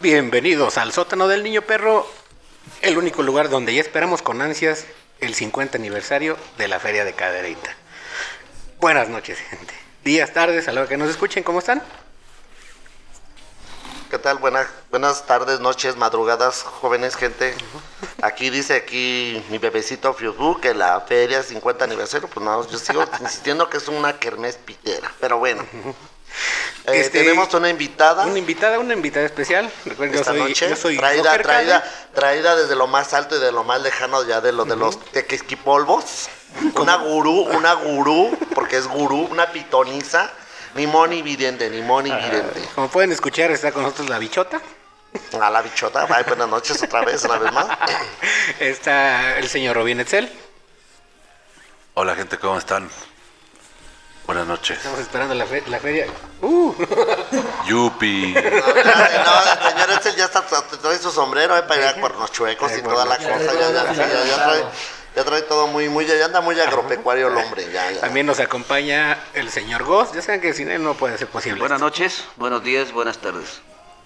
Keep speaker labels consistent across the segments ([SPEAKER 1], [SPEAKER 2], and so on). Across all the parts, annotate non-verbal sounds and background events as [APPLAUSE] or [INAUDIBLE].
[SPEAKER 1] Bienvenidos al sótano del niño perro, el único lugar donde ya esperamos con ansias el 50 aniversario de la Feria de Cadereyta. Buenas noches, gente. Días, tardes, a lo que nos escuchen, ¿cómo están?
[SPEAKER 2] ¿Qué tal? Buenas, buenas tardes, noches, madrugadas, jóvenes, gente. Aquí dice aquí mi bebecito Fiubu que la feria 50 aniversario, pues no,
[SPEAKER 1] [LAUGHS]
[SPEAKER 2] yo sigo insistiendo que es una kermés pitera, pero bueno. Eh,
[SPEAKER 1] Este,
[SPEAKER 2] tenemos una invitada
[SPEAKER 1] Una invitada, una invitada especial. Recuerden, yo
[SPEAKER 2] esta
[SPEAKER 1] soy,
[SPEAKER 2] noche,
[SPEAKER 1] yo soy
[SPEAKER 2] traída,
[SPEAKER 1] Joker
[SPEAKER 2] traída,
[SPEAKER 1] Calle.
[SPEAKER 2] traída desde lo más alto y de lo más lejano ya de lo de los
[SPEAKER 1] [LAUGHS]
[SPEAKER 2] tequisquipolvos. Una gurú, una gurú, porque es gurú, una pitoniza, ni moni vidente, ni moni vidente.
[SPEAKER 1] Como pueden escuchar, está con nosotros la bichota.
[SPEAKER 2] A la bichota, ay, buenas noches otra vez, una vez más.
[SPEAKER 1] Está el señor Robin Etzel.
[SPEAKER 3] Hola gente, ¿cómo están? Buenas noches.
[SPEAKER 1] Estamos esperando la, fe- la feria. ¡Uh!
[SPEAKER 2] [LAUGHS]
[SPEAKER 3] Yupi.
[SPEAKER 2] No, el señor Edsel ya está, tra- trae su sombrero eh, para ir a cuernos Eh, chuecos y
[SPEAKER 1] Ay,
[SPEAKER 2] toda la
[SPEAKER 1] bueno,
[SPEAKER 2] cosa. Ya, ya, sí, ya- ya trae, ya trae todo muy, muy, ya anda muy agropecuario el hombre. Ya, ya.
[SPEAKER 1] También nos acompaña el señor Goss. Ya saben que sin él no puede ser posible.
[SPEAKER 4] Buenas noches, buenos días, buenas tardes.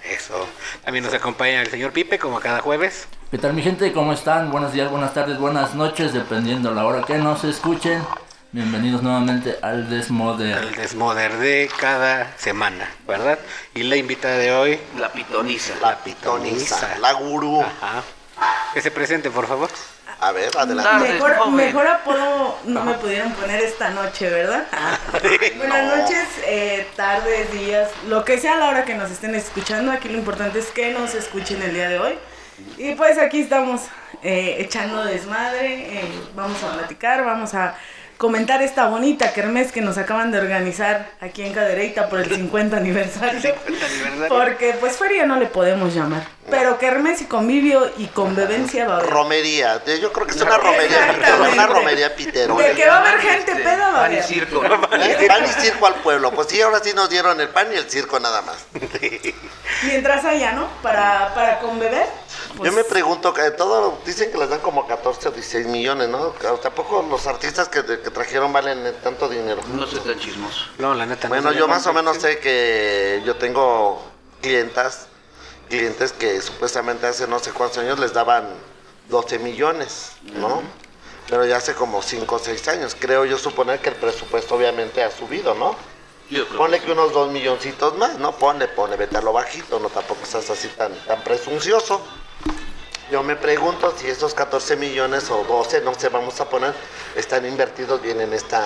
[SPEAKER 1] Eso. También nos acompaña el señor Pipe, como cada jueves.
[SPEAKER 5] ¿Qué tal mi gente? ¿Cómo están? Buenos días, buenas tardes, buenas noches, dependiendo la hora que nos escuchen. Bienvenidos nuevamente al
[SPEAKER 1] El
[SPEAKER 5] Desmoder.
[SPEAKER 1] desmoder de cada semana, ¿verdad? Y la invitada de hoy,
[SPEAKER 4] La pitoniza.
[SPEAKER 2] La pitoniza,
[SPEAKER 1] pitoniza.
[SPEAKER 2] la gurú.
[SPEAKER 1] ajá. Que se presente, por
[SPEAKER 2] [LAUGHS]
[SPEAKER 1] favor.
[SPEAKER 2] A ver, adelante.
[SPEAKER 4] Tardes,
[SPEAKER 6] Mejor,
[SPEAKER 4] joven.
[SPEAKER 6] mejor apodo no me pudieron poner esta noche, ¿verdad? Buenas
[SPEAKER 2] No.
[SPEAKER 6] noches, eh, tardes, días, lo que sea la hora que nos estén escuchando. Aquí lo importante es que nos escuchen el día de hoy. Y pues aquí estamos eh, echando desmadre. eh, vamos a platicar, vamos a comentar esta bonita kermés que nos acaban de organizar aquí en Cadereyta por el 50 aniversario. Porque pues feria no le podemos llamar. Pero kermés y convivio y convivencia va a haber.
[SPEAKER 2] Romería, eh, yo creo que es una romería,
[SPEAKER 6] Exactamente.
[SPEAKER 2] pitera, una romería pitero.
[SPEAKER 6] De que va a haber gente
[SPEAKER 4] Este,
[SPEAKER 6] peda, va a
[SPEAKER 4] pan y
[SPEAKER 6] haber.
[SPEAKER 4] circo.
[SPEAKER 2] Eh, Pan y circo al pueblo, pues sí, ahora sí nos dieron el pan y el circo nada más.
[SPEAKER 6] Mientras allá, ¿no? Para, para conbeber. Pues
[SPEAKER 2] Yo me pregunto, que todo, dicen que les dan como 14 o 16 millones, ¿no? Tampoco los artistas que, que trajeron valen eh, tanto dinero.
[SPEAKER 4] No soy tan chismoso.
[SPEAKER 1] No, la neta. no
[SPEAKER 2] Bueno,
[SPEAKER 1] sé
[SPEAKER 2] yo
[SPEAKER 1] de
[SPEAKER 2] más o
[SPEAKER 1] cuánto,
[SPEAKER 2] menos
[SPEAKER 1] sí.
[SPEAKER 2] sé que yo tengo clientas, clientes que supuestamente hace no sé cuántos años les daban 12 millones, ¿no? Pero ya hace como 5 o 6 años, creo yo suponer que el presupuesto obviamente ha subido, ¿no?
[SPEAKER 4] Yo creo
[SPEAKER 2] Ponle que unos 2 milloncitos más, ¿no? Ponle, ponle, vete a lo bajito, no tampoco estás así tan, tan presuncioso. Yo me pregunto si esos 14 millones o 12, no sé, vamos a poner, están invertidos bien en esta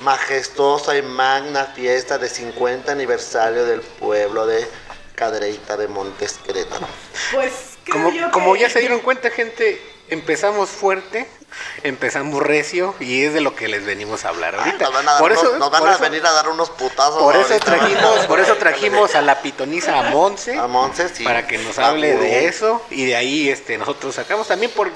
[SPEAKER 2] majestuosa y magna fiesta de 50 aniversario del pueblo de Cadereyta de Montes Querétaro.
[SPEAKER 6] Pues creo
[SPEAKER 1] Como,
[SPEAKER 6] yo
[SPEAKER 1] como
[SPEAKER 6] que-
[SPEAKER 1] ya se dieron cuenta, gente, empezamos fuerte, empezamos recio y es de lo que les venimos a hablar
[SPEAKER 2] Ay,
[SPEAKER 1] ahorita.
[SPEAKER 2] Ah, nos van a, dar
[SPEAKER 1] por eso,
[SPEAKER 2] unos- nos van
[SPEAKER 1] por
[SPEAKER 2] a
[SPEAKER 1] eso-
[SPEAKER 2] venir a dar unos putazos.
[SPEAKER 1] por eso
[SPEAKER 2] ahorita.
[SPEAKER 1] trajimos, por eso trajimos a la pitoniza a Monse.
[SPEAKER 2] a Montes sí.
[SPEAKER 1] para que nos
[SPEAKER 2] A
[SPEAKER 1] hable
[SPEAKER 2] Gurú.
[SPEAKER 1] de eso y de ahí este nosotros sacamos también por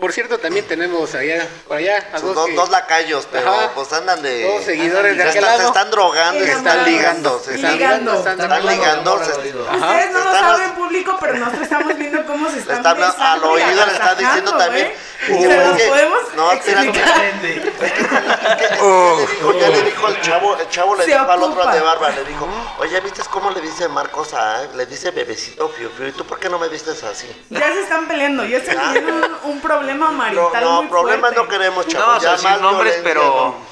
[SPEAKER 1] por cierto también tenemos allá por allá a
[SPEAKER 2] Son
[SPEAKER 1] dos,
[SPEAKER 2] Pues dos,
[SPEAKER 1] que-
[SPEAKER 2] dos lacayos, pero
[SPEAKER 1] Ajá.
[SPEAKER 2] pues andan de.
[SPEAKER 1] Dos seguidores de
[SPEAKER 2] se,
[SPEAKER 1] aquel
[SPEAKER 2] están-
[SPEAKER 1] lado.
[SPEAKER 2] se están drogando, y se están
[SPEAKER 6] Enamorados.
[SPEAKER 2] ligando. Se están
[SPEAKER 6] Ligando.
[SPEAKER 1] están-
[SPEAKER 2] Se están ligando. se-
[SPEAKER 6] Ustedes no lo
[SPEAKER 2] Están-
[SPEAKER 6] saben en público, pero nosotros estamos viendo cómo se
[SPEAKER 2] Le
[SPEAKER 6] están
[SPEAKER 2] está hablando al
[SPEAKER 6] besando y
[SPEAKER 2] oído, le está diciendo
[SPEAKER 6] agasajando,
[SPEAKER 2] también.
[SPEAKER 6] ¿eh?
[SPEAKER 2] Dice,
[SPEAKER 6] Se
[SPEAKER 2] "Es
[SPEAKER 6] los
[SPEAKER 2] que-
[SPEAKER 6] podemos
[SPEAKER 2] no, espérate,
[SPEAKER 6] explicar.
[SPEAKER 4] Oh.
[SPEAKER 2] le dijo- ya le dijo al chavo, el chavo le
[SPEAKER 6] Se
[SPEAKER 2] dijo al otro
[SPEAKER 6] ocupa.
[SPEAKER 2] de barba, le dijo, oye, ¿viste cómo le dice Marcos a, le dice bebecito fiu fiu, y tú por qué no me vistes así?
[SPEAKER 6] Ya se están peleando, ya están teniendo un, un problema
[SPEAKER 2] No,
[SPEAKER 6] marital
[SPEAKER 2] no,
[SPEAKER 6] muy
[SPEAKER 2] problemas no
[SPEAKER 6] fuerte.
[SPEAKER 2] queremos,
[SPEAKER 4] que-
[SPEAKER 2] chavo,
[SPEAKER 4] No,
[SPEAKER 2] ya
[SPEAKER 4] o sea, sin
[SPEAKER 2] más
[SPEAKER 4] nombres,
[SPEAKER 2] violencia,
[SPEAKER 4] pero.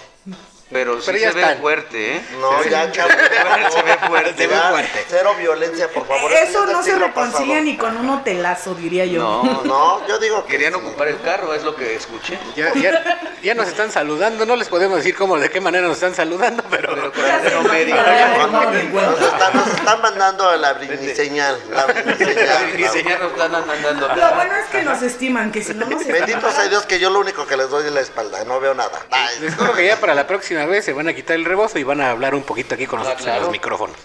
[SPEAKER 4] Pero sí
[SPEAKER 1] Pero ya
[SPEAKER 4] se ve
[SPEAKER 1] están.
[SPEAKER 4] fuerte, ¿eh?
[SPEAKER 2] No, No, ya, chavo,
[SPEAKER 4] [LAUGHS] Se ve fuerte.
[SPEAKER 1] Se ve
[SPEAKER 2] ya,
[SPEAKER 1] fuerte.
[SPEAKER 2] Cero violencia, por favor.
[SPEAKER 6] Eso
[SPEAKER 2] es
[SPEAKER 6] no
[SPEAKER 2] del
[SPEAKER 6] se
[SPEAKER 2] siglo
[SPEAKER 6] reconcilia
[SPEAKER 2] pasado.
[SPEAKER 6] ni con un hotelazo, diría yo.
[SPEAKER 4] No, no.
[SPEAKER 2] No, yo digo que
[SPEAKER 4] Querían ocupar el carro, es lo que escuché.
[SPEAKER 1] ya, ya, ya nos están saludando no les podemos decir cómo de qué manera nos están saludando pero,
[SPEAKER 4] Pero con
[SPEAKER 6] Ya
[SPEAKER 4] el
[SPEAKER 6] se
[SPEAKER 4] promedio. [LAUGHS]
[SPEAKER 6] imaginarán.
[SPEAKER 2] nos están, nos están mandando la briniseñal, la
[SPEAKER 4] Y
[SPEAKER 2] briniseñal.
[SPEAKER 4] señal nos están andando.
[SPEAKER 6] Lo bueno es que nos estiman, que si no nos estiman.
[SPEAKER 2] Bendito sea Dios que yo lo único que les doy es la espalda, no veo nada. Ay,
[SPEAKER 1] les juro que ya para la próxima vez se van a quitar el rebozo y van a hablar un poquito aquí con nosotros en
[SPEAKER 4] claro.
[SPEAKER 1] los micrófonos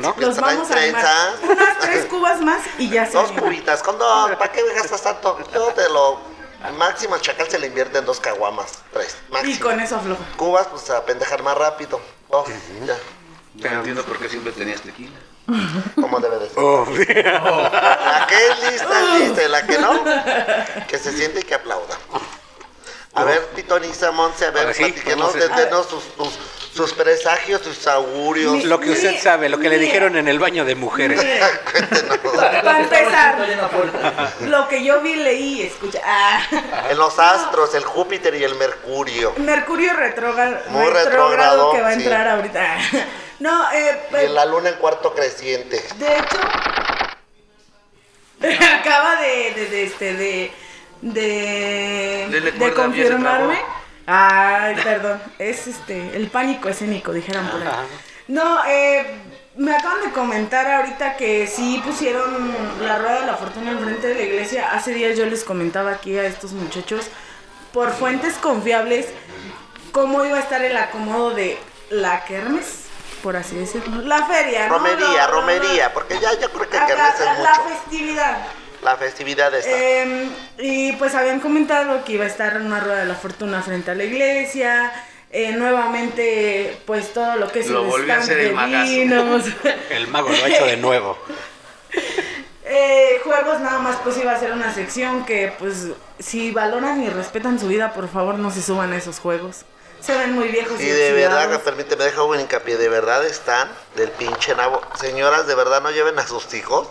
[SPEAKER 1] ¿no?
[SPEAKER 2] que
[SPEAKER 6] Los
[SPEAKER 2] traen
[SPEAKER 6] vamos a armar.
[SPEAKER 2] trenza.
[SPEAKER 6] Unas tres cubas más y ya se
[SPEAKER 2] Dos
[SPEAKER 6] arma.
[SPEAKER 2] cubitas, cuando, ¿para qué gastas tanto? Yo te lo máximo al chacal se le invierte en dos caguamas, tres,
[SPEAKER 6] Y
[SPEAKER 2] máximo.
[SPEAKER 6] con eso afloja.
[SPEAKER 2] Cubas, pues a pendejar más rápido. Dos, ya,
[SPEAKER 4] No entiendo por qué siempre este tenías tequila.
[SPEAKER 2] como debe de ser.
[SPEAKER 1] Oh,
[SPEAKER 2] La que es lista, es lista, y la que
[SPEAKER 6] [LAUGHS]
[SPEAKER 2] no, que se siente y que aplauda. A ver, Pitoniza Monse, a ver,
[SPEAKER 1] Ahora sí,
[SPEAKER 2] platíquenos,
[SPEAKER 1] entonces-
[SPEAKER 2] de- denos sus, tus- sus presagios, sus augurios.
[SPEAKER 1] Lo que usted
[SPEAKER 6] Mire,
[SPEAKER 1] sabe, lo que le
[SPEAKER 6] mire.
[SPEAKER 1] dijeron en el baño de mujeres.
[SPEAKER 6] Mire, para este empezar, lo que yo vi, leí, escucha. Ah.
[SPEAKER 2] En los astros, el Júpiter y el Mercurio.
[SPEAKER 6] Mercurio retrógrado,
[SPEAKER 2] Muy
[SPEAKER 6] retrógrado
[SPEAKER 2] retrógrado,
[SPEAKER 6] que va a
[SPEAKER 2] sí.
[SPEAKER 6] entrar ahorita. No, eh,
[SPEAKER 2] Y en la luna en cuarto creciente.
[SPEAKER 6] De hecho, [LAUGHS] acaba de, de, de, este, de, de,
[SPEAKER 4] Dele cuerda,
[SPEAKER 6] de
[SPEAKER 4] ya se
[SPEAKER 6] confirmarme.
[SPEAKER 4] trabó.
[SPEAKER 6] Ay, perdón, es este, el pánico escénico, dijeran por ahí. No, eh, me acaban de comentar ahorita que sí pusieron la rueda de la fortuna enfrente de la iglesia. Hace días yo les comentaba aquí a estos muchachos, por fuentes confiables, cómo iba a estar el acomodo de la Kermes, por así decirlo. La feria, ¿no?
[SPEAKER 2] Romería,
[SPEAKER 6] No, no, no.
[SPEAKER 2] romería, porque ya yo creo que
[SPEAKER 6] Acá,
[SPEAKER 2] Kermés es
[SPEAKER 6] la- La
[SPEAKER 2] mucho.
[SPEAKER 6] festividad.
[SPEAKER 2] La festividad está.
[SPEAKER 6] Eh, y pues habían comentado que iba a estar una rueda de la fortuna frente a la iglesia. eh, nuevamente, pues todo lo que es
[SPEAKER 4] Lo volvió a
[SPEAKER 6] stand
[SPEAKER 4] hacer el
[SPEAKER 6] de
[SPEAKER 4] magazo.
[SPEAKER 6] vinos, [LAUGHS]
[SPEAKER 1] El mago lo ha hecho de nuevo.
[SPEAKER 6] eh, juegos nada más, pues iba a ser una sección que, pues, si valoran y respetan su vida, por favor no se suban a esos juegos. Se ven muy viejos.
[SPEAKER 2] Y de verdad,
[SPEAKER 6] oxidados.
[SPEAKER 2] permíteme, deja un hincapié, de verdad están del pinche nabo. Señoras, de verdad no lleven a sus hijos,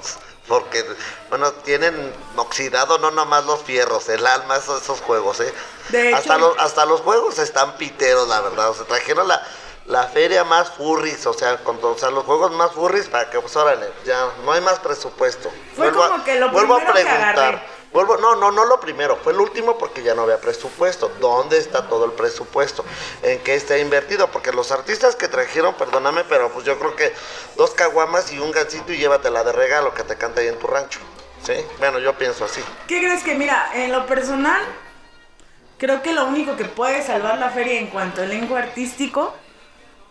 [SPEAKER 2] porque, bueno, tienen oxidado no nomás los fierros, el alma, esos, esos juegos, ¿eh?
[SPEAKER 6] De hecho-
[SPEAKER 2] hasta, los, hasta los juegos están piteros, la verdad. O sea, trajeron la, la feria más furries, o sea, con, o sea, los juegos más furries para que, pues, órale, ya no hay más presupuesto.
[SPEAKER 6] Fue como que lo
[SPEAKER 2] vuelvo a
[SPEAKER 6] primero que agarré.
[SPEAKER 2] preguntar. Vuelvo, no, no, no lo primero, fue el último porque ya no había presupuesto. ¿Dónde está todo el presupuesto? ¿En qué está invertido? Porque los artistas que trajeron, perdóname, pero pues yo creo que dos caguamas y un gancito y llévatela de regalo que te canta ahí en tu rancho. ¿Sí? Bueno, yo pienso así.
[SPEAKER 6] ¿Qué crees que, mira, en lo personal, creo que lo único que puede salvar la feria en cuanto al elenco artístico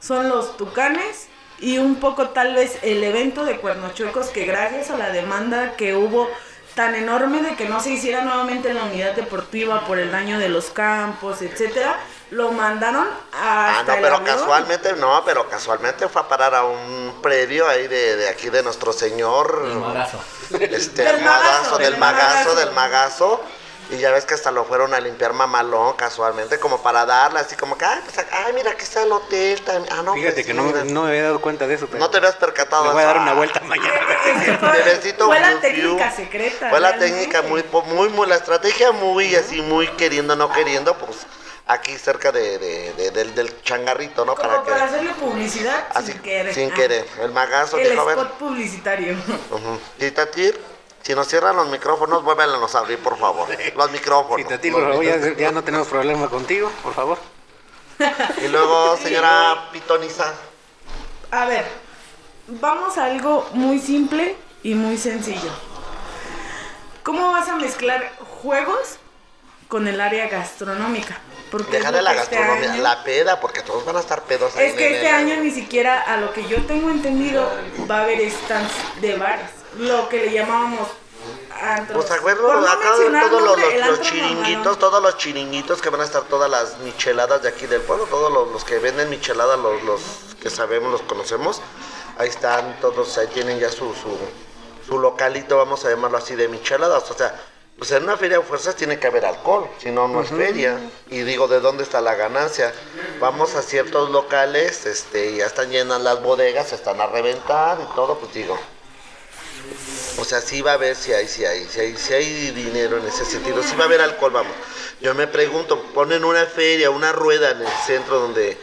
[SPEAKER 6] son los tucanes y un poco tal vez el evento de Cuernochuecos que gracias a la demanda que hubo tan enorme de que no se hiciera nuevamente en la unidad deportiva por el daño de los campos, etcétera, lo mandaron a...
[SPEAKER 2] Ah, no, pero
[SPEAKER 6] [LAUGHS]
[SPEAKER 2] casualmente, no, pero casualmente fue a parar a un predio ahí de, de aquí de nuestro señor.
[SPEAKER 5] El magazo.
[SPEAKER 2] Este,
[SPEAKER 6] Del
[SPEAKER 2] del magazo,
[SPEAKER 6] magazo,
[SPEAKER 2] del
[SPEAKER 6] del
[SPEAKER 2] magazo,
[SPEAKER 6] magazo.
[SPEAKER 2] del magazo. Y ya ves que hasta lo fueron a limpiar mamalón casualmente, como para darle así como que, ay, pues, ay mira, aquí está el hotel. tan- Ah, no,
[SPEAKER 1] Fíjate
[SPEAKER 2] pues,
[SPEAKER 1] que no,
[SPEAKER 2] mira.
[SPEAKER 1] no me había dado cuenta de eso. pero
[SPEAKER 2] No te habías percatado.
[SPEAKER 1] Le voy a dar
[SPEAKER 2] Ah,
[SPEAKER 1] una vuelta mañana.
[SPEAKER 2] bebecito
[SPEAKER 6] Fue la
[SPEAKER 2] Blue View.
[SPEAKER 6] técnica secreta.
[SPEAKER 2] Fue la
[SPEAKER 6] realmente.
[SPEAKER 2] técnica muy, po- muy, muy, la estrategia muy así, muy queriendo, no queriendo, pues aquí cerca de, de- de- del, del changarrito, ¿no?
[SPEAKER 6] Como para, hacerle publicidad
[SPEAKER 2] así,
[SPEAKER 6] sin querer.
[SPEAKER 2] Sin
[SPEAKER 6] Ah.
[SPEAKER 2] querer. El magazo
[SPEAKER 6] El
[SPEAKER 2] dijo, a ver.
[SPEAKER 6] spot publicitario.
[SPEAKER 2] Ujú. Y Tatir, si nos cierran los micrófonos, vuélvelos a abrir, por favor. Los micrófonos.
[SPEAKER 1] Sí, Tati, por favor, ya, ya no tenemos problema contigo, por favor.
[SPEAKER 2] Y luego, señora Pitoniza,
[SPEAKER 6] A ver, vamos a algo muy simple y muy sencillo. ¿Cómo vas a mezclar juegos con el área gastronómica? Porque
[SPEAKER 2] deja
[SPEAKER 6] es lo
[SPEAKER 2] de la
[SPEAKER 6] que este
[SPEAKER 2] gastronomía,
[SPEAKER 6] año-
[SPEAKER 2] la peda, porque todos van a estar pedos ahí
[SPEAKER 6] Es
[SPEAKER 2] en
[SPEAKER 6] que
[SPEAKER 2] el-
[SPEAKER 6] este año ni siquiera, a lo que yo tengo entendido, va a haber stands de bares. Lo que le llamábamos antros.
[SPEAKER 2] Pues a ver,
[SPEAKER 6] Por no
[SPEAKER 2] acá de
[SPEAKER 6] mencionar
[SPEAKER 2] todos los,
[SPEAKER 6] nombre, el
[SPEAKER 2] los- los
[SPEAKER 6] antro
[SPEAKER 2] chiringuitos,
[SPEAKER 6] mamalón.
[SPEAKER 2] todos los chiringuitos que van a estar todas las micheladas de aquí del pueblo, todos los, los que venden micheladas, los, los que sabemos, los conocemos, ahí están todos, ahí tienen ya su, su, su localito, vamos a llamarlo así, de micheladas, o sea, pues en una feria de fuerzas tiene que haber alcohol, si no, no es feria, y digo, ¿de dónde está la ganancia? Vamos a ciertos locales, este, y ya están llenas las bodegas, se están a reventar y todo, pues digo... O sea, sí va a haber, si hay, si hay, si hay, si hay dinero en ese sentido, sí va a haber alcohol, vamos. Yo me pregunto, ponen una feria, una rueda en el centro donde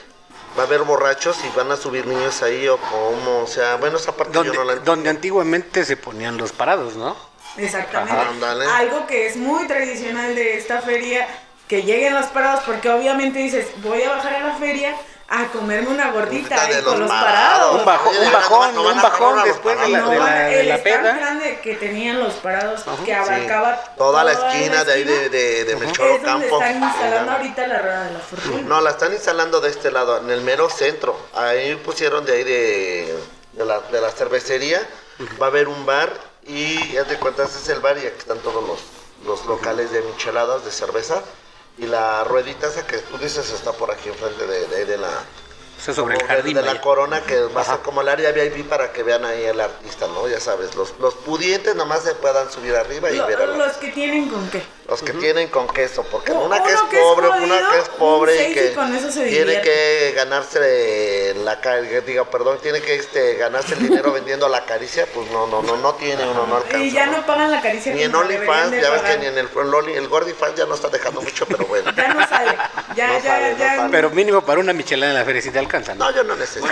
[SPEAKER 2] va a haber borrachos y van a subir niños ahí o cómo, o sea, bueno, esa parte
[SPEAKER 1] Donde,
[SPEAKER 2] yo no la
[SPEAKER 1] donde antiguamente se ponían los parados, ¿no?
[SPEAKER 6] Exactamente.
[SPEAKER 2] Ajá, ándale.
[SPEAKER 6] Algo que es muy tradicional de esta feria, que lleguen los parados, porque obviamente dices, voy a bajar a la feria a comerme una gordita
[SPEAKER 2] Gordita de
[SPEAKER 6] y con
[SPEAKER 2] los
[SPEAKER 6] los
[SPEAKER 2] parados.
[SPEAKER 6] parados.
[SPEAKER 1] Un bajón,
[SPEAKER 2] Oye,
[SPEAKER 1] un
[SPEAKER 2] de verdad,
[SPEAKER 1] bajón,
[SPEAKER 2] no van a
[SPEAKER 1] un bajón
[SPEAKER 2] parar a los
[SPEAKER 1] después de la,
[SPEAKER 6] No,
[SPEAKER 1] de la-
[SPEAKER 6] van-
[SPEAKER 1] de la
[SPEAKER 6] el stand
[SPEAKER 1] peda.
[SPEAKER 6] grande que tenían los parados
[SPEAKER 1] Ajá.
[SPEAKER 6] que
[SPEAKER 2] Sí,
[SPEAKER 6] abarcaba
[SPEAKER 2] toda la esquina de ahí de,
[SPEAKER 6] esquina,
[SPEAKER 2] de, de
[SPEAKER 6] es
[SPEAKER 2] Melchor
[SPEAKER 6] donde
[SPEAKER 2] Ocampo.
[SPEAKER 6] están instalando ahorita la rueda de la fortuna.
[SPEAKER 2] No, la están instalando de este lado, en el mero centro. Ahí pusieron de ahí de, de la, de la cervecería. Va a haber un bar y ya te cuentas es el bar y aquí están todos los, los locales de micheladas, de cerveza. Y la ruedita esa que tú dices está por aquí enfrente de, de, de la
[SPEAKER 1] sea, Pues sobre el
[SPEAKER 2] como
[SPEAKER 1] jardín.
[SPEAKER 2] De la
[SPEAKER 1] vaya.
[SPEAKER 2] corona que va a ser como el área VIP para que vean ahí al artista, ¿no? Ya sabes, los, los pudientes nomás se puedan subir arriba y
[SPEAKER 6] Lo-
[SPEAKER 2] ver a la-
[SPEAKER 6] los que tienen con qué.
[SPEAKER 2] los que tienen con queso, porque
[SPEAKER 6] Oh, Uno
[SPEAKER 2] una que es
[SPEAKER 6] que es
[SPEAKER 2] pobre, una
[SPEAKER 6] jodido,
[SPEAKER 2] que es pobre
[SPEAKER 6] un
[SPEAKER 2] y
[SPEAKER 6] seis y
[SPEAKER 2] que
[SPEAKER 6] con eso se
[SPEAKER 2] tiene
[SPEAKER 6] divierte.
[SPEAKER 2] que ganarse la ca- digo, perdón, tiene que este ganarse el dinero vendiendo la caricia, pues no, no, no, no tiene uno, no alcanza.
[SPEAKER 6] Y ya no pagan la caricia.
[SPEAKER 2] ni en
[SPEAKER 6] como deberían
[SPEAKER 2] OnlyFans,
[SPEAKER 6] de
[SPEAKER 2] ya ves que
[SPEAKER 6] pagar.
[SPEAKER 2] ni en el, en Loli- el GordyFans ya no está dejando mucho, pero bueno.
[SPEAKER 6] Ya no sale. Ya,
[SPEAKER 2] No
[SPEAKER 6] ya,
[SPEAKER 2] sale, no
[SPEAKER 6] ya.
[SPEAKER 2] sale.
[SPEAKER 1] Pero mínimo para una michelada en la feria si te alcanza, ¿no?
[SPEAKER 2] No, yo no necesito.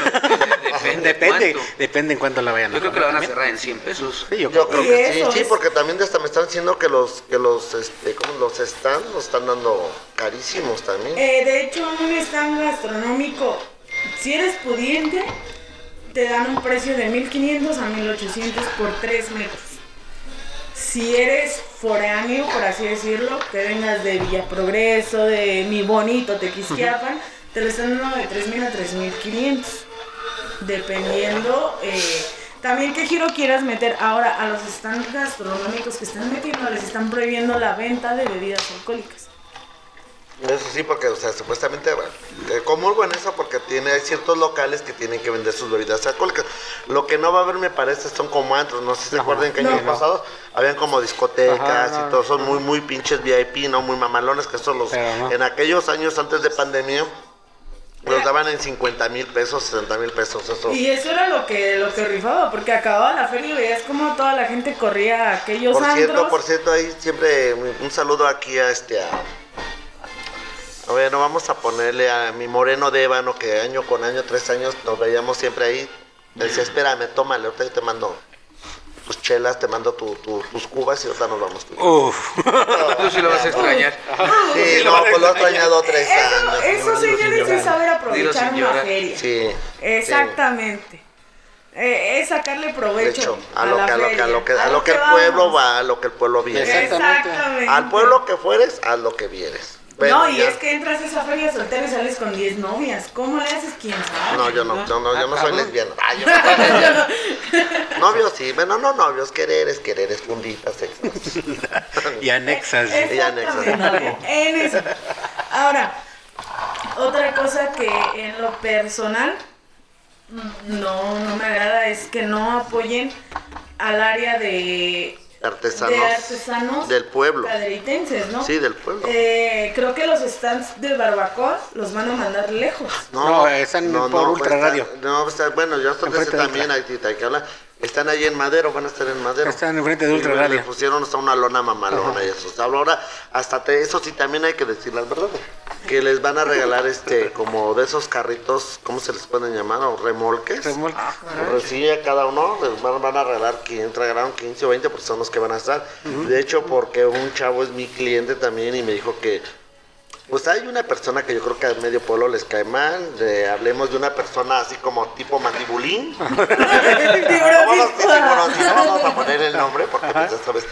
[SPEAKER 4] Depende.
[SPEAKER 1] depende,
[SPEAKER 4] cuánto.
[SPEAKER 1] depende en cuánto la vayan
[SPEAKER 4] Yo creo que la van a
[SPEAKER 1] también.
[SPEAKER 4] cerrar en 100 pesos.
[SPEAKER 1] Sí, yo
[SPEAKER 2] [LAUGHS] Yo
[SPEAKER 1] creo.
[SPEAKER 2] creo
[SPEAKER 6] Y
[SPEAKER 2] que sí,
[SPEAKER 6] eso
[SPEAKER 2] sí,
[SPEAKER 6] es-
[SPEAKER 2] porque también hasta me están diciendo que los que los este, ¿cómo los están? Los están dando carísimos también.
[SPEAKER 6] Eh, de hecho, en un stand gastronómico, si eres pudiente, te dan un precio de 1500 a 1800 por 3 metros. Si eres foráneo, por así decirlo, que vengas de Villa Progreso, de mi bonito Tequisquiapan, te lo están dando de 3000 a 3500. Dependiendo eh, también qué giro quieras meter. Ahora, a los stands gastronómicos que están metiendo, les están prohibiendo la venta de bebidas alcohólicas.
[SPEAKER 2] Eso sí, porque o sea, supuestamente bueno, eh, comulgo en eso porque tiene hay ciertos locales que tienen que vender sus bebidas alcohólicas. Lo que no va a haber, me parece, son como antros. No sé si se acuerdan que
[SPEAKER 6] No.
[SPEAKER 2] años
[SPEAKER 6] No.
[SPEAKER 2] pasados habían como discotecas
[SPEAKER 1] Ajá,
[SPEAKER 2] y todo. Son muy, muy pinches VIP, ¿no? Muy mamalones que son los...
[SPEAKER 1] Pero no.
[SPEAKER 2] En aquellos años antes de pandemia, los daban en 50 mil pesos, 60 mil pesos. Eso.
[SPEAKER 6] Y eso era lo que, lo que rifaba, porque acababa la feria y veías como toda la gente corría a aquellos
[SPEAKER 2] Por cierto,
[SPEAKER 6] antros.
[SPEAKER 2] por cierto, ahí siempre un un saludo aquí a este a... a ver, no vamos a ponerle a mi moreno de ébano que año con año, tres años, nos veíamos siempre ahí. Me decía, espérame, tómale, ahorita yo te mando tus chelas, te mando tu- tu- tus cubas y ahorita nos vamos. tú".
[SPEAKER 1] Uf.
[SPEAKER 4] [LAUGHS]
[SPEAKER 1] [LAUGHS]
[SPEAKER 4] Tú sí lo vas a extrañar.
[SPEAKER 2] Sí, no, pues lo ha extrañado tres
[SPEAKER 6] eso,
[SPEAKER 2] años.
[SPEAKER 6] eso, señores, es saber aprovechar
[SPEAKER 4] sin
[SPEAKER 6] una
[SPEAKER 4] llorar.
[SPEAKER 6] feria.
[SPEAKER 2] Sí.
[SPEAKER 6] Exactamente. Eh, es sacarle
[SPEAKER 2] sí, De
[SPEAKER 6] provecho
[SPEAKER 2] hecho, a
[SPEAKER 6] la
[SPEAKER 2] lo que a lo que a lo que
[SPEAKER 6] feria,
[SPEAKER 2] a lo que el
[SPEAKER 6] vamos.
[SPEAKER 2] pueblo va, a lo que el pueblo viene.
[SPEAKER 1] Exactamente.
[SPEAKER 6] Exactamente.
[SPEAKER 2] Al pueblo que fueres, haz lo que vienes. Bueno,
[SPEAKER 6] no, y
[SPEAKER 2] ya.
[SPEAKER 6] es que entras a esa feria soltera y sales con 10 novias. ¿Cómo le haces? ¿Quién sabe?
[SPEAKER 2] No, yo no, no, no, yo no soy
[SPEAKER 4] Ah,
[SPEAKER 2] lesbiana.
[SPEAKER 6] [LAUGHS]
[SPEAKER 2] Ay, yo no soy lesbiana. Novios sí, bueno, no novios, quereres, quereres, funditas, sexos.
[SPEAKER 1] [LAUGHS] Y anexas.
[SPEAKER 6] Exactamente.
[SPEAKER 2] Y anexas.
[SPEAKER 6] En algo. En eso. Ahora, otra cosa que en lo personal mm, no, no me agrada es que no apoyen al área de
[SPEAKER 2] Artesanos.
[SPEAKER 6] de artesanos
[SPEAKER 2] Del pueblo.
[SPEAKER 6] caderitenses, ¿no?
[SPEAKER 2] Sí, del pueblo.
[SPEAKER 6] Eh, creo que los stands de barbacoa los van a mandar lejos.
[SPEAKER 2] [LAUGHS]
[SPEAKER 6] [LAUGHS]
[SPEAKER 1] No, están por Ultra
[SPEAKER 2] están-
[SPEAKER 1] Radio.
[SPEAKER 2] No, está- bueno, yo estoy
[SPEAKER 1] Enfrente de
[SPEAKER 2] también, ahí hay que hablar. Están ahí en Madero, van a estar en Madero.
[SPEAKER 1] Están enfrente de
[SPEAKER 2] Y
[SPEAKER 1] Ultra
[SPEAKER 2] bueno,
[SPEAKER 1] Radio.
[SPEAKER 2] Le pusieron hasta una lona mamalona y eso. O sea, Ahora, hasta te- eso sí también hay que decir las verdades. Que les van a regalar este, como de esos carritos, ¿cómo se les pueden llamar? ¿O remolques?
[SPEAKER 1] Remolque.
[SPEAKER 2] Recibe Pues a cada uno, les van, van a regalar 15, regalaron 15 o 20 porque son los que van a estar. De hecho, porque un chavo es mi cliente también y me dijo que, pues hay una persona que yo creo que a medio pueblo les cae mal. de- hablemos de una persona así como tipo mandibulín. Vamos a- sí, tiburoncito, no vamos a poner el nombre porque pues, ya sabes,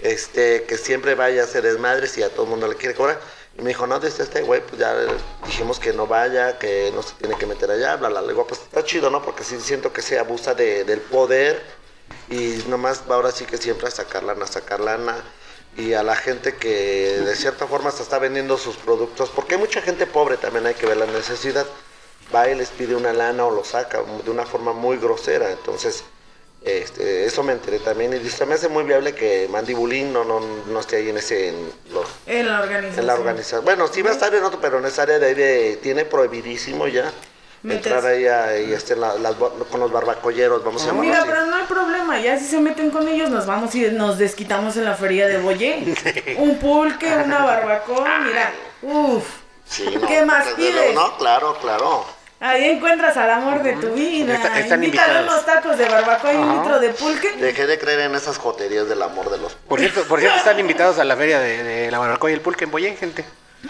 [SPEAKER 2] este, que siempre vaya a hacer desmadres y a todo el mundo le quiere cobrar. Y me dijo, no, desde este güey, pues ya eh, dijimos que no vaya, que no se tiene que meter allá, bla, bla, bla. Le digo, pues está chido, ¿no? Porque sí siento que se abusa de- del poder y nomás va ahora sí que siempre a sacar lana, a sacar lana. Y a la gente que de cierta forma se está vendiendo sus productos, porque hay mucha gente pobre también, hay que ver la necesidad va y les pide una lana o lo saca de una forma muy grosera. Entonces, este, eso me enteré también. Y se me hace muy viable que Mandibulín no, no, no esté ahí en ese en, los-
[SPEAKER 6] En la organización.
[SPEAKER 2] en la organización. Bueno, sí va a estar en otro, pero en esa área de ahí de- tiene prohibidísimo ya.
[SPEAKER 6] Meterse.
[SPEAKER 2] Entrar ahí a- y estar en la- las bo- con los barbacolleros, vamos a llamarlo
[SPEAKER 6] Mira,
[SPEAKER 2] así.
[SPEAKER 6] pero no hay problema, ya si se meten con ellos nos vamos y nos desquitamos en la feria de Boyé. Un pulque, una barbacoa, mira, uff.
[SPEAKER 2] Sí, no,
[SPEAKER 6] ¿Qué más
[SPEAKER 2] desde
[SPEAKER 6] pides?
[SPEAKER 2] luego, No, claro, claro.
[SPEAKER 6] Ahí encuentras al amor de tu vida.
[SPEAKER 1] Está- están
[SPEAKER 6] Invítale
[SPEAKER 1] invitados.
[SPEAKER 6] unos tacos de barbacoa y un litro de pulque.
[SPEAKER 2] Dejé de creer en esas joterías del amor de los.
[SPEAKER 1] Por cierto, por cierto, están invitados a la feria de, de la barbacoa y el pulque en Boyén, gente.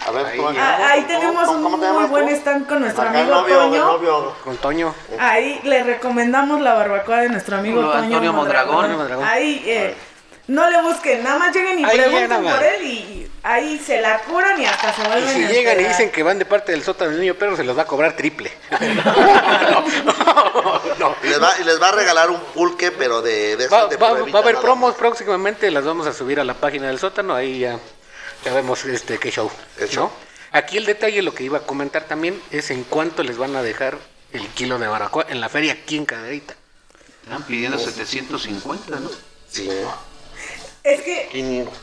[SPEAKER 2] A ver,
[SPEAKER 1] Ahí-
[SPEAKER 2] ¿cómo-
[SPEAKER 6] Ah, Ahí
[SPEAKER 2] cómo-
[SPEAKER 6] tenemos
[SPEAKER 2] cómo-
[SPEAKER 6] un
[SPEAKER 2] cómo te
[SPEAKER 6] muy
[SPEAKER 2] llamas
[SPEAKER 6] buen
[SPEAKER 2] tú?
[SPEAKER 6] stand con nuestro
[SPEAKER 2] Acá el
[SPEAKER 6] amigo
[SPEAKER 2] novio, el
[SPEAKER 6] Toño.
[SPEAKER 2] novio.
[SPEAKER 1] Con Toño.
[SPEAKER 6] Ahí le recomendamos la barbacoa de nuestro amigo
[SPEAKER 4] Con
[SPEAKER 6] Toño
[SPEAKER 4] Antonio Mondragón.
[SPEAKER 6] Ahí eh, no le busquen, nada más lleguen y
[SPEAKER 1] Ahí
[SPEAKER 6] pregunten
[SPEAKER 1] llegan,
[SPEAKER 6] por
[SPEAKER 1] madre.
[SPEAKER 6] él y, y ahí se la curan y hasta se
[SPEAKER 1] Y
[SPEAKER 6] vuelven
[SPEAKER 1] si
[SPEAKER 6] a
[SPEAKER 1] llegan y
[SPEAKER 6] enterar.
[SPEAKER 1] dicen que van de parte del sótano del niño perro, se los va a cobrar
[SPEAKER 2] [LAUGHS]
[SPEAKER 1] triple. [LAUGHS] no.
[SPEAKER 2] Y les, va, y les va a regalar un pulque, pero de, de esos
[SPEAKER 1] Va,
[SPEAKER 2] de
[SPEAKER 1] va-
[SPEAKER 2] pruebita,
[SPEAKER 1] va a haber
[SPEAKER 2] nada
[SPEAKER 1] promos
[SPEAKER 2] más.
[SPEAKER 1] próximamente, las vamos a subir a la página del sótano, ahí ya, ya vemos este qué show.
[SPEAKER 2] Qué
[SPEAKER 1] ¿no?
[SPEAKER 2] show.
[SPEAKER 1] Aquí el detalle, lo que iba a comentar también, es en cuánto les van a dejar el kilo de barbacoa en la feria aquí en Cadereyta.
[SPEAKER 4] Están pidiendo 750, ¿no?
[SPEAKER 2] Sí,
[SPEAKER 6] Es que
[SPEAKER 2] 500.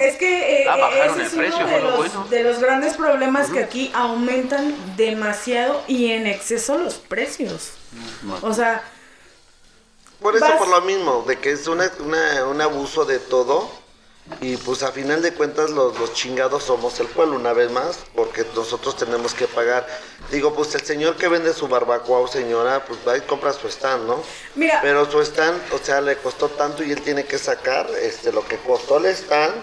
[SPEAKER 6] Es que eh,
[SPEAKER 4] Ah, bajaron
[SPEAKER 6] ese es
[SPEAKER 4] el precio,
[SPEAKER 6] uno de
[SPEAKER 4] fue lo
[SPEAKER 6] los,
[SPEAKER 4] bueno.
[SPEAKER 6] de los grandes problemas que aquí aumentan demasiado y en exceso los precios. O sea,
[SPEAKER 2] Por eso,
[SPEAKER 6] Vas-
[SPEAKER 2] por lo mismo, de que es una, una- un abuso de todo. Y pues a final de cuentas los, los chingados somos el pueblo una vez más, porque nosotros tenemos que pagar. Digo, pues el señor que vende su barbacoa o señora, pues va y compra su stand, ¿no?
[SPEAKER 6] mira,
[SPEAKER 2] Pero su stand, o sea, le costó tanto y él tiene que sacar este lo que costó el stand.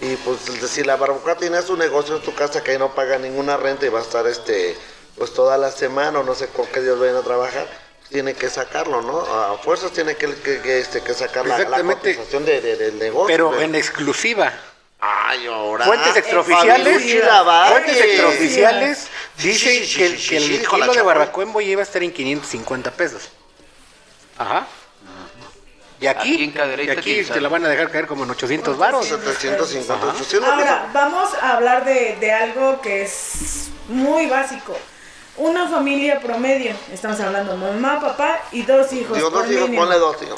[SPEAKER 2] Y pues si la barbacoa tiene su negocio en tu casa que ahí no paga ninguna renta y va a estar este pues toda la semana o no sé con qué días vayan a trabajar, tiene que sacarlo, ¿no? A fuerzas tiene que, que- que, este, que sacar la, la
[SPEAKER 1] Exactamente.
[SPEAKER 2] cotización de- de- del negocio. Pues,
[SPEAKER 1] Pero
[SPEAKER 2] de-
[SPEAKER 1] en exclusiva.
[SPEAKER 2] Ay, ahora.
[SPEAKER 1] Fuentes extraoficiales,
[SPEAKER 2] Fabiruchila, vale.
[SPEAKER 1] fuentes extraoficiales
[SPEAKER 2] Sí,
[SPEAKER 1] dicen
[SPEAKER 2] sí, sí,
[SPEAKER 1] que,
[SPEAKER 2] sí, sí,
[SPEAKER 1] que
[SPEAKER 2] sí,
[SPEAKER 1] el
[SPEAKER 2] dijo la
[SPEAKER 1] kilo de
[SPEAKER 2] chapoy.
[SPEAKER 1] barbacoa en Boya iba a estar en 550 pesos. Ajá. Y aquí,
[SPEAKER 4] Aquí en Cadereyta,
[SPEAKER 1] y aquí
[SPEAKER 4] quién
[SPEAKER 1] te
[SPEAKER 4] sabe.
[SPEAKER 1] la van a dejar caer como en 800 varos.
[SPEAKER 2] 750,
[SPEAKER 1] Ajá.
[SPEAKER 2] 800
[SPEAKER 6] ahora vamos a hablar de, de algo que es muy básico. Una familia promedio, estamos hablando mamá, papá y dos hijos.
[SPEAKER 2] Digo,
[SPEAKER 6] pues, por
[SPEAKER 2] dos hijos,
[SPEAKER 6] mínimo.
[SPEAKER 2] ponle dos, digo.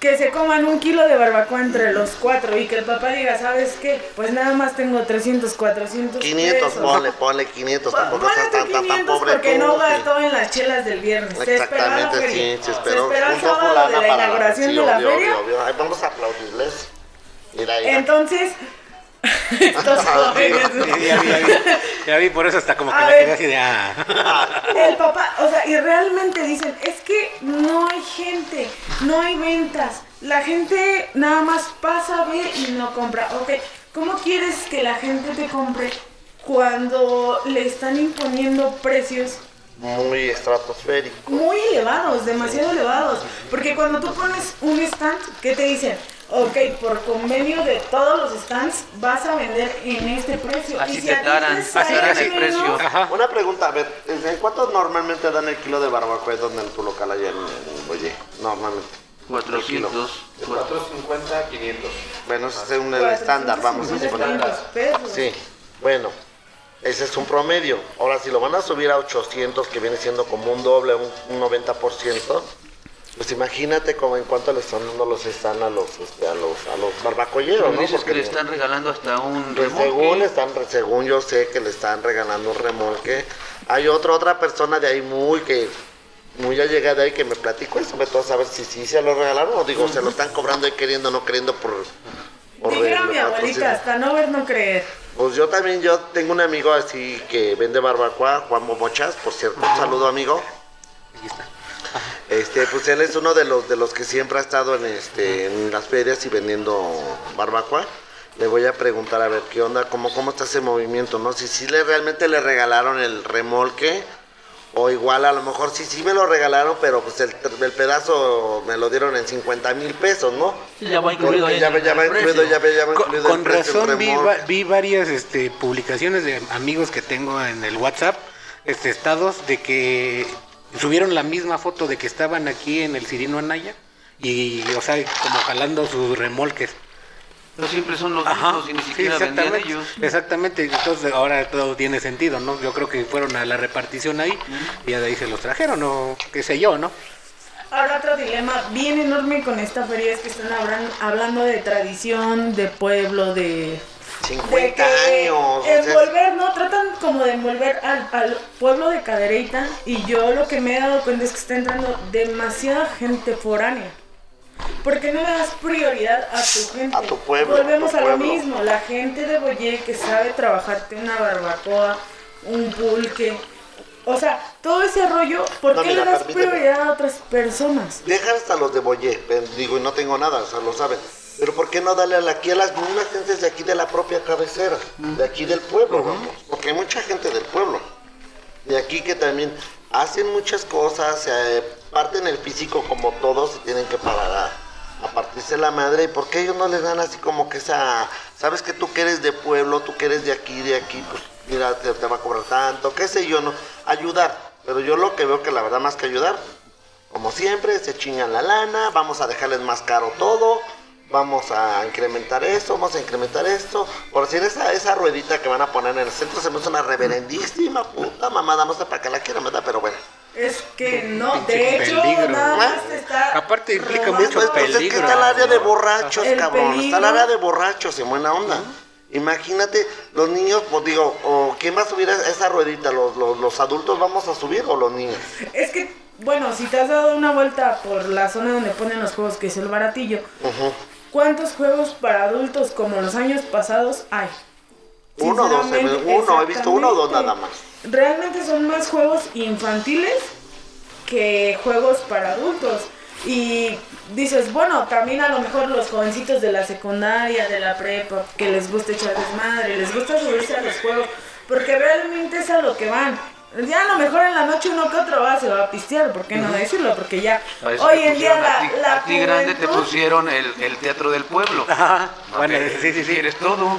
[SPEAKER 6] que se coman un kilo de barbacoa entre los cuatro y que el papá diga, ¿sabes qué? Pues nada más tengo 300, 400
[SPEAKER 2] 500,
[SPEAKER 6] pesos".
[SPEAKER 2] ponle, ponle 500,
[SPEAKER 6] Bueno,
[SPEAKER 2] Pues tampoco estás tan, tan, tan pobre
[SPEAKER 6] porque
[SPEAKER 2] tú,
[SPEAKER 6] no
[SPEAKER 2] sí.
[SPEAKER 6] gastó en las chelas del viernes. Se esperaba la
[SPEAKER 2] Exactamente,
[SPEAKER 6] feria.
[SPEAKER 2] sí, se esperó.
[SPEAKER 6] Se esperó el
[SPEAKER 2] Juntó
[SPEAKER 6] sábado de
[SPEAKER 2] fulana
[SPEAKER 6] la
[SPEAKER 2] para
[SPEAKER 6] inauguración
[SPEAKER 2] sí,
[SPEAKER 6] de la
[SPEAKER 2] obvio,
[SPEAKER 6] feria.
[SPEAKER 2] obvio, obvio. Ay, vamos a aplaudirles. Mira, mira. [LAUGHS]
[SPEAKER 6] Entonces, [LAUGHS] estos jóvenes,
[SPEAKER 1] Ya vi, ya vi, ya vi. Ya vi, por eso hasta como que
[SPEAKER 6] A
[SPEAKER 1] la
[SPEAKER 6] ver.
[SPEAKER 1] quedé así de. ah.
[SPEAKER 6] el papá, o sea, y realmente dicen, es que no hay gente, no hay ventas, la gente nada más pasa, ve y no compra. Ok, ¿cómo quieres que la gente te compre cuando le están imponiendo precios
[SPEAKER 2] Muy estratosférico.
[SPEAKER 6] muy elevados, demasiado elevados. Porque cuando tú pones un stand, ¿qué te dicen? Ok, por convenio de todos los stands vas a vender en este precio.
[SPEAKER 4] Así
[SPEAKER 6] si
[SPEAKER 4] te
[SPEAKER 6] a ti
[SPEAKER 4] taran,
[SPEAKER 1] así,
[SPEAKER 6] sale
[SPEAKER 1] así,
[SPEAKER 6] menos,
[SPEAKER 4] precio.
[SPEAKER 1] Ajá.
[SPEAKER 2] Una pregunta, a ver, ¿en cuánto normalmente dan el kilo de barbacoa donde en tu local allá en, en Boyé? Normalmente. El kilo.
[SPEAKER 4] 400.
[SPEAKER 7] 450, 500.
[SPEAKER 2] Bueno, ese es un estándar, vamos a
[SPEAKER 6] 450,
[SPEAKER 2] suponer.
[SPEAKER 6] 500 pesos.
[SPEAKER 2] Sí, bueno, ese es un promedio. Ahora, si lo van a subir a 800, que viene siendo como un doble, un, un 90%, pues imagínate como en cuánto le están dando los están a los, este, a los, a los barbacoyeros,
[SPEAKER 4] Pero
[SPEAKER 2] ¿no?
[SPEAKER 4] dices que
[SPEAKER 2] Porque
[SPEAKER 4] le están regalando hasta un
[SPEAKER 2] que según
[SPEAKER 4] remolque.
[SPEAKER 2] están, según yo sé que le están regalando un remolque. Hay otra otra persona de ahí muy que muy allegada ahí que me platicó eso, me a saber si sí se lo regalaron o digo, se lo están cobrando y queriendo no queriendo por, por
[SPEAKER 6] Dijeron
[SPEAKER 2] el
[SPEAKER 6] mi abuelita,
[SPEAKER 2] patrocinio.
[SPEAKER 6] hasta no ver, no creer.
[SPEAKER 2] Pues yo también, yo tengo un amigo así que vende barbacoa, Juan Momochas, por cierto, un saludo amigo. Este, pues él es uno de los de los que siempre ha estado en este en las ferias y vendiendo barbacoa. Le voy a preguntar a ver qué onda, cómo, cómo está ese movimiento, ¿no? Si sí le realmente le regalaron el remolque. O igual a lo mejor sí, sí me lo regalaron, pero pues el, el pedazo me lo dieron en 50 mil pesos, ¿no?
[SPEAKER 5] Sí, ya va incluido ahí
[SPEAKER 2] Ya,
[SPEAKER 5] en
[SPEAKER 2] ve- ya
[SPEAKER 5] el
[SPEAKER 2] va incluido,
[SPEAKER 5] precio.
[SPEAKER 2] ya, ve- ya va
[SPEAKER 1] Con,
[SPEAKER 2] incluido
[SPEAKER 1] con
[SPEAKER 2] el precio, el
[SPEAKER 1] razón vi,
[SPEAKER 2] remolque.
[SPEAKER 1] va- vi varias este, publicaciones de amigos que tengo en el WhatsApp, este, estados de que subieron la misma foto de que estaban aquí en el Cirino Anaya y, o sea, como jalando sus remolques.
[SPEAKER 4] Pero siempre son los mismos y Ah, ni
[SPEAKER 1] sí,
[SPEAKER 4] siquiera vendían
[SPEAKER 1] exactamente.
[SPEAKER 4] ellos.
[SPEAKER 1] Exactamente, entonces ahora todo tiene sentido, ¿no? Yo creo que fueron a la repartición ahí y de ahí se los trajeron, o qué sé yo, ¿no?
[SPEAKER 6] Ahora otro dilema bien enorme con esta feria es que están hablan- hablando de tradición, de pueblo, de
[SPEAKER 2] 50
[SPEAKER 6] de que
[SPEAKER 2] años. o sea,
[SPEAKER 6] Envolver, no, tratan como de envolver al, al pueblo de Cadereyta y yo lo que me he dado cuenta es que está entrando demasiada gente foránea. Porque no le das prioridad a tu gente.
[SPEAKER 2] A tu pueblo,
[SPEAKER 6] Volvemos
[SPEAKER 2] a tu
[SPEAKER 6] a lo
[SPEAKER 2] pueblo.
[SPEAKER 6] mismo, la gente de Boyé que sabe trabajarte una barbacoa, un pulque. O sea, todo ese rollo, ¿por
[SPEAKER 2] No,
[SPEAKER 6] qué
[SPEAKER 2] mira,
[SPEAKER 6] le das
[SPEAKER 2] permíteme.
[SPEAKER 6] prioridad a otras personas?
[SPEAKER 2] deja hasta los de Boyé, pero digo, y no tengo nada, o sea, lo saben. Pero ¿por qué no darle a la- aquí a las mismas gentes de aquí de la propia cabecera? De aquí del pueblo, vamos. Porque hay mucha gente del pueblo. De aquí que también hacen muchas cosas, eh, parten el físico como todos y tienen que parar a, a partirse la madre. ¿Y por qué ellos no les dan así como que esa... Sabes que tú que eres de pueblo, tú que eres de aquí, de aquí, pues mira, te, te va a cobrar tanto, qué sé yo, no. Ayudar. Pero yo lo que veo que la verdad más que ayudar, como siempre, se chingan la lana, vamos a dejarles más caro todo. vamos a incrementar esto, vamos a incrementar esto. Por decir, esa, esa ruedita que van a poner en el centro se me hace una reverendísima puta mamada, no sé para qué la quieran, ¿verdad? Pero bueno.
[SPEAKER 6] Es que no,
[SPEAKER 1] Pinche
[SPEAKER 6] de hecho,
[SPEAKER 1] peligro.
[SPEAKER 6] nada más te está.
[SPEAKER 1] Aparte implica
[SPEAKER 6] robando.
[SPEAKER 1] mucho
[SPEAKER 2] Pues, pues, es que
[SPEAKER 1] peligro.
[SPEAKER 2] está el área de borrachos,
[SPEAKER 6] El
[SPEAKER 2] cabrón. Está el
[SPEAKER 6] peligro.
[SPEAKER 2] área de borrachos en buena onda. Imagínate, los niños, pues digo, o ¿quién va a subir a esa ruedita? ¿Los, los, los adultos vamos a subir o los niños?
[SPEAKER 6] Es que, bueno, si te has dado una vuelta por la zona donde ponen los juegos, que es el baratillo,
[SPEAKER 2] Ujú.
[SPEAKER 6] ¿cuántos juegos para adultos como los años pasados hay?
[SPEAKER 2] Uno o dos, he visto-
[SPEAKER 6] Sinceramente,
[SPEAKER 2] uno, he visto uno o dos nada más.
[SPEAKER 6] Realmente son más juegos infantiles que juegos para adultos. Y dices, bueno, también a lo mejor los jovencitos de la secundaria, de la prepa, que les gusta echar desmadre, les gusta subirse a los juegos, porque realmente es a lo que van. Ya a lo mejor en la noche uno que otro va, se va a pistear, ¿por qué no decirlo? Porque ya
[SPEAKER 4] Parece
[SPEAKER 6] hoy
[SPEAKER 4] que
[SPEAKER 6] en día
[SPEAKER 4] pusieron
[SPEAKER 6] la,
[SPEAKER 4] a ti,
[SPEAKER 6] la
[SPEAKER 4] a ti grande te
[SPEAKER 6] juventud-
[SPEAKER 4] pusieron el, el teatro del pueblo.
[SPEAKER 1] Ajá, bueno,
[SPEAKER 4] Ok,
[SPEAKER 1] sí, sí, sí.
[SPEAKER 4] Quieres todo.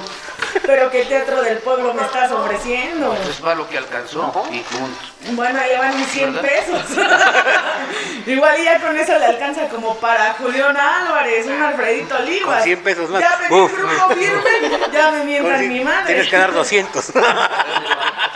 [SPEAKER 6] Pero que teatro del pueblo me estás ofreciendo.
[SPEAKER 4] Eso pues es para lo que alcanzó. Y punto.
[SPEAKER 6] Bueno, ahí van mis 100
[SPEAKER 4] ¿Verdad?
[SPEAKER 6] pesos. [LAUGHS] Igual y ya con eso le alcanza como para Julián Álvarez, un Alfredito Olivas.
[SPEAKER 1] Con 100 pesos más.
[SPEAKER 6] Ya pedí un
[SPEAKER 1] Uf.
[SPEAKER 6] grupo firme, ya me
[SPEAKER 1] Con
[SPEAKER 6] mientan
[SPEAKER 1] cien-
[SPEAKER 6] mi madre.
[SPEAKER 1] Tienes que dar 200.
[SPEAKER 2] [LAUGHS]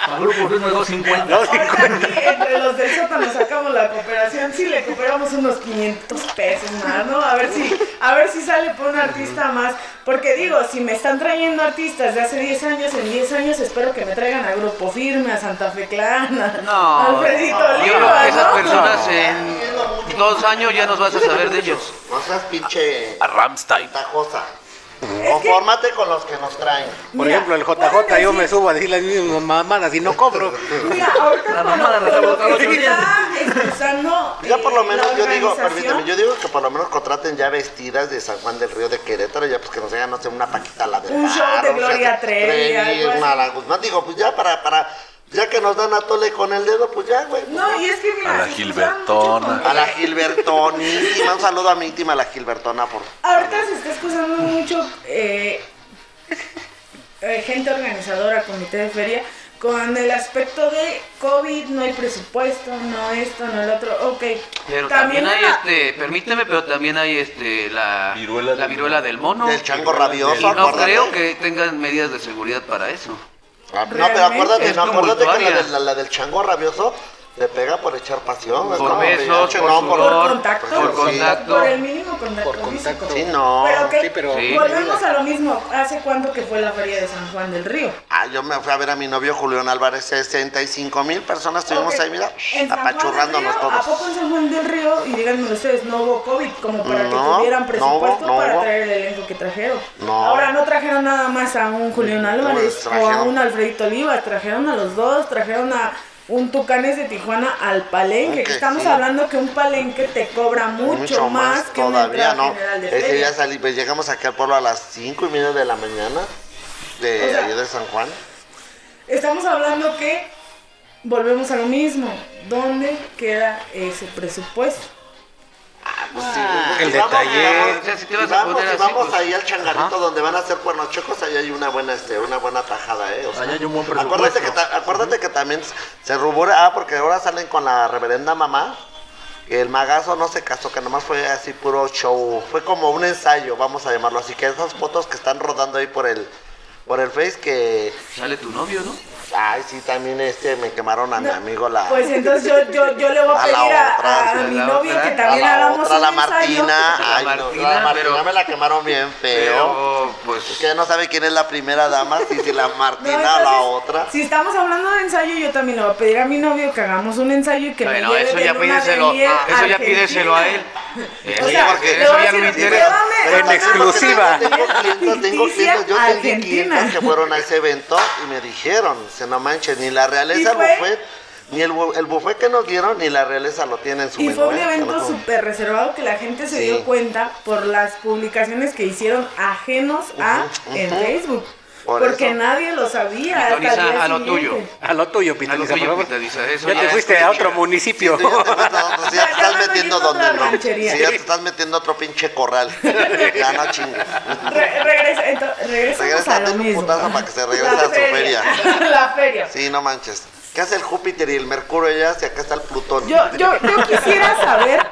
[SPEAKER 5] Para grupo firme 250.
[SPEAKER 1] No, sí,
[SPEAKER 6] Ahorita aquí entre los del sótano sacamos la cooperación, sí le cooperamos unos 500 pesos más, ¿no? A ver si, a ver si sale por un artista más. Porque digo, si me están trayendo artistas de hace 10 años, en 10 años espero que me traigan a Grupo Firme, a Santa Fe Clan, a
[SPEAKER 4] No,
[SPEAKER 6] Alfredito
[SPEAKER 4] Yo creo
[SPEAKER 6] Oliva,
[SPEAKER 4] que esas
[SPEAKER 6] ¿no?
[SPEAKER 4] personas en dos años ya nos vas a saber de ellos. Ah,
[SPEAKER 2] No seas pinche
[SPEAKER 3] A Ramstein.
[SPEAKER 2] tajosa. Confórmate con los que nos traen.
[SPEAKER 1] Por
[SPEAKER 6] Mira,
[SPEAKER 1] ejemplo, el
[SPEAKER 6] pueden
[SPEAKER 1] JJ,
[SPEAKER 6] decir-
[SPEAKER 1] yo me subo a decir las mismas mamadas y no cobro.
[SPEAKER 6] Mira, ahorita
[SPEAKER 5] La
[SPEAKER 6] con lo-
[SPEAKER 5] mamada la
[SPEAKER 6] con lo
[SPEAKER 5] saboteó
[SPEAKER 6] que
[SPEAKER 5] los
[SPEAKER 6] está expulsando,
[SPEAKER 2] Ya
[SPEAKER 6] eh,
[SPEAKER 2] por lo menos
[SPEAKER 6] la
[SPEAKER 2] yo digo,
[SPEAKER 6] organización,
[SPEAKER 2] permíteme, yo digo que por lo menos contraten ya vestidas de San Juan del Río de Querétaro, ya pues que nos hagan, no sé, una paquita a la de
[SPEAKER 6] Un show de Gloria Trevi, algo así.
[SPEAKER 2] una Lara Guzmán, digo, pues ya para, para, ya que nos dan a Tole con el dedo, pues ya, güey.
[SPEAKER 6] No, y es que mira,
[SPEAKER 3] A la
[SPEAKER 6] se
[SPEAKER 3] Gilbertona.
[SPEAKER 6] excusan mucho con-
[SPEAKER 2] A la Gilbertonísima, un saludo a mi íntima, a la Gilbertona, por
[SPEAKER 6] Ahorita se está excusando mucho eh, eh, gente organizadora, comité de feria, con el aspecto de COVID, no hay presupuesto, no esto, no el otro, ok.
[SPEAKER 4] Pero también, hay
[SPEAKER 6] la-
[SPEAKER 4] este, permíteme, pero también hay este la
[SPEAKER 3] Viruela
[SPEAKER 4] la
[SPEAKER 3] del-
[SPEAKER 4] viruela del mono.
[SPEAKER 2] del chango rabioso,
[SPEAKER 4] Y no
[SPEAKER 2] acuérdate.
[SPEAKER 4] Ah, creo que tengan medidas de seguridad para eso.
[SPEAKER 2] Ah, No, pero acuérdate,
[SPEAKER 4] Es
[SPEAKER 2] no, acuérdate que la,
[SPEAKER 4] tumultuaria.
[SPEAKER 2] del- la- la del chango rabioso le pega por echar pasión. es
[SPEAKER 4] Por
[SPEAKER 2] como
[SPEAKER 4] besos,
[SPEAKER 2] VIH,
[SPEAKER 4] por
[SPEAKER 2] no,
[SPEAKER 6] por
[SPEAKER 4] sudor,
[SPEAKER 6] contacto,
[SPEAKER 4] por contacto.
[SPEAKER 6] por el mínimo contacto.
[SPEAKER 1] Por contacto.
[SPEAKER 6] físico.
[SPEAKER 2] Sí, no.
[SPEAKER 6] Pero ok,
[SPEAKER 1] Sí, pero-
[SPEAKER 4] Sí.
[SPEAKER 6] volvemos a lo mismo. ¿Hace cuánto que fue la feria de San Juan del Río?
[SPEAKER 2] Ah, yo me fui a ver a mi novio Julián Álvarez, 65 mil personas estuvimos
[SPEAKER 6] Ok,
[SPEAKER 2] ahí, mira,
[SPEAKER 6] en San Juan del
[SPEAKER 2] apachurrándonos
[SPEAKER 6] Río, ¿A
[SPEAKER 2] todos.
[SPEAKER 6] poco en San Juan del Río, y díganme ustedes, no hubo COVID como para que
[SPEAKER 2] No,
[SPEAKER 6] tuvieran presupuesto
[SPEAKER 2] no hubo, no
[SPEAKER 6] para
[SPEAKER 2] hubo.
[SPEAKER 6] traer el elenco que trajeron?
[SPEAKER 2] No.
[SPEAKER 6] Ahora no trajeron nada más a un Julián Álvarez
[SPEAKER 2] Pues,
[SPEAKER 6] o a
[SPEAKER 2] trajeron-
[SPEAKER 6] un Alfredito Oliva, trajeron a los dos, trajeron a un Tucanes de Tijuana al palenque.
[SPEAKER 2] Ok,
[SPEAKER 6] Estamos
[SPEAKER 2] sí.
[SPEAKER 6] hablando que un palenque te cobra mucho, más, que una
[SPEAKER 2] todavía,
[SPEAKER 6] entrada
[SPEAKER 2] ¿no?
[SPEAKER 6] general de
[SPEAKER 2] Ese
[SPEAKER 6] feria.
[SPEAKER 2] día salí, pues llegamos aquí al pueblo a las 5 y media de la mañana, de
[SPEAKER 6] O sea,
[SPEAKER 2] ahí de San Juan.
[SPEAKER 6] Estamos hablando que volvemos a lo mismo. ¿Dónde queda ese presupuesto?
[SPEAKER 1] el
[SPEAKER 2] Si vamos-
[SPEAKER 1] detalle.
[SPEAKER 2] si
[SPEAKER 4] O sea, si te
[SPEAKER 2] vamos-
[SPEAKER 4] vas a
[SPEAKER 2] si
[SPEAKER 4] poner
[SPEAKER 2] vamos,
[SPEAKER 4] así,
[SPEAKER 2] si vamos
[SPEAKER 4] pues-
[SPEAKER 2] ahí al changarito donde van a hacer cuernos chocos, ahí hay una buena, este, una buena tajada, eh. O sea,
[SPEAKER 5] Allá hay un buen
[SPEAKER 2] acuérdate
[SPEAKER 5] presupuesto.
[SPEAKER 2] que, ta- acuérdate que también se rubora, ah, porque ahora salen con la reverenda mamá. que El magazo no se casó, que nomás fue así puro show. Fue como un ensayo, vamos a llamarlo. Así que esas fotos que están rodando ahí por el, por el Face, que.
[SPEAKER 4] Sale tu novio, ¿no?
[SPEAKER 2] Ay, sí, también este me quemaron a mi amigo la.
[SPEAKER 6] Pues entonces yo, yo, yo le voy a
[SPEAKER 2] A la
[SPEAKER 6] pedir a,
[SPEAKER 2] otra,
[SPEAKER 6] a
[SPEAKER 2] sí, a
[SPEAKER 6] mi
[SPEAKER 4] la
[SPEAKER 6] novio
[SPEAKER 4] otra,
[SPEAKER 6] que
[SPEAKER 4] a
[SPEAKER 6] también
[SPEAKER 2] a la
[SPEAKER 6] hagamos
[SPEAKER 2] otra,
[SPEAKER 6] un
[SPEAKER 2] la
[SPEAKER 6] ensayo.
[SPEAKER 2] Martina. Ay, no, la
[SPEAKER 4] Martina,
[SPEAKER 2] Martina
[SPEAKER 4] pero-
[SPEAKER 2] me la quemaron bien feo.
[SPEAKER 4] Pero
[SPEAKER 2] Es
[SPEAKER 4] pues
[SPEAKER 2] que no sabe quién es la primera dama, si, si la
[SPEAKER 6] No,
[SPEAKER 2] Martina o la
[SPEAKER 6] entonces,
[SPEAKER 2] otra.
[SPEAKER 6] Si estamos hablando de ensayo, yo también le voy a pedir a mi novio que hagamos un ensayo y que
[SPEAKER 4] bueno,
[SPEAKER 6] me lleve
[SPEAKER 4] eso
[SPEAKER 6] de
[SPEAKER 4] ya
[SPEAKER 6] luna de
[SPEAKER 4] pídeselo,
[SPEAKER 6] miel a
[SPEAKER 4] eso ya
[SPEAKER 6] Argentina.
[SPEAKER 4] pídeselo a
[SPEAKER 6] [LAUGHS]
[SPEAKER 4] él.
[SPEAKER 6] O
[SPEAKER 4] Eso
[SPEAKER 6] sea,
[SPEAKER 4] ya-
[SPEAKER 2] porque-
[SPEAKER 4] eso ya
[SPEAKER 6] le
[SPEAKER 4] no
[SPEAKER 6] voy a
[SPEAKER 4] me
[SPEAKER 6] decir,
[SPEAKER 4] interesa.
[SPEAKER 6] "Llévame
[SPEAKER 1] En
[SPEAKER 6] a una [LAUGHS]
[SPEAKER 1] exclusiva.
[SPEAKER 6] fiesta
[SPEAKER 2] Tengo clientes, tengo
[SPEAKER 6] ficticia
[SPEAKER 2] clientes, yo tengo
[SPEAKER 6] Argentina.
[SPEAKER 2] clientes que fueron a ese evento y me dijeron, se no manches, ni la realeza
[SPEAKER 6] ¿Y fue?
[SPEAKER 2] buffet, ni el, bu- el buffet que nos dieron, ni la realeza lo tiene en su
[SPEAKER 6] Y
[SPEAKER 2] menú,
[SPEAKER 6] fue un
[SPEAKER 2] ¿eh?
[SPEAKER 6] evento
[SPEAKER 2] Ojo.
[SPEAKER 6] súper reservado que la gente se
[SPEAKER 2] Sí.
[SPEAKER 6] dio cuenta por las publicaciones que hicieron ajenos a
[SPEAKER 2] Ujú,
[SPEAKER 6] en
[SPEAKER 2] ujú.
[SPEAKER 6] Facebook.
[SPEAKER 2] Por
[SPEAKER 6] porque
[SPEAKER 2] eso.
[SPEAKER 6] nadie lo sabía. hasta el
[SPEAKER 4] Sintoniza
[SPEAKER 6] día
[SPEAKER 4] a lo
[SPEAKER 6] siguiente.
[SPEAKER 4] tuyo.
[SPEAKER 1] A lo tuyo, Pitaliza,
[SPEAKER 4] tuyo,
[SPEAKER 1] por favor.
[SPEAKER 4] Pitaliza, eso
[SPEAKER 1] Ya
[SPEAKER 4] ya
[SPEAKER 1] te
[SPEAKER 4] es
[SPEAKER 1] fuiste a
[SPEAKER 4] tuyo.
[SPEAKER 1] otro municipio.
[SPEAKER 2] Sí, ya te metes a otro- sí, ya te
[SPEAKER 6] [LAUGHS] Ya
[SPEAKER 2] estás
[SPEAKER 6] no nos
[SPEAKER 2] metiendo
[SPEAKER 6] dimos
[SPEAKER 2] donde
[SPEAKER 6] la
[SPEAKER 2] no.
[SPEAKER 6] ranchería.
[SPEAKER 2] Sí, ya te estás metiendo a otro pinche corral.
[SPEAKER 6] [LAUGHS]
[SPEAKER 2] Ya no chingues.
[SPEAKER 6] Re- regresa, ento- regresamos
[SPEAKER 2] Regresa,
[SPEAKER 6] a lo
[SPEAKER 2] dale un
[SPEAKER 6] mismo.
[SPEAKER 2] putazo para que se regrese
[SPEAKER 6] La
[SPEAKER 2] a su feria.
[SPEAKER 6] [LAUGHS] la feria.
[SPEAKER 2] Sí, no manches. ¿Qué hace el Júpiter y el Mercurio allá si acá está el Plutón?
[SPEAKER 6] Yo, yo, yo quisiera saber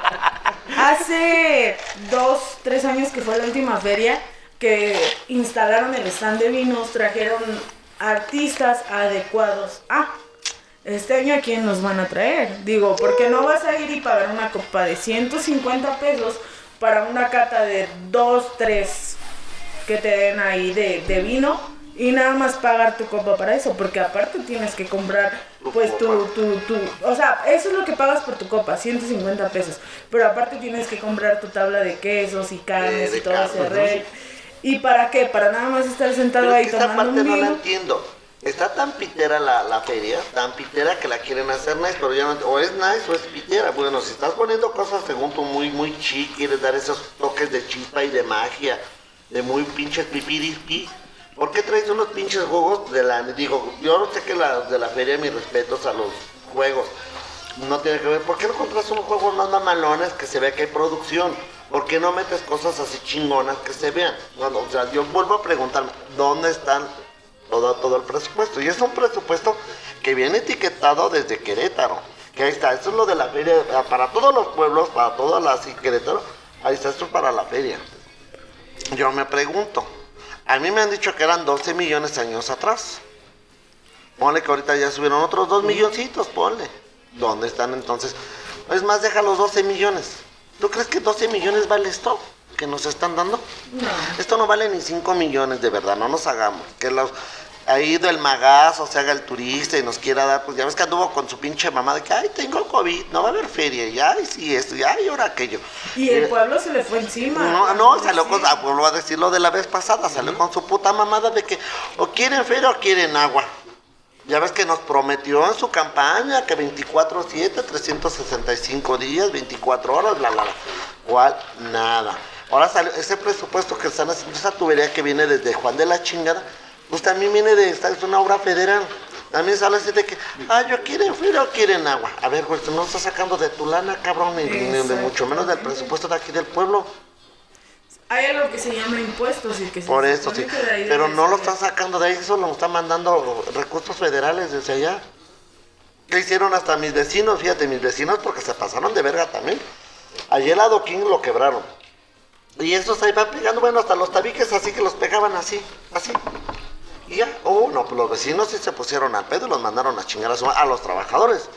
[SPEAKER 6] Hace dos, tres años que fue la última feria que instalaron el stand de vinos, trajeron artistas adecuados. Ah, este año a quién nos van a traer. Digo, porque no vas a ir y pagar una copa de 150 pesos para una cata de dos, tres que te den ahí de, de vino y nada más pagar tu copa para eso, porque aparte tienes que comprar pues tu, tu, tu, o sea, eso es lo que pagas por tu copa, 150 pesos, pero aparte tienes que comprar tu tabla de quesos y carnes
[SPEAKER 2] Eh, de
[SPEAKER 6] y todo ese
[SPEAKER 2] carnes,
[SPEAKER 6] rey. ¿Y para qué? Para nada más estar sentado
[SPEAKER 2] Pero es
[SPEAKER 6] ahí
[SPEAKER 2] que esa
[SPEAKER 6] tomando
[SPEAKER 2] parte
[SPEAKER 6] un
[SPEAKER 2] no la
[SPEAKER 6] vino.
[SPEAKER 2] entiendo. Está tan pitera la, la feria, tan pitera que la quieren hacer nice, pero ya no, o es nice o es pitera. Bueno, si estás poniendo cosas según tú muy, muy chic, quieres dar esos toques de chispa y de magia, de muy pinches pipiripi, ¿por qué traes unos pinches juegos de la, digo, yo no sé que la, de la feria, mis respetos a los juegos, no tiene que ver, ¿por qué no compras unos juegos más mamalones que se vea que hay producción? ¿Por qué no metes cosas así chingonas que se vean? Bueno, o sea, yo vuelvo a preguntarme, ¿dónde están todo, todo el presupuesto? Y es un presupuesto que viene etiquetado desde Querétaro. Que ahí está, eso es lo de la feria, ah, para todos los pueblos, para todas las y Querétaro, ahí está esto para la feria. Yo me pregunto, a mí me han dicho que eran 12 millones de años atrás. Ponle que ahorita ya subieron otros 2 milloncitos, ponle. ¿Dónde están entonces? Es más, deja los 12 millones. ¿Tú crees que 12 millones vale esto que nos están dando? Esto no vale ni 5 millones, de verdad, no nos hagamos. Que los, ahí del magazo se haga el turista y nos quiera dar, pues ya ves que anduvo con su pinche mamá de que, ay, tengo COVID, no va a haber feria, y ay, sí, esto, y ay, ahora aquello.
[SPEAKER 6] Y el
[SPEAKER 2] Eh,
[SPEAKER 6] pueblo se le fue encima.
[SPEAKER 2] no, no, salió con,
[SPEAKER 6] Sí.
[SPEAKER 2] ah, vuelvo a decir lo de la vez pasada, salió con su puta mamada de que o quieren feria o quieren agua. Ya ves que nos prometió en su campaña que 24-7, 365 días, 24 horas, bla, bla, bla. ¿Cuál? Nada. Ahora salió ese presupuesto que están haciendo, esa tubería que viene desde Juan de la Chingada, pues también viene de, esta- es una obra federal. También sale así de que, ah, yo quieren feria o quieren agua. A ver, güey, tú no estás sacando de tu lana, cabrón, ni, ni de mucho menos del presupuesto de aquí del pueblo.
[SPEAKER 6] Hay algo que se llama impuestos y que se
[SPEAKER 2] Por eso, sí.
[SPEAKER 6] supone que de ahí
[SPEAKER 2] Pero
[SPEAKER 6] debe
[SPEAKER 2] no lo
[SPEAKER 6] salir.
[SPEAKER 2] están sacando de ahí, eso lo están mandando recursos federales desde allá. ¿Qué hicieron hasta mis vecinos? Fíjate, mis vecinos porque se pasaron de verga también. Ayer el adoquín lo quebraron. Y esos ahí van pegando, bueno, hasta los tabiques así que los pegaban así, así. Y ya, oh, no, pues los vecinos sí se pusieron al pedo y los mandaron a chingar a su ma- a los trabajadores.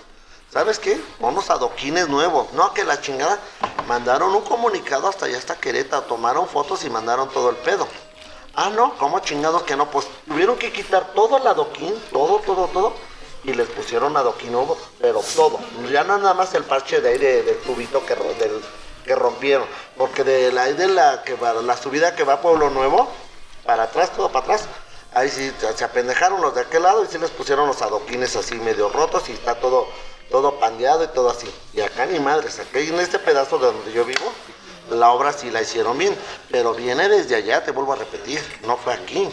[SPEAKER 2] ¿Sabes qué? Unos adoquines nuevos. No, que la chingada. Mandaron un comunicado hasta allá, hasta Querétaro. Tomaron fotos y mandaron todo el pedo. Ah, no, ¿cómo chingados que no? Pues tuvieron que quitar todo el adoquín, todo, todo, todo. Y les pusieron adoquín nuevo, pero todo. Ya no nada más el parche de ahí de- del tubito que, ro- del- que rompieron. Porque de la, de la, que va- la subida que va a Pueblo Nuevo, para atrás, todo para atrás. Ahí sí se- se apendejaron los de aquel lado y sí les pusieron los adoquines así medio rotos y está todo, todo pandeado y todo así. Y acá ni madres, aquí en este pedazo de donde yo vivo, la obra sí la hicieron bien, pero viene desde allá, te vuelvo a repetir, no fue aquí.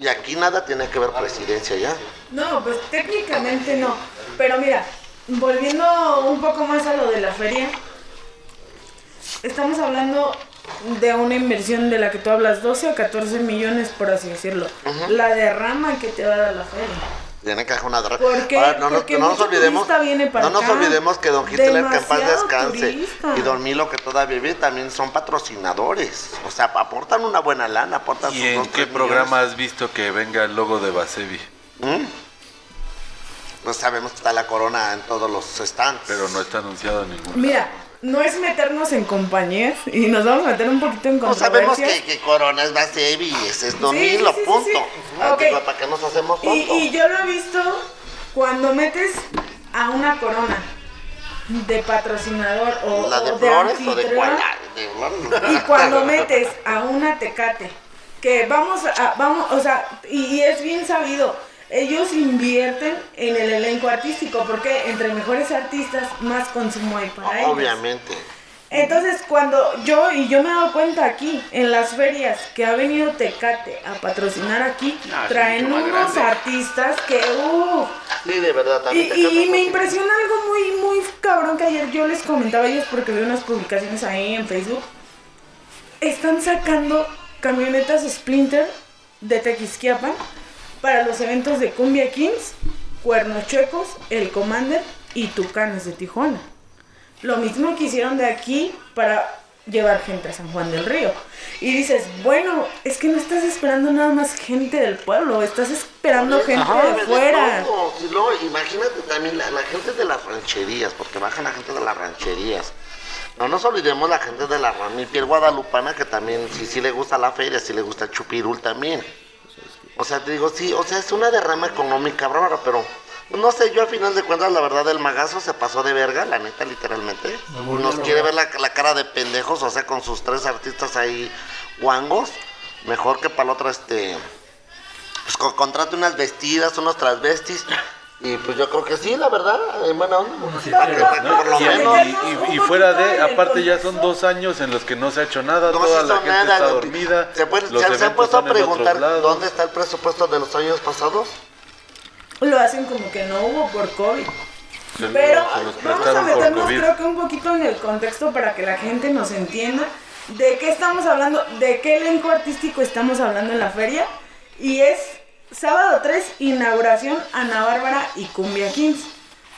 [SPEAKER 2] Y aquí nada tiene que ver presidencia ya.
[SPEAKER 6] No, pues técnicamente no. Pero mira, volviendo un poco más a lo de la feria, estamos hablando de una inversión de la que tú hablas, 12 o 14 millones, por así decirlo. La derrama que te va a dar la feria.
[SPEAKER 2] Tiene que dejar una dra-
[SPEAKER 6] ¿Por qué?
[SPEAKER 2] Ahora, no, nos-
[SPEAKER 6] Porque
[SPEAKER 2] no nos
[SPEAKER 6] mucho
[SPEAKER 2] olvidemos,
[SPEAKER 6] turista viene para
[SPEAKER 2] no nos
[SPEAKER 6] acá.
[SPEAKER 2] olvidemos que don Hitler que en paz
[SPEAKER 6] Demasiado
[SPEAKER 2] descanse
[SPEAKER 6] turista.
[SPEAKER 2] y don Milo que todavía vive también son patrocinadores. O sea, aportan una buena lana, aportan
[SPEAKER 3] ¿Y
[SPEAKER 2] sus
[SPEAKER 3] en
[SPEAKER 2] dos,
[SPEAKER 3] qué
[SPEAKER 2] tres
[SPEAKER 3] programa has visto que venga el logo de Basevi?
[SPEAKER 2] millones. ¿Mm? No sabemos que está la corona en todos los stands.
[SPEAKER 3] Pero no está anunciado en ningún.
[SPEAKER 6] Mira, no es meternos en compañías y nos vamos a meter un poquito en
[SPEAKER 2] No
[SPEAKER 6] controversias.
[SPEAKER 2] sabemos que, que corona es Basevi y ese es don
[SPEAKER 6] Sí,
[SPEAKER 2] Milo,
[SPEAKER 6] sí, sí, sí,
[SPEAKER 2] punto.
[SPEAKER 6] sí.
[SPEAKER 2] Ah,
[SPEAKER 6] Ok.
[SPEAKER 2] digo, ¿Para qué nos hacemos
[SPEAKER 6] Y,
[SPEAKER 2] tontos?
[SPEAKER 6] y yo lo he visto cuando metes a una corona de patrocinador o,
[SPEAKER 2] ¿La de
[SPEAKER 6] o
[SPEAKER 2] flores o de
[SPEAKER 6] anfitriona,
[SPEAKER 2] cuál? De flores.
[SPEAKER 6] Y
[SPEAKER 2] [LAUGHS]
[SPEAKER 6] cuando metes a una tecate, que vamos a, vamos, o sea, y, y es bien sabido, ellos invierten en el elenco artístico, porque entre mejores artistas, más consumo hay para ellos.
[SPEAKER 2] Obviamente.
[SPEAKER 6] Entonces, cuando yo, y yo me he dado cuenta aquí, en las ferias que ha venido Tecate a patrocinar aquí,
[SPEAKER 4] Ah, sí,
[SPEAKER 6] traen
[SPEAKER 4] mucho más
[SPEAKER 6] unos
[SPEAKER 4] grande.
[SPEAKER 6] artistas que, uff,
[SPEAKER 2] Sí, de verdad
[SPEAKER 6] y,
[SPEAKER 2] también. te
[SPEAKER 6] y
[SPEAKER 2] cantas
[SPEAKER 6] me
[SPEAKER 2] así.
[SPEAKER 6] impresiona algo muy, muy cabrón que ayer yo les comentaba a ellos porque vi unas publicaciones ahí en Facebook. Están sacando camionetas Splinter de Tequisquiapan para los eventos de Cumbia Kings, Cuernos Chuecos, El Commander y Tucanes de Tijuana. Lo mismo que hicieron de aquí para llevar gente a San Juan del Río. Y dices, bueno, es que no estás esperando nada más gente del pueblo, estás esperando gente de fuera.
[SPEAKER 2] todo. Y luego, imagínate también la, la gente de las rancherías, porque bajan la gente de las rancherías. No nos olvidemos la gente de la ra- mi piel guadalupana, que también, si sí le gusta la feria, si le gusta el chupirul también. O sea, te digo, sí, o sea, es una derrama económica bárbara, pero no sé, yo al final de cuentas, la verdad, el magazo se pasó de verga, la neta, literalmente. Nos quiere ver la, la cara de pendejos, o sea, con sus tres artistas ahí guangos. Mejor que para el otro, este. Pues co- contrate unas vestidas, unos transvestis. Y pues yo creo que sí, la verdad, en buena onda.
[SPEAKER 5] sí,
[SPEAKER 2] Pa' que-
[SPEAKER 5] pero,
[SPEAKER 2] pa' que
[SPEAKER 3] ¿no?
[SPEAKER 2] por lo
[SPEAKER 3] Y,
[SPEAKER 2] menos.
[SPEAKER 3] y- y- y fuera de, aparte ya son dos años en los que no se ha hecho nada,
[SPEAKER 2] No se
[SPEAKER 3] toda
[SPEAKER 2] hizo
[SPEAKER 3] la gente
[SPEAKER 2] nada,
[SPEAKER 3] está
[SPEAKER 2] no-
[SPEAKER 3] dormida.
[SPEAKER 2] ¿Se, puede-
[SPEAKER 3] los
[SPEAKER 2] se- se han
[SPEAKER 3] eventos
[SPEAKER 2] puesto a
[SPEAKER 3] son en otros
[SPEAKER 2] preguntar
[SPEAKER 3] lados.
[SPEAKER 2] dónde está el presupuesto de los años pasados?
[SPEAKER 6] Lo hacen como que no hubo por COVID.
[SPEAKER 3] Se los-
[SPEAKER 6] Pero
[SPEAKER 3] se los
[SPEAKER 6] vamos a
[SPEAKER 3] prestaron por
[SPEAKER 6] meternos
[SPEAKER 3] COVID.
[SPEAKER 6] creo que un poquito en el contexto para que la gente nos entienda de qué estamos hablando, de qué elenco artístico estamos hablando en la feria. Y es sábado 3, inauguración Ana Bárbara y Cumbia Kings.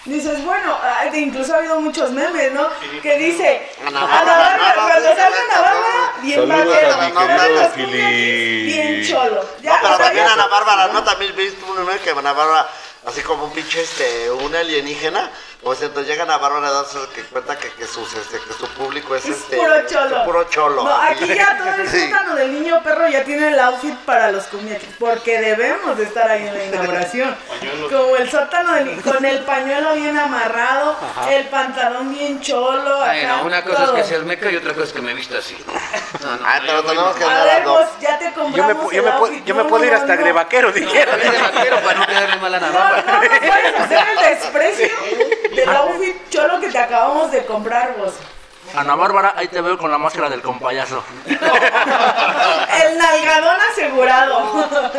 [SPEAKER 6] Dices, bueno, ah, de- incluso ha habido muchos memes, ¿no? Que dice,
[SPEAKER 2] Ana
[SPEAKER 6] Ana
[SPEAKER 2] Bárbara,
[SPEAKER 6] Bárbara,
[SPEAKER 2] Ana
[SPEAKER 6] cuando
[SPEAKER 2] Bárbara,
[SPEAKER 6] salga Ana Bárbara, bien
[SPEAKER 3] Saludos
[SPEAKER 6] vaquero,
[SPEAKER 2] a mi
[SPEAKER 6] cuando
[SPEAKER 2] querido
[SPEAKER 6] salga Cumbia
[SPEAKER 3] Fili.
[SPEAKER 6] Kings, bien cholo. Ya,
[SPEAKER 2] no, pero
[SPEAKER 6] o sea,
[SPEAKER 2] también
[SPEAKER 6] ya-
[SPEAKER 2] Ana Bárbara, ¿no? También viste un meme que Ana Bárbara, así como un pinche, este, un alienígena. O sea, entonces llega Ana Bárbara a darse que cuenta que, que, sus, este, que su público es,
[SPEAKER 6] Es
[SPEAKER 2] este,
[SPEAKER 6] puro cholo.
[SPEAKER 2] puro cholo.
[SPEAKER 6] No, aquí
[SPEAKER 2] [LAUGHS]
[SPEAKER 6] ya todo el
[SPEAKER 2] Sí.
[SPEAKER 6] sótano del niño perro ya tiene el outfit para los cumbietes, porque debemos de estar ahí en la inauguración. Como el sótano del con el pañuelo bien amarrado, el pantalón bien cholo.
[SPEAKER 4] Ay,
[SPEAKER 6] acá,
[SPEAKER 4] no, una cosa es
[SPEAKER 6] todo.
[SPEAKER 4] que sea el meca y otra cosa es que me vista así. No, no,
[SPEAKER 2] Ay,
[SPEAKER 4] no,
[SPEAKER 2] Ah, pero
[SPEAKER 4] yo voy
[SPEAKER 2] tenemos que-
[SPEAKER 6] A
[SPEAKER 2] Nada,
[SPEAKER 6] ver,
[SPEAKER 2] no.
[SPEAKER 6] pues ya te compramos
[SPEAKER 1] [LAUGHS] Yo me, pu- yo
[SPEAKER 6] el
[SPEAKER 1] me,
[SPEAKER 6] outfit.
[SPEAKER 1] puedo, yo me
[SPEAKER 6] No,
[SPEAKER 1] puedo ir
[SPEAKER 6] no,
[SPEAKER 1] hasta
[SPEAKER 6] no.
[SPEAKER 1] grevaquero,
[SPEAKER 4] a
[SPEAKER 1] dijeron.
[SPEAKER 4] ver de
[SPEAKER 2] [LAUGHS]
[SPEAKER 4] vaquero para no quedarle mal a
[SPEAKER 6] No,
[SPEAKER 4] Ana
[SPEAKER 6] no,
[SPEAKER 4] Bárbara.
[SPEAKER 6] no puedes hacer el desprecio del outfit cholo que te acabamos de comprar vos.
[SPEAKER 5] Ana Bárbara, ahí te veo con la máscara del compayazo.
[SPEAKER 6] El nalgadón asegurado.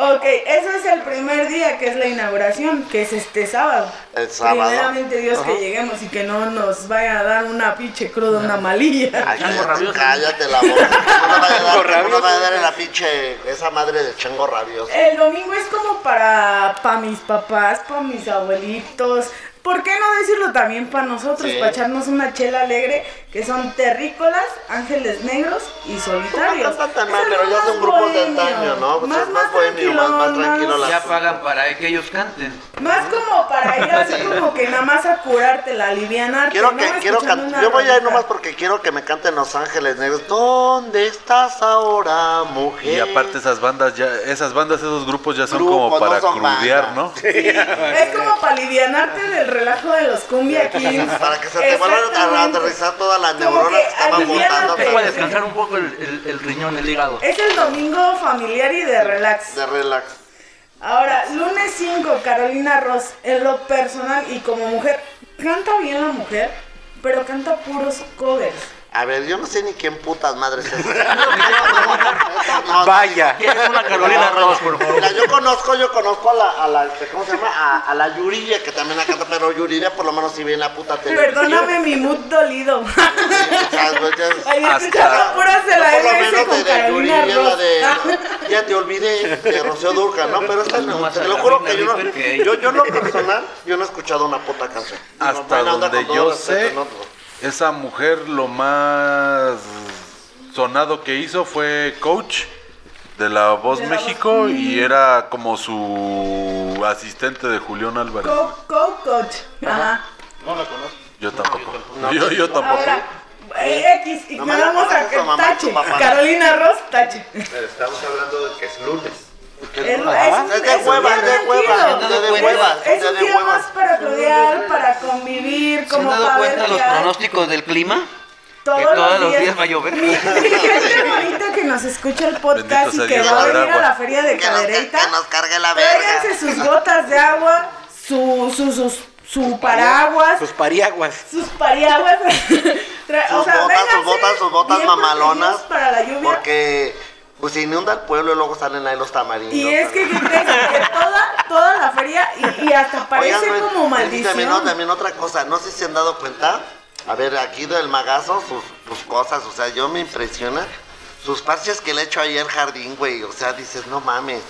[SPEAKER 6] Ok, eso es el primer día que es la inauguración, que es este sábado.
[SPEAKER 2] El sábado.
[SPEAKER 6] Primeramente Dios que lleguemos y que no nos vaya a dar una pinche cruda, una malilla.
[SPEAKER 2] Ay,
[SPEAKER 5] Chango
[SPEAKER 2] cállate,
[SPEAKER 5] rabioso.
[SPEAKER 2] cállate la boca. ¿Cómo no va a
[SPEAKER 1] Chango
[SPEAKER 2] dar, cómo no va a
[SPEAKER 1] rabioso.
[SPEAKER 2] dar en la pinche esa madre de chango rabioso?
[SPEAKER 6] El domingo es como para pa mis papás, para mis abuelitos. ¿Por qué no decirlo también para nosotros?
[SPEAKER 2] Sí.
[SPEAKER 6] Para echarnos una chela alegre, que son terrícolas, ángeles negros y solitarios.
[SPEAKER 2] No cantan mal,
[SPEAKER 6] Es
[SPEAKER 2] pero
[SPEAKER 6] algo
[SPEAKER 2] ya
[SPEAKER 6] más
[SPEAKER 2] son grupos de
[SPEAKER 6] bohemio,
[SPEAKER 2] antaño, ¿no? Pues
[SPEAKER 6] Más,
[SPEAKER 2] es más
[SPEAKER 6] más
[SPEAKER 2] bohemio, más- más
[SPEAKER 6] tranquilón,
[SPEAKER 2] tranquilo la-
[SPEAKER 4] Ya pagan para que ellos canten.
[SPEAKER 2] [LAUGHS]
[SPEAKER 6] Más como para ir así como que nada más a curarte, la alivianarte.
[SPEAKER 2] Quiero
[SPEAKER 6] ¿no?
[SPEAKER 2] que, quiero
[SPEAKER 6] Escuchando
[SPEAKER 2] can-
[SPEAKER 6] una
[SPEAKER 2] Yo voy a ir
[SPEAKER 6] rolita.
[SPEAKER 2] nomás porque quiero que me canten Los Ángeles Negros. ¿Dónde estás ahora, mujer?
[SPEAKER 3] Y aparte esas bandas ya, esas bandas, esos grupos ya son
[SPEAKER 2] Grupo,
[SPEAKER 3] como
[SPEAKER 2] no
[SPEAKER 3] para
[SPEAKER 2] son
[SPEAKER 3] crudear,
[SPEAKER 2] bandas.
[SPEAKER 3] ¿no?
[SPEAKER 6] Es como para alivianarte del relajo de los cumbia kings.
[SPEAKER 2] [LAUGHS] Para que se te vuelvan a
[SPEAKER 6] Exactamente.
[SPEAKER 2] aterrizar todas las
[SPEAKER 6] Como
[SPEAKER 2] neuronas
[SPEAKER 6] que
[SPEAKER 2] que estaban
[SPEAKER 6] aliviánate.
[SPEAKER 2] botando.
[SPEAKER 5] Tengo a
[SPEAKER 2] pero-
[SPEAKER 5] descansar un poco el, el- el riñón, el hígado.
[SPEAKER 6] Es el domingo familiar y de relax.
[SPEAKER 2] De relax.
[SPEAKER 6] Ahora, lunes 5, Carolina Ross, en lo personal y como mujer, canta bien la mujer, pero canta puros covers.
[SPEAKER 2] A ver, yo no sé ni quién putas madres es. esa. No, no, no, no.
[SPEAKER 1] Vaya.
[SPEAKER 5] ¿Quieres una Carolina Ross, por favor?
[SPEAKER 2] Mira, yo conozco, yo conozco a la, a la este, ¿cómo se llama? A, a la Yuriria, que también la canta, pero Yuriria por lo menos si bien la puta televisión. [LAUGHS]
[SPEAKER 6] Perdóname mi mood dolido. [LAUGHS]
[SPEAKER 2] O sea, güey, ya-
[SPEAKER 6] Ahí
[SPEAKER 3] Hasta-
[SPEAKER 6] escuchaba puras de la
[SPEAKER 2] Ah, por lo
[SPEAKER 6] MS
[SPEAKER 2] menos de
[SPEAKER 6] con
[SPEAKER 2] la
[SPEAKER 6] Carolina
[SPEAKER 2] Yuriria, la
[SPEAKER 6] Ross. Ah,
[SPEAKER 2] de. Ya te olvidé, de Rocío Durcal, ¿no? Pero esta no,
[SPEAKER 4] Nomás
[SPEAKER 2] te
[SPEAKER 4] a
[SPEAKER 2] lo
[SPEAKER 4] la
[SPEAKER 2] juro
[SPEAKER 4] Reina
[SPEAKER 2] que yo no.
[SPEAKER 4] Ripper que-
[SPEAKER 2] Yo, yo en lo personal, yo no he escuchado una puta canción. No,
[SPEAKER 3] Hasta
[SPEAKER 2] buena onda
[SPEAKER 3] donde
[SPEAKER 2] con todo
[SPEAKER 3] yo
[SPEAKER 2] respeto,
[SPEAKER 3] sé,
[SPEAKER 2] ¿no?
[SPEAKER 3] esa mujer lo más sonado que hizo fue coach de La Voz
[SPEAKER 6] De La Voz,
[SPEAKER 3] México y era como su asistente de Julián Álvarez.
[SPEAKER 6] Co- co- coach. Ajá.
[SPEAKER 3] Yo tampoco.
[SPEAKER 2] No,
[SPEAKER 3] [LAUGHS] yo, yo tampoco.
[SPEAKER 6] Ahora, eh, X, ignoramos
[SPEAKER 2] Nomás le
[SPEAKER 6] a
[SPEAKER 2] conoces a tu mamá, a tu
[SPEAKER 6] Tache.
[SPEAKER 2] papá.
[SPEAKER 6] Carolina Ross, Tache. Es,
[SPEAKER 7] Pero estamos hablando de que es lunes.
[SPEAKER 6] es un-
[SPEAKER 2] Es de hueva,
[SPEAKER 6] día
[SPEAKER 2] es de hueva,
[SPEAKER 6] tranquilo.
[SPEAKER 4] es de
[SPEAKER 6] Es un-
[SPEAKER 2] hueva, es
[SPEAKER 6] Es
[SPEAKER 2] de
[SPEAKER 6] un día
[SPEAKER 2] hueva.
[SPEAKER 6] más para rodear, para convivir,
[SPEAKER 4] ¿Se han
[SPEAKER 6] como
[SPEAKER 4] dado
[SPEAKER 6] para ver
[SPEAKER 4] cuenta los
[SPEAKER 6] qué hay.
[SPEAKER 4] pronósticos del clima?
[SPEAKER 6] Todos,
[SPEAKER 4] que todos los días va a llover.
[SPEAKER 6] Mi, [LAUGHS] mi gente bonita que nos escucha el podcast
[SPEAKER 3] Bendito sea
[SPEAKER 6] y que
[SPEAKER 3] Dios,
[SPEAKER 6] va a
[SPEAKER 3] habrá
[SPEAKER 6] venir a
[SPEAKER 3] agua.
[SPEAKER 6] la feria
[SPEAKER 2] Que
[SPEAKER 6] de
[SPEAKER 2] nos, que,
[SPEAKER 6] Cadereyta.
[SPEAKER 2] que nos cargue la verga.
[SPEAKER 6] Tráiganse sus gotas de agua, su, su, sus- su paraguas,
[SPEAKER 1] Sus pariaguas. [LAUGHS]
[SPEAKER 6] sus pariaguas.
[SPEAKER 2] [LAUGHS]
[SPEAKER 6] Tra-
[SPEAKER 2] Sus botas, sus
[SPEAKER 6] vénganse
[SPEAKER 2] botas, sus botas
[SPEAKER 6] bien
[SPEAKER 2] mamalonas.
[SPEAKER 6] protegidos Para la lluvia.
[SPEAKER 2] Porque pues se inunda el pueblo y luego salen ahí los tamarindos.
[SPEAKER 6] Y es que, ¿qué crees? Que toda, toda la feria y, y hasta parece
[SPEAKER 2] Oigan, pues, güey,
[SPEAKER 6] como
[SPEAKER 2] y También, no,
[SPEAKER 6] maldición.
[SPEAKER 2] también otra cosa, no sé si se han dado cuenta. A ver, aquí del magazo, sus, sus cosas, o sea, yo me impresiona. Sus parches que le he hecho ahí al jardín, güey. O sea, dices, no mames.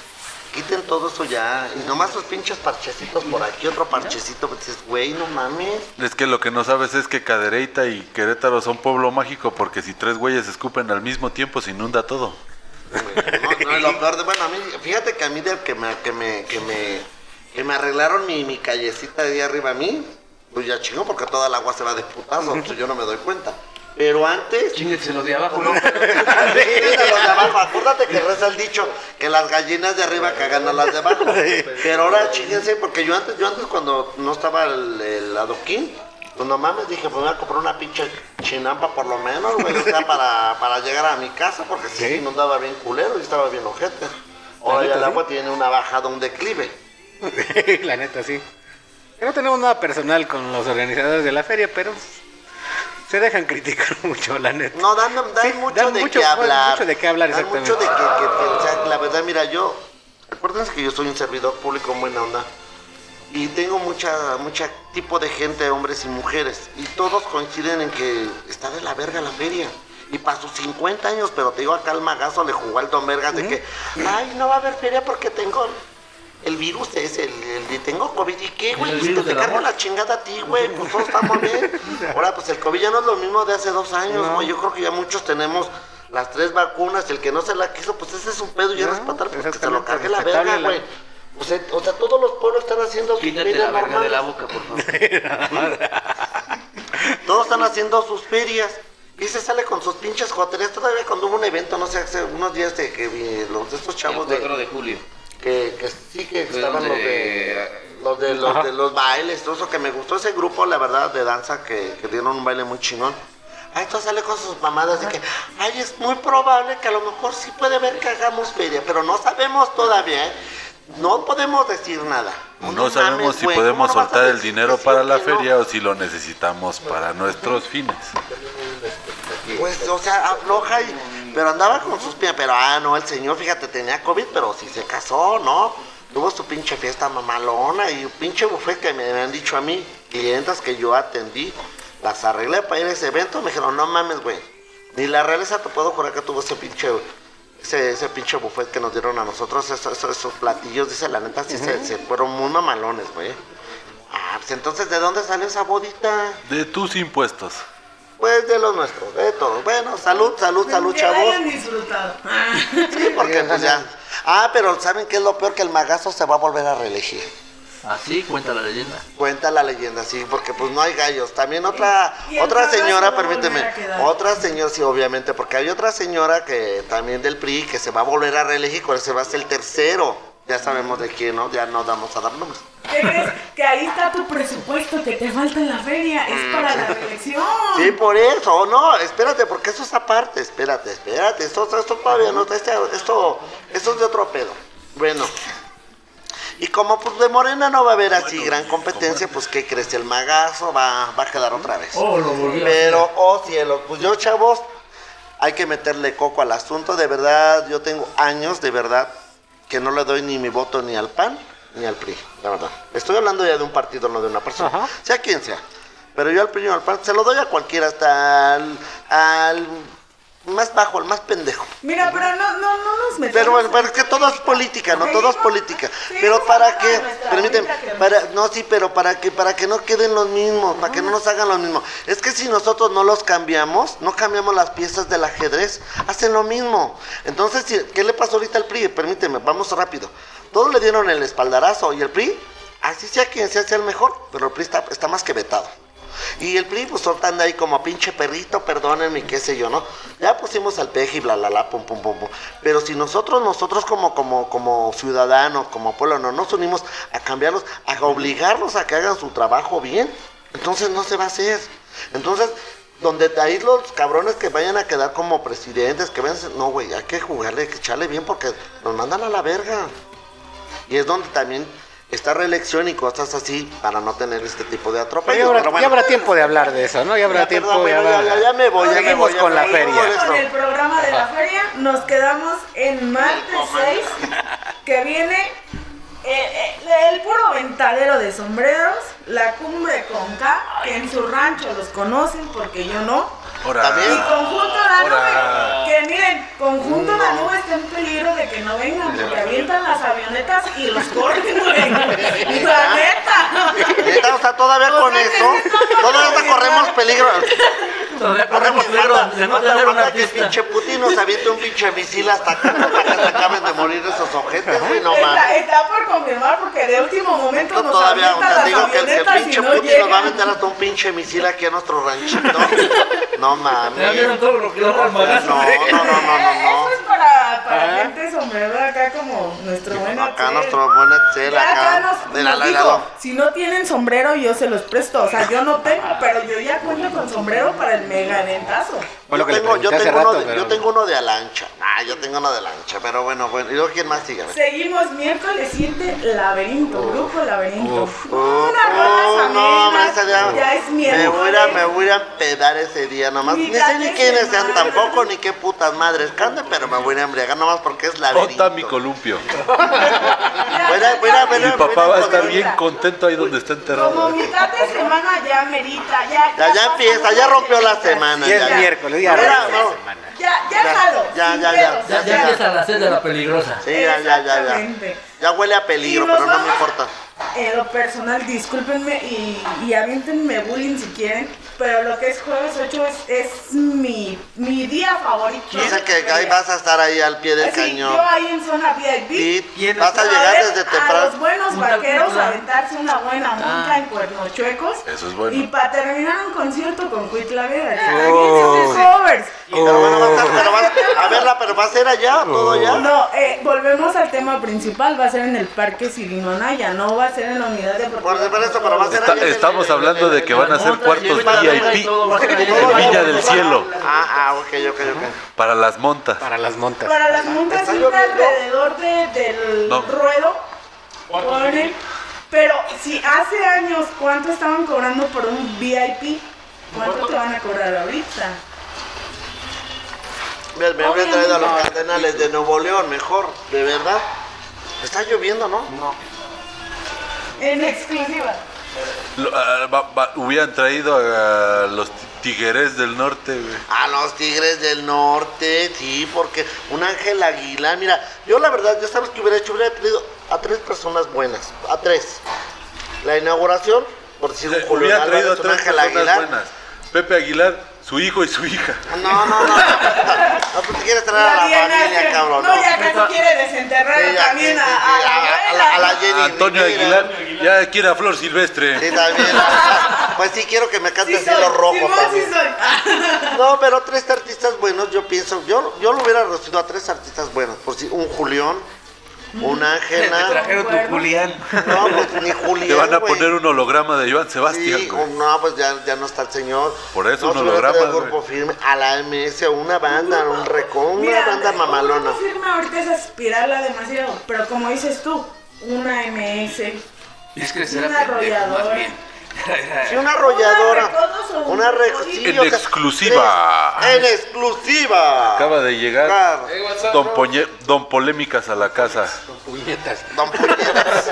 [SPEAKER 2] quiten todo eso ya. Y nomás sus pinches parchecitos por aquí, otro parchecito. Pues dices, güey, no mames.
[SPEAKER 3] Es que lo que no sabes es que Cadereyta y Querétaro son pueblo mágico porque si tres güeyes escupen al mismo tiempo se inunda todo.
[SPEAKER 2] Güey, No, no, y lo peor de, bueno, a mí, fíjate que a mí del que me, que me, que me, que me arreglaron mi, mi callecita de ahí arriba a mí, pues ya chingó, porque toda el agua se va de putazo, pues yo no me doy cuenta. Pero antes,
[SPEAKER 4] Chínguense los de abajo,
[SPEAKER 2] [LAUGHS]
[SPEAKER 4] ¿no?
[SPEAKER 2] Mira los de abajo. Acuérdate que reza el dicho que las gallinas de arriba cagan a las de abajo. Pero ahora chinguense, porque yo antes, yo antes cuando no estaba el, el adoquín, pues no mames, dije, pues me voy a comprar una pinche chinampa por lo menos, güey, o sea, para, para llegar a mi casa, porque si
[SPEAKER 1] Sí.
[SPEAKER 2] no andaba bien culero y estaba bien ojete. Ahora ya el agua tiene una bajada, un declive.
[SPEAKER 1] la neta, sí. Que No tenemos nada personal con los organizadores de la feria, pero se dejan criticar mucho, la neta. [LAUGHS]
[SPEAKER 2] No, dan, dan
[SPEAKER 1] Sí,
[SPEAKER 2] mucho
[SPEAKER 1] dan
[SPEAKER 2] de
[SPEAKER 1] mucho-
[SPEAKER 2] qué hablar.
[SPEAKER 1] mucho de qué hablar,
[SPEAKER 2] Dan
[SPEAKER 1] exactamente.
[SPEAKER 2] mucho de que, que- que, o sea, la verdad, mira, yo, acuérdense que yo soy un servidor público en buena onda. Y tengo mucha, mucha tipo de gente, hombres y mujeres. Y todos coinciden en que está de la verga la feria. Y para sus 50 años, pero te digo, acá el magazo le jugó al Don Vergas de que, ay, no va a haber feria porque tengo el virus es el, el- tengo COVID y qué, güey,
[SPEAKER 5] El
[SPEAKER 2] Pues,
[SPEAKER 5] virus
[SPEAKER 2] te
[SPEAKER 5] del
[SPEAKER 2] cargo
[SPEAKER 5] amor.
[SPEAKER 2] la chingada a ti, güey, pues todos estamos bien. Ahora, pues el COVID ya no es lo mismo de hace dos años, güey, yo creo que ya muchos tenemos las tres vacunas, el que no se la quiso, pues ese es un pedo, ya
[SPEAKER 1] No,
[SPEAKER 2] respetar, pues que se lo
[SPEAKER 1] exactamente,
[SPEAKER 2] cargue la
[SPEAKER 1] respetable
[SPEAKER 2] verga,
[SPEAKER 1] la-
[SPEAKER 2] güey. O sea, o sea, todos los pueblos están haciendo sus
[SPEAKER 4] Quítate
[SPEAKER 2] ferias
[SPEAKER 4] la verga de
[SPEAKER 2] normales.
[SPEAKER 4] la boca, por favor.
[SPEAKER 2] Todos están haciendo sus ferias. Y se sale con sus pinches joterías. Todavía cuando hubo un evento, no sé, hace unos días de que vi los de estos chavos
[SPEAKER 4] El 4
[SPEAKER 2] de,
[SPEAKER 4] de julio.
[SPEAKER 2] que, que sí que
[SPEAKER 4] Fue
[SPEAKER 2] estaban los
[SPEAKER 4] donde-
[SPEAKER 2] de los de los, de los bailes, todo eso que me gustó ese grupo, la verdad, de danza que, que dieron un baile muy chingón. Ah, esto sale con sus mamadas de que, ay, es muy probable que a lo mejor sí puede haber que hagamos feria, pero no sabemos todavía, ¿eh? No podemos decir nada.
[SPEAKER 3] No,
[SPEAKER 2] mames,
[SPEAKER 3] sabemos si
[SPEAKER 2] Pues güey,
[SPEAKER 3] podemos
[SPEAKER 2] ¿cómo no vas a
[SPEAKER 3] soltar el
[SPEAKER 2] decir
[SPEAKER 3] dinero
[SPEAKER 2] que sí
[SPEAKER 3] para
[SPEAKER 2] o
[SPEAKER 3] la
[SPEAKER 2] que no?
[SPEAKER 3] feria o si lo necesitamos para nuestros fines.
[SPEAKER 2] Pues, o sea, afloja y. Pero andaba con sus pies. Pero, ah, no, el señor, fíjate, tenía COVID, pero sí se casó, ¿no? Tuvo su pinche fiesta mamalona y un pinche buffet que me habían dicho a mí, clientes que yo atendí, las arreglé para ir a ese evento. Me dijeron, no mames, güey. Ni la realeza te puedo jurar que tuvo ese pinche. Ese, ese pinche buffet que nos dieron a nosotros, eso- eso- esos platillos, dice la neta, sí se, se fueron muy mamalones, güey. Ah, pues entonces, ¿de dónde salió esa bodita?
[SPEAKER 3] De tus impuestos.
[SPEAKER 2] Pues de los nuestros, de todos. Bueno, salud, salud, salud,
[SPEAKER 6] Que la
[SPEAKER 2] chavos.
[SPEAKER 6] hayan disfrutado.
[SPEAKER 2] Sí, porque pues ya. Ah, pero ¿saben qué es lo peor? Que el magazo se va a volver a reelegir.
[SPEAKER 4] Así cuenta la leyenda.
[SPEAKER 2] Cuenta la leyenda, sí, porque pues no hay gallos. También otra
[SPEAKER 6] Y el
[SPEAKER 2] otra
[SPEAKER 6] Magazo
[SPEAKER 2] señora,
[SPEAKER 6] va a volver
[SPEAKER 2] permíteme,
[SPEAKER 6] a quedar.
[SPEAKER 2] otra señora, sí, obviamente, porque hay otra señora que también del PRI que se va a volver a reelegir, con ese va a ser el tercero. Ya sabemos de quién, ¿no? Ya no damos a dar nombres.
[SPEAKER 6] ¿Qué crees? Que ahí está tu presupuesto que te falta en la feria. Es para la reelección.
[SPEAKER 2] Mm. Sí, por eso, no, espérate, porque eso es aparte, espérate, espérate, esto, esto todavía no, este- esto, esto es de otro pedo. Bueno, y como pues de Morena no va a haber así gran competencia, pues que crece el magazo, va, va a quedar otra vez.
[SPEAKER 5] Oh, lo volví a
[SPEAKER 2] Pero, oh cielo, pues yo, chavos, hay que meterle coco al asunto. De verdad, yo tengo años, de verdad, que no le doy ni mi voto ni al PAN ni al PRI, la verdad. Estoy hablando ya de un partido, no de una persona.
[SPEAKER 1] Ajá.
[SPEAKER 2] Sea quien sea. Pero yo al PRI o al PAN se lo doy a cualquiera, hasta al, al más bajo, al más pendejo.
[SPEAKER 6] Mira, pero no, no, no nos metemos.
[SPEAKER 2] Pero bueno, pero es que todo es política, no todo es política. Pero para que, permíteme, para, no, sí, pero para que, para que no queden los mismos, para que no nos hagan lo mismo. Es que si nosotros no los cambiamos, no cambiamos las piezas del ajedrez, hacen lo mismo. Entonces, si- ¿qué le pasó ahorita al PRI? Permíteme, vamos rápido. Todos le dieron el espaldarazo y el PRI, así sea quien sea, sea el mejor, pero el PRI está, está más que vetado. Y el PRI, pues ahorita anda ahí como pinche perrito, perdónenme, qué sé yo, ¿no? Ya pusimos al peje y bla, bla, bla, pum, pum, pum, pum. Pero si nosotros, nosotros como, como, como ciudadanos, como pueblo, no nos unimos a cambiarlos, a obligarlos a que hagan su trabajo bien, entonces no se va a hacer. Entonces, donde de ahí los cabrones que vayan a quedar como presidentes, que vayan a ser- no, güey, hay que jugarle, hay que echarle bien porque nos mandan a la verga. Y es donde también está reelección y cosas así para no tener este tipo de atropellos.
[SPEAKER 1] Pero ya, habrá,
[SPEAKER 2] pero bueno.
[SPEAKER 1] ya habrá tiempo de hablar de eso, ¿no? Ya habrá
[SPEAKER 2] Ya,
[SPEAKER 1] tiempo
[SPEAKER 2] perdón,
[SPEAKER 1] de
[SPEAKER 2] bueno,
[SPEAKER 1] hablar.
[SPEAKER 2] ya, ya, ya me voy, ya me
[SPEAKER 1] Seguimos
[SPEAKER 2] voy, ya
[SPEAKER 1] con
[SPEAKER 2] me
[SPEAKER 1] la
[SPEAKER 2] voy.
[SPEAKER 1] feria.
[SPEAKER 6] Con el programa de la feria nos quedamos en martes 6, que viene eh, eh, el puro ventadero de sombreros, la cumbre con K, que en su rancho los conocen porque yo no.
[SPEAKER 3] Ahora,
[SPEAKER 2] También.
[SPEAKER 6] Y conjunto la
[SPEAKER 3] Ahora.
[SPEAKER 6] nube, que miren, conjunto la nube está en peligro de que que no vengan, porque avientan las avionetas y los corren,
[SPEAKER 2] [LAUGHS]
[SPEAKER 6] güey. La neta.
[SPEAKER 2] Neta, o sea, todavía
[SPEAKER 6] O
[SPEAKER 2] con
[SPEAKER 6] sea,
[SPEAKER 2] esto,
[SPEAKER 6] que no mames,
[SPEAKER 2] todavía hasta
[SPEAKER 6] güey.
[SPEAKER 2] corremos peligro.
[SPEAKER 5] Todavía
[SPEAKER 2] Corremos
[SPEAKER 5] corremos
[SPEAKER 2] peligro.
[SPEAKER 5] peligro de no tener
[SPEAKER 2] Hasta
[SPEAKER 5] una
[SPEAKER 2] que el
[SPEAKER 5] pista.
[SPEAKER 2] pinche Putin nos aviente un pinche misil hasta acá, hasta que se acaben de morir esos objetos, güey, no
[SPEAKER 6] está,
[SPEAKER 2] mames.
[SPEAKER 6] está por confirmar porque de último momento
[SPEAKER 2] Esto
[SPEAKER 6] nos
[SPEAKER 2] todavía, o
[SPEAKER 6] avientan
[SPEAKER 2] sea,
[SPEAKER 6] las
[SPEAKER 2] digo que el, que el
[SPEAKER 6] avionetas
[SPEAKER 2] pinche
[SPEAKER 6] y no
[SPEAKER 2] Putin nos va a
[SPEAKER 6] llegan.
[SPEAKER 2] meter hasta un pinche misil aquí a nuestro ranchito. No
[SPEAKER 5] Ya vieron
[SPEAKER 2] mames.
[SPEAKER 5] todo lo que lo
[SPEAKER 2] No, no,
[SPEAKER 5] armaron.
[SPEAKER 2] no, no, no, no.
[SPEAKER 6] Eh, Eso es para, para
[SPEAKER 1] Ajá.
[SPEAKER 6] gente sombreada acá como nuestro buen
[SPEAKER 2] Acá
[SPEAKER 6] Axel.
[SPEAKER 2] nuestro buen Excel,
[SPEAKER 6] Ya acá
[SPEAKER 2] acá.
[SPEAKER 6] nos,
[SPEAKER 2] De la
[SPEAKER 6] nos
[SPEAKER 2] la la,
[SPEAKER 6] dijo,
[SPEAKER 2] la.
[SPEAKER 6] si no tienen sombrero yo se los presto, o sea, yo no tengo, pero yo ya cuento con sombrero para el meganentazo.
[SPEAKER 1] Fue lo que
[SPEAKER 2] Yo
[SPEAKER 1] le
[SPEAKER 2] tengo, yo
[SPEAKER 1] pregunté hace
[SPEAKER 2] tengo uno
[SPEAKER 1] rato,
[SPEAKER 2] de-
[SPEAKER 1] pero...
[SPEAKER 2] yo tengo uno de Alancha. Ah, yo tengo uno de Alancha, pero bueno, bueno. ¿Y luego quién más? Dígame.
[SPEAKER 6] Seguimos miércoles 7, laberinto, grupo laberinto.
[SPEAKER 1] Uf.
[SPEAKER 6] Unas rolas
[SPEAKER 2] Uh, no, hombre,
[SPEAKER 6] amenas,
[SPEAKER 2] ese día
[SPEAKER 6] ya es ¿eh?
[SPEAKER 2] me
[SPEAKER 6] miércoles.
[SPEAKER 2] voy a, me voy a empedar ese día nomás.
[SPEAKER 6] Ni
[SPEAKER 2] Ni sé ni
[SPEAKER 6] tarde
[SPEAKER 2] quiénes
[SPEAKER 6] ni
[SPEAKER 2] sean
[SPEAKER 6] nada.
[SPEAKER 2] tampoco, ni qué putas madres canten, pero me voy a embriagar nomás porque es la
[SPEAKER 3] Ota mi columpio.
[SPEAKER 2] Voy a- voy a- voy a-
[SPEAKER 3] Mi
[SPEAKER 2] voy
[SPEAKER 3] papá va a estar
[SPEAKER 2] comer.
[SPEAKER 3] bien contento ahí donde está
[SPEAKER 6] Como
[SPEAKER 3] enterrado.
[SPEAKER 6] mitad de semana ya merita, ya.
[SPEAKER 2] Ya, ya
[SPEAKER 6] pasan
[SPEAKER 2] empieza, ya
[SPEAKER 6] las
[SPEAKER 2] rompió la
[SPEAKER 6] fiestas.
[SPEAKER 2] semana.
[SPEAKER 1] Y es
[SPEAKER 2] ya.
[SPEAKER 1] miércoles, ya
[SPEAKER 2] Ahora,
[SPEAKER 1] rompió la
[SPEAKER 2] no.
[SPEAKER 1] semana.
[SPEAKER 6] Ya, ya
[SPEAKER 2] Ya,
[SPEAKER 6] jalo.
[SPEAKER 2] ya,
[SPEAKER 6] sin
[SPEAKER 2] ya,
[SPEAKER 6] pedos.
[SPEAKER 2] ya,
[SPEAKER 5] Ya, ya empieza la sed de la peligrosa.
[SPEAKER 2] Sí, ya, ya, ya, ya.
[SPEAKER 6] Exactamente.
[SPEAKER 2] Ya huele a
[SPEAKER 6] Y
[SPEAKER 2] peligro,
[SPEAKER 6] nos
[SPEAKER 2] pero no me
[SPEAKER 6] vamos-
[SPEAKER 2] importa.
[SPEAKER 6] En lo personal, discúlpenme y, y aviéntenme bullying si quieren, pero lo que es jueves 8 es, es mi, mi día favorito.
[SPEAKER 2] Yo sé que ahí vas a estar ahí al pie del
[SPEAKER 6] Pues Sí,
[SPEAKER 2] cañón.
[SPEAKER 6] Yo ahí en zona VIP.
[SPEAKER 2] Y
[SPEAKER 5] ¿Quién
[SPEAKER 2] vas a
[SPEAKER 5] está?
[SPEAKER 2] llegar
[SPEAKER 6] ver
[SPEAKER 2] desde
[SPEAKER 6] A
[SPEAKER 2] temprano.
[SPEAKER 6] los buenos
[SPEAKER 5] Una
[SPEAKER 6] vaqueros
[SPEAKER 5] buena.
[SPEAKER 6] a aventarse una buena monta en cuernos chuecos.
[SPEAKER 3] Eso es bueno.
[SPEAKER 6] Y para terminar un concierto con Cuitlavera.
[SPEAKER 1] Oh.
[SPEAKER 6] covers.
[SPEAKER 2] Pero bueno, vas a, pero vas- a verla, pero vas a ir allá, todo allá.
[SPEAKER 6] No, eh, volvemos al tema principal. Va a ser en el Parque Cirino Anaya, no va a ser en la unidad de
[SPEAKER 2] Por supuesto, pero va a ser
[SPEAKER 3] Está-
[SPEAKER 2] allá.
[SPEAKER 3] estamos hablando de que van a ser cuartos
[SPEAKER 5] y
[SPEAKER 3] VIP
[SPEAKER 5] todo va a ser ahí.
[SPEAKER 3] en Villa del Cielo
[SPEAKER 2] Ah, ah, ok, ok, ok.
[SPEAKER 3] para las montas.
[SPEAKER 1] Para las montas.
[SPEAKER 6] Para las montas
[SPEAKER 2] ¿Está
[SPEAKER 6] sí,
[SPEAKER 2] lloviendo?
[SPEAKER 6] alrededor de- del
[SPEAKER 3] No.
[SPEAKER 6] ruedo. ponen, pero si hace años, ¿cuánto estaban cobrando por un VIP? ¿Cuánto te van a cobrar ahorita?
[SPEAKER 2] Me, me habría traído a los cardenales de Nuevo León, mejor, de verdad. Está lloviendo, ¿no? No.
[SPEAKER 6] En exclusiva.
[SPEAKER 3] Lo- ah, va- va- hubieran traído a los tigueres del norte, güey.
[SPEAKER 2] A los Tigres del Norte, sí, porque un Ángel Aguilar, mira, yo la verdad, ya sabes que hubiera hecho, hubiera traído a tres personas buenas, a tres. La inauguración, por decir un Julio
[SPEAKER 3] Eh, Hubieran
[SPEAKER 2] Álvarez,
[SPEAKER 3] traído a
[SPEAKER 2] un
[SPEAKER 3] tres
[SPEAKER 2] Ángel
[SPEAKER 3] personas
[SPEAKER 2] Aguilar.
[SPEAKER 3] buenas. Pepe Aguilar, su hijo y su hija.
[SPEAKER 2] No, no, no. No, tú te quieres traer a la
[SPEAKER 6] Diana
[SPEAKER 2] familia,
[SPEAKER 6] Ángel.
[SPEAKER 2] cabrón.
[SPEAKER 6] No, ya casi quiere desenterrar
[SPEAKER 2] Sí, ya,
[SPEAKER 6] también
[SPEAKER 2] sí,
[SPEAKER 6] a,
[SPEAKER 2] sí,
[SPEAKER 6] a la
[SPEAKER 2] a- a
[SPEAKER 6] abuela.
[SPEAKER 2] la- a la Jenny.
[SPEAKER 3] Antonio
[SPEAKER 2] mira.
[SPEAKER 3] Aguilar, ya quiere a Flor Silvestre.
[SPEAKER 2] Sí, también. Pues sí, quiero que me
[SPEAKER 6] Sí
[SPEAKER 2] cantes
[SPEAKER 6] soy,
[SPEAKER 2] cielo rojo.
[SPEAKER 6] Simón, sí
[SPEAKER 2] también.
[SPEAKER 6] soy. Ah.
[SPEAKER 2] No, pero tres artistas buenos, yo pienso, yo, yo lo hubiera reducido a tres artistas buenos, por si un Julián, un
[SPEAKER 3] [LAUGHS]
[SPEAKER 5] Te
[SPEAKER 2] Ángela,
[SPEAKER 5] trajeron tu Julián.
[SPEAKER 2] no, pues ni Julián.
[SPEAKER 3] Te van a
[SPEAKER 2] güey.
[SPEAKER 3] poner un holograma de Joan Sebastián,
[SPEAKER 2] Sí,
[SPEAKER 3] güey.
[SPEAKER 2] o no, pues ya, ya no está el señor.
[SPEAKER 3] Por eso
[SPEAKER 2] no,
[SPEAKER 3] un
[SPEAKER 2] se hubiera
[SPEAKER 3] holograma,
[SPEAKER 2] traído un grupo
[SPEAKER 3] güey.
[SPEAKER 2] firme, a la MS, una banda, un recón, una banda mamalona.
[SPEAKER 6] un grupo firme ahorita es aspirarla demasiado, pero como dices tú, una MS,
[SPEAKER 4] Es que
[SPEAKER 6] Un
[SPEAKER 4] será pendejo,
[SPEAKER 6] arrollador.
[SPEAKER 4] más bien.
[SPEAKER 2] Sí, una arrolladora.
[SPEAKER 6] Una recodos o un
[SPEAKER 2] Una reco-
[SPEAKER 6] pollo.
[SPEAKER 2] sí,
[SPEAKER 3] En
[SPEAKER 2] o sea,
[SPEAKER 3] exclusiva.
[SPEAKER 2] tres- En exclusiva.
[SPEAKER 3] Acaba de llegar
[SPEAKER 2] Claro.
[SPEAKER 3] don, Poñe- don Polémicas a la casa.
[SPEAKER 1] Puñetas.
[SPEAKER 3] [LAUGHS]
[SPEAKER 2] Don Puñetas.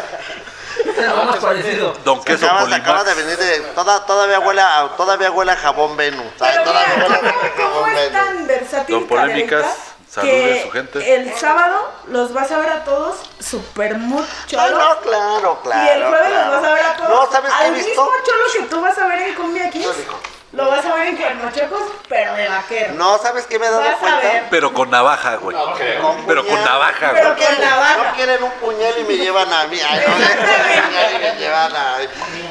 [SPEAKER 5] Lo más parecido.
[SPEAKER 3] Don
[SPEAKER 2] Se
[SPEAKER 3] Queso
[SPEAKER 2] acaba, se acaba de
[SPEAKER 3] Polimax.
[SPEAKER 2] venir de. toda- todavía, huele a, todavía huele a jabón Venus. ¿sabes?
[SPEAKER 6] Pero
[SPEAKER 2] Todavía
[SPEAKER 6] mira,
[SPEAKER 2] huele a
[SPEAKER 6] ¿cómo- cómo
[SPEAKER 2] jabón
[SPEAKER 6] es
[SPEAKER 2] Venus.
[SPEAKER 6] tan versátil
[SPEAKER 3] Don Polémicas,
[SPEAKER 6] Cadereyta,
[SPEAKER 3] salude
[SPEAKER 6] que
[SPEAKER 3] a su gente.
[SPEAKER 6] El sábado los vas a ver a todos super mucho.
[SPEAKER 2] Ah, no, claro, claro.
[SPEAKER 6] y el jueves
[SPEAKER 2] claro.
[SPEAKER 6] los vas a ver a todos.
[SPEAKER 2] No, ¿sabes qué he
[SPEAKER 6] Al
[SPEAKER 2] visto?
[SPEAKER 6] mismo cholo que tú vas a ver en Cumbia Kids,
[SPEAKER 2] Yo digo.
[SPEAKER 6] lo vas a ver en Cuernochecos, pero de vaquero.
[SPEAKER 2] No, ¿sabes qué me he dado
[SPEAKER 6] Vas a
[SPEAKER 2] cuenta?
[SPEAKER 6] ver.
[SPEAKER 3] Pero con navaja,
[SPEAKER 2] Ah,
[SPEAKER 3] güey. Pero con
[SPEAKER 2] puñal.
[SPEAKER 3] navaja,
[SPEAKER 6] Pero
[SPEAKER 3] güey.
[SPEAKER 6] que en la
[SPEAKER 2] No
[SPEAKER 6] baja.
[SPEAKER 2] quieren un puñal y me llevan a mí. Ay, no,
[SPEAKER 6] Exactamente.
[SPEAKER 2] un puñal [LAUGHS] y me llevan a.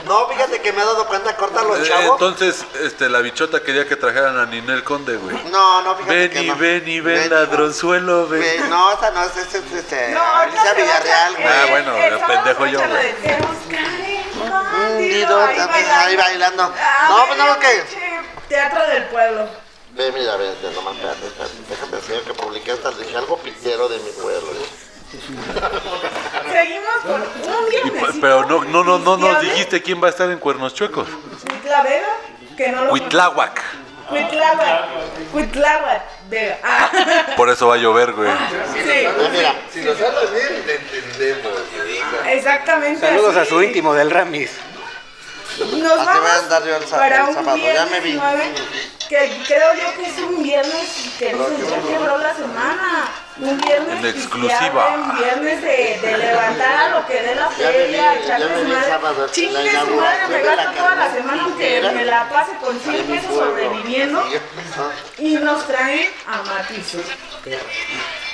[SPEAKER 2] No, fíjate que me he dado cuenta, corta los
[SPEAKER 3] Eh,
[SPEAKER 2] chavos.
[SPEAKER 3] Entonces, este, la bichota quería que trajeran a Ninel Conde, güey.
[SPEAKER 2] No, no, fíjate
[SPEAKER 3] Ven
[SPEAKER 2] que
[SPEAKER 3] y
[SPEAKER 2] no.
[SPEAKER 3] ven y ven,
[SPEAKER 2] Ven y-
[SPEAKER 3] ladronzuelo, ven.
[SPEAKER 2] Güey, No, esa no, es, es, es, este,
[SPEAKER 6] ahorita
[SPEAKER 2] Alicia
[SPEAKER 6] te vas a-
[SPEAKER 2] Villarreal,
[SPEAKER 6] eh,
[SPEAKER 2] güey.
[SPEAKER 3] Ah, bueno,
[SPEAKER 6] el sábado
[SPEAKER 3] pendejo
[SPEAKER 6] vas a
[SPEAKER 3] yo,
[SPEAKER 6] la
[SPEAKER 3] güey.
[SPEAKER 6] de Te buscaré,
[SPEAKER 2] Hundido,
[SPEAKER 6] bandido, ahí
[SPEAKER 2] también,
[SPEAKER 6] bailando.
[SPEAKER 2] ahí bailando.
[SPEAKER 6] A
[SPEAKER 2] No,
[SPEAKER 6] ver,
[SPEAKER 2] pues, no, que-
[SPEAKER 6] pinche Teatro del pueblo.
[SPEAKER 2] Ve, mira, ve, ve, nomás, espérate, espérate, déjame decir que publiqué hasta, dije algo pitero de mi pueblo.
[SPEAKER 6] Seguimos con un
[SPEAKER 3] Y
[SPEAKER 6] viernes.
[SPEAKER 3] pa- pero no, no, no, no nos dijiste quién va a estar en Cuernos Chuecos.
[SPEAKER 6] Cuitlavega, que no lo
[SPEAKER 3] Huitláhuac.
[SPEAKER 6] Cuitláhuac. Cuitláhuac, Vega. Ah,
[SPEAKER 3] Por eso va a llover, güey.
[SPEAKER 6] sí,
[SPEAKER 2] Ah, mira,
[SPEAKER 7] Si lo sabes bien, le entendemos. diga.
[SPEAKER 6] exactamente.
[SPEAKER 1] Saludos
[SPEAKER 6] así.
[SPEAKER 1] a su íntimo del Ramis.
[SPEAKER 6] Nos
[SPEAKER 2] Así voy a andar yo el
[SPEAKER 6] vamos
[SPEAKER 2] sa-
[SPEAKER 6] para
[SPEAKER 2] el sábado,
[SPEAKER 6] un
[SPEAKER 2] ya me
[SPEAKER 6] viernes
[SPEAKER 2] vi.
[SPEAKER 6] 9, que creo yo que es un viernes que dices, ya quebró pues, la semana. Un viernes
[SPEAKER 3] En exclusiva.
[SPEAKER 6] pisteable, Un viernes de, de levantar lo que dé
[SPEAKER 2] Ya
[SPEAKER 6] la
[SPEAKER 2] me vi,
[SPEAKER 6] feria,
[SPEAKER 2] ya me
[SPEAKER 6] echarle su
[SPEAKER 2] vi el sábado, este,
[SPEAKER 6] madre.
[SPEAKER 2] la
[SPEAKER 6] Chingue su madre,
[SPEAKER 2] inauguración
[SPEAKER 6] me
[SPEAKER 2] de la
[SPEAKER 6] gasto toda la
[SPEAKER 2] carnal
[SPEAKER 6] semana aunque
[SPEAKER 2] pisteada.
[SPEAKER 6] me la pase con 100
[SPEAKER 2] en mi
[SPEAKER 6] pesos
[SPEAKER 2] pueblo.
[SPEAKER 6] sobreviviendo.
[SPEAKER 2] Y yo-
[SPEAKER 6] Y nos traen a Matizos.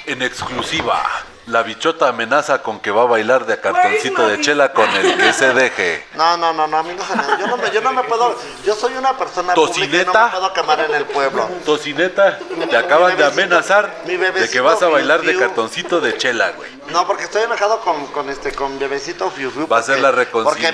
[SPEAKER 3] En exclusiva, la bichota amenaza con que va a bailar de cartoncito de chela con el que se deje.
[SPEAKER 2] No, no, no, no, a mí no se me... Yo no me, yo no me puedo... Yo soy una persona pública y no
[SPEAKER 3] ¿Tocineta?
[SPEAKER 2] me puedo quemar en el pueblo.
[SPEAKER 3] Tocineta, te acaban de amenazar
[SPEAKER 2] Mi
[SPEAKER 3] de que
[SPEAKER 2] bebecito
[SPEAKER 3] vas a bailar de
[SPEAKER 2] Fiu Fiu.
[SPEAKER 3] cartoncito de chela, güey.
[SPEAKER 2] No, porque estoy enojado con, con este con bebecito Fiu Fiu.
[SPEAKER 3] Va a ser
[SPEAKER 2] porque-
[SPEAKER 3] la reconciliación.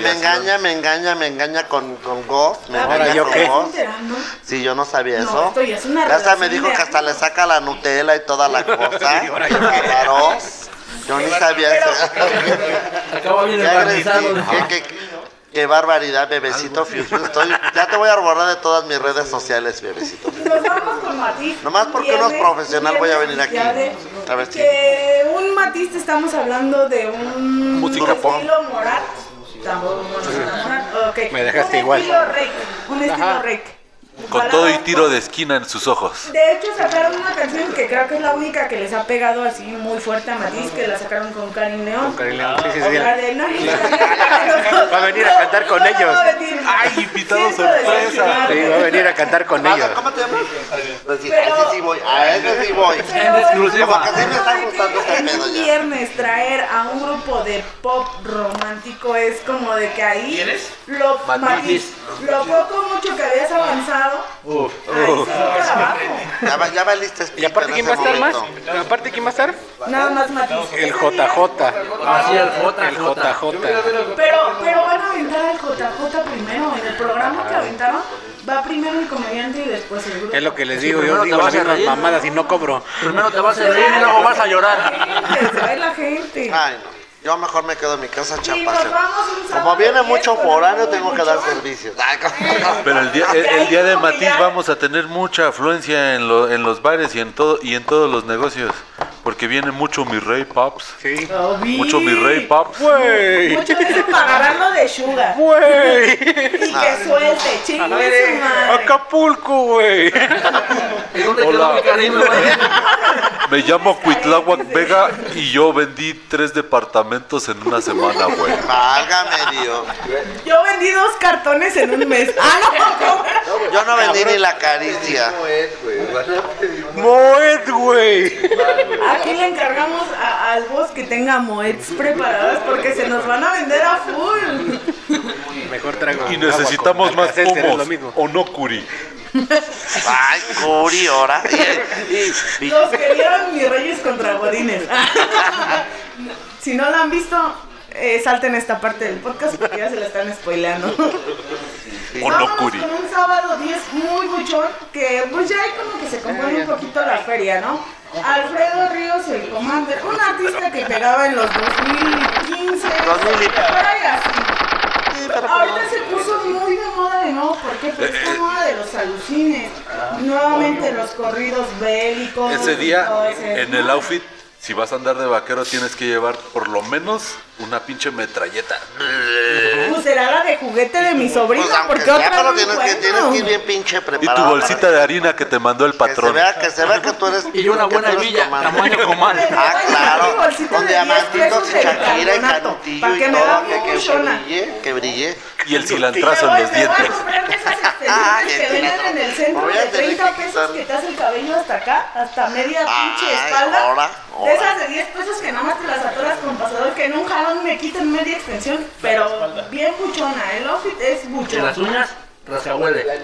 [SPEAKER 2] Porque me engaña, me engaña, me engaña con, con Ghost.
[SPEAKER 7] Ah,
[SPEAKER 2] Me
[SPEAKER 1] Ahora,
[SPEAKER 2] engaña
[SPEAKER 1] ¿yo
[SPEAKER 2] con
[SPEAKER 1] qué?
[SPEAKER 2] Ghost.
[SPEAKER 6] enterando?
[SPEAKER 2] Sí, yo no sabía
[SPEAKER 6] No,
[SPEAKER 2] eso.
[SPEAKER 6] esto ya es una
[SPEAKER 2] Ya hasta me
[SPEAKER 6] relación
[SPEAKER 2] dijo
[SPEAKER 6] de
[SPEAKER 2] que hasta le
[SPEAKER 6] años.
[SPEAKER 2] saca la Nutella y toda la cosa.
[SPEAKER 1] [LAUGHS] Y ahora
[SPEAKER 2] Cabaros. Yo ni sabía eso. [LAUGHS]
[SPEAKER 5] Acaba bien
[SPEAKER 2] Qué
[SPEAKER 5] embarazado.
[SPEAKER 2] agresivo, qué- qué- qué barbaridad, bebecito Fiu Fiu. Estoy- ya te voy a borrar de todas mis redes sociales, bebecito.
[SPEAKER 6] Nos vamos con matiz.
[SPEAKER 2] Nomás porque
[SPEAKER 6] Viernes,
[SPEAKER 2] uno es profesional, voy a
[SPEAKER 6] viernes
[SPEAKER 2] venir aquí.
[SPEAKER 6] sociable.
[SPEAKER 2] A ver si-
[SPEAKER 6] Que un matiz te estamos hablando de un
[SPEAKER 3] Música pop.
[SPEAKER 6] estilo moral. Tampoco no es una moral. Ok.
[SPEAKER 1] Me dejaste
[SPEAKER 6] un
[SPEAKER 1] igual.
[SPEAKER 6] Estilo rec, un estilo
[SPEAKER 1] Ajá.
[SPEAKER 6] rec.
[SPEAKER 3] Con todo y tiro de esquina en sus ojos.
[SPEAKER 6] De hecho, sacaron una canción que creo que es la única que les ha pegado así muy fuerte a Matiz, que la sacaron con Karim León.
[SPEAKER 1] Con Karim León, sí, sí, sí.
[SPEAKER 6] La de Nani.
[SPEAKER 1] Va a venir a cantar con ellos.
[SPEAKER 3] Ay, invitado
[SPEAKER 6] Siento
[SPEAKER 3] sorpresa.
[SPEAKER 6] decepcionarme.
[SPEAKER 1] Sí, va a venir a cantar con ellos.
[SPEAKER 2] Nada, ¿Cómo te llamas? Así,
[SPEAKER 6] Pero-
[SPEAKER 2] a ese sí voy, a ese sí voy.
[SPEAKER 6] Pero
[SPEAKER 5] En exclusiva.
[SPEAKER 6] es
[SPEAKER 2] Como que sí me está
[SPEAKER 6] de
[SPEAKER 2] gustando
[SPEAKER 6] que
[SPEAKER 2] este pedo
[SPEAKER 6] un
[SPEAKER 2] ya.
[SPEAKER 6] viernes traer a un grupo de pop romántico es como de que ahí lo
[SPEAKER 3] Matiz.
[SPEAKER 6] Matiz, lo poco mucho que habías avanzado. ahí se fue para abajo.
[SPEAKER 2] Ya, va- ya valiste
[SPEAKER 1] Y aparte, ¿quién va a estar más? Aparte, ¿quién va a estar?
[SPEAKER 6] Nada más Matiz.
[SPEAKER 1] El
[SPEAKER 6] Ese
[SPEAKER 1] JJ.
[SPEAKER 5] Así el
[SPEAKER 1] El
[SPEAKER 5] JJ.
[SPEAKER 1] JJ.
[SPEAKER 6] día- Pero, pero van a aventar al JJ primero. En el programa que aventaron va primero el comediante y después el grupo.
[SPEAKER 1] Es lo que les digo,
[SPEAKER 5] primero
[SPEAKER 1] yo
[SPEAKER 5] te
[SPEAKER 1] digo
[SPEAKER 5] vas
[SPEAKER 1] las
[SPEAKER 5] a
[SPEAKER 1] mismas
[SPEAKER 5] reír.
[SPEAKER 1] mamadas y no cobro.
[SPEAKER 5] Primero te vas a
[SPEAKER 6] Se va
[SPEAKER 5] reír y
[SPEAKER 6] la
[SPEAKER 5] luego vas a
[SPEAKER 6] gente,
[SPEAKER 5] llorar.
[SPEAKER 6] Se va la gente.
[SPEAKER 2] Ay, no. Yo mejor me quedo en mi casa
[SPEAKER 6] Sí,
[SPEAKER 2] chapas.
[SPEAKER 6] nos vamos un sábado
[SPEAKER 2] Ah, Como viene
[SPEAKER 6] diez,
[SPEAKER 2] mucho
[SPEAKER 6] pero
[SPEAKER 2] foráneo,
[SPEAKER 6] no
[SPEAKER 2] tengo que
[SPEAKER 6] mucho.
[SPEAKER 2] dar servicios. Ay, como-
[SPEAKER 3] Pero el día, el, el día de Matiz vamos a tener mucha afluencia en, lo- en los bares y en, todo, y en todos los negocios. Porque viene mucho mi rey, Pops.
[SPEAKER 1] Sí.
[SPEAKER 3] Mucho mi rey, Pops.
[SPEAKER 1] Güey,
[SPEAKER 6] Muchos dicen pagarán lo de Sugar.
[SPEAKER 1] güey.
[SPEAKER 6] Y que suelte, chingue su madre.
[SPEAKER 1] Acapulco, güey.
[SPEAKER 5] ¿Y dónde quedó
[SPEAKER 3] Hola.
[SPEAKER 5] mi cariño, güey?
[SPEAKER 3] Me llamo Cuitláhuac Vega y yo vendí tres departamentos en una semana, güey.
[SPEAKER 2] Válgame Dios.
[SPEAKER 6] Yo vendí dos cartones en un mes. [LAUGHS] Ah, no, ¿cómo era?
[SPEAKER 2] Yo no vendí ni la caricia.
[SPEAKER 7] ¿Cómo es, güey? Van a pedir un
[SPEAKER 1] Moet, güey.
[SPEAKER 6] Aquí le encargamos a- al boss que tenga moeds preparadas porque se nos van a vender a full.
[SPEAKER 1] Mejor trago.
[SPEAKER 3] Y necesitamos más
[SPEAKER 1] pomos.
[SPEAKER 3] humos, o no, Curi.
[SPEAKER 2] Ay, Curi,
[SPEAKER 6] [LAUGHS]
[SPEAKER 2] ahora.
[SPEAKER 6] Los que vieron mis reyes
[SPEAKER 3] [LAUGHS]
[SPEAKER 6] contra godines. Si no la han visto, eh, salten esta parte del podcast porque ya se la están spoileando.
[SPEAKER 3] O no,
[SPEAKER 6] Vámonos
[SPEAKER 3] Curi.
[SPEAKER 6] con un sábado 10 muy buchón que pues ya ahí como que se
[SPEAKER 2] Eh,
[SPEAKER 6] compone un poquito la feria, ¿no? Alfredo Ríos, el comandante, un artista que pegaba en los 2015.
[SPEAKER 2] 2000.
[SPEAKER 6] por ahí así.
[SPEAKER 2] pues
[SPEAKER 6] Ahorita se puso muy de moda de nuevo, ¿por qué?
[SPEAKER 3] Eh,
[SPEAKER 6] Porque es la moda de los alucines.
[SPEAKER 2] Ah,
[SPEAKER 6] Nuevamente los corridos bélicos.
[SPEAKER 3] Ese
[SPEAKER 6] todo
[SPEAKER 3] día,
[SPEAKER 6] ese
[SPEAKER 3] en el
[SPEAKER 6] desmadre.
[SPEAKER 3] outfit, si vas a andar de vaquero, tienes que llevar por lo menos una pinche metralleta.
[SPEAKER 6] Pues será la de juguete de mi sobrino,
[SPEAKER 2] Pues aunque
[SPEAKER 6] porque
[SPEAKER 2] sea,
[SPEAKER 6] otra
[SPEAKER 2] pero
[SPEAKER 6] no
[SPEAKER 2] tienes que,
[SPEAKER 6] encuentro.
[SPEAKER 2] tienes que ir bien pinche
[SPEAKER 3] Y tu
[SPEAKER 2] preparado.
[SPEAKER 3] bolsita de harina que te mandó el
[SPEAKER 2] Que se
[SPEAKER 3] patrón.
[SPEAKER 2] vea, que se vea que tú eres...
[SPEAKER 5] [LAUGHS] Y una
[SPEAKER 2] que tú
[SPEAKER 5] buena
[SPEAKER 2] eres
[SPEAKER 5] hebilla,
[SPEAKER 2] comando.
[SPEAKER 5] tamaño comal.
[SPEAKER 2] Ah,
[SPEAKER 6] Mi
[SPEAKER 2] claro,
[SPEAKER 6] bolsita
[SPEAKER 2] con
[SPEAKER 6] de 10
[SPEAKER 2] diamantitos
[SPEAKER 6] pesos
[SPEAKER 2] y
[SPEAKER 6] de
[SPEAKER 2] Shakira y
[SPEAKER 6] bicarbonato,
[SPEAKER 2] canutillo
[SPEAKER 6] para
[SPEAKER 2] y
[SPEAKER 6] que me
[SPEAKER 2] todo,
[SPEAKER 6] da
[SPEAKER 2] que, que
[SPEAKER 6] muchona.
[SPEAKER 2] brille, que brille.
[SPEAKER 3] Y el
[SPEAKER 6] Me
[SPEAKER 3] cilantrazo
[SPEAKER 6] voy-
[SPEAKER 3] en los
[SPEAKER 6] me voy a
[SPEAKER 3] dientes.
[SPEAKER 6] comprar de
[SPEAKER 2] [LAUGHS]
[SPEAKER 6] esas extensiones
[SPEAKER 2] Ah,
[SPEAKER 6] que
[SPEAKER 2] el
[SPEAKER 6] venden
[SPEAKER 2] cilantro.
[SPEAKER 6] en el centro
[SPEAKER 2] Voy a
[SPEAKER 6] de
[SPEAKER 2] tener
[SPEAKER 6] 30
[SPEAKER 2] que
[SPEAKER 6] pesos
[SPEAKER 2] quitar-
[SPEAKER 6] que te hace el cabello hasta acá, hasta media pinche
[SPEAKER 2] Ay,
[SPEAKER 6] espalda.
[SPEAKER 2] ahora,
[SPEAKER 6] De
[SPEAKER 2] ahora.
[SPEAKER 6] esas de 10 pesos que nada más te las atoras con pasador, que en un jalón me quitan media extensión, pero bien buchona. El outfit es
[SPEAKER 5] En
[SPEAKER 6] buchona.
[SPEAKER 5] las uñas, rascahuele. Las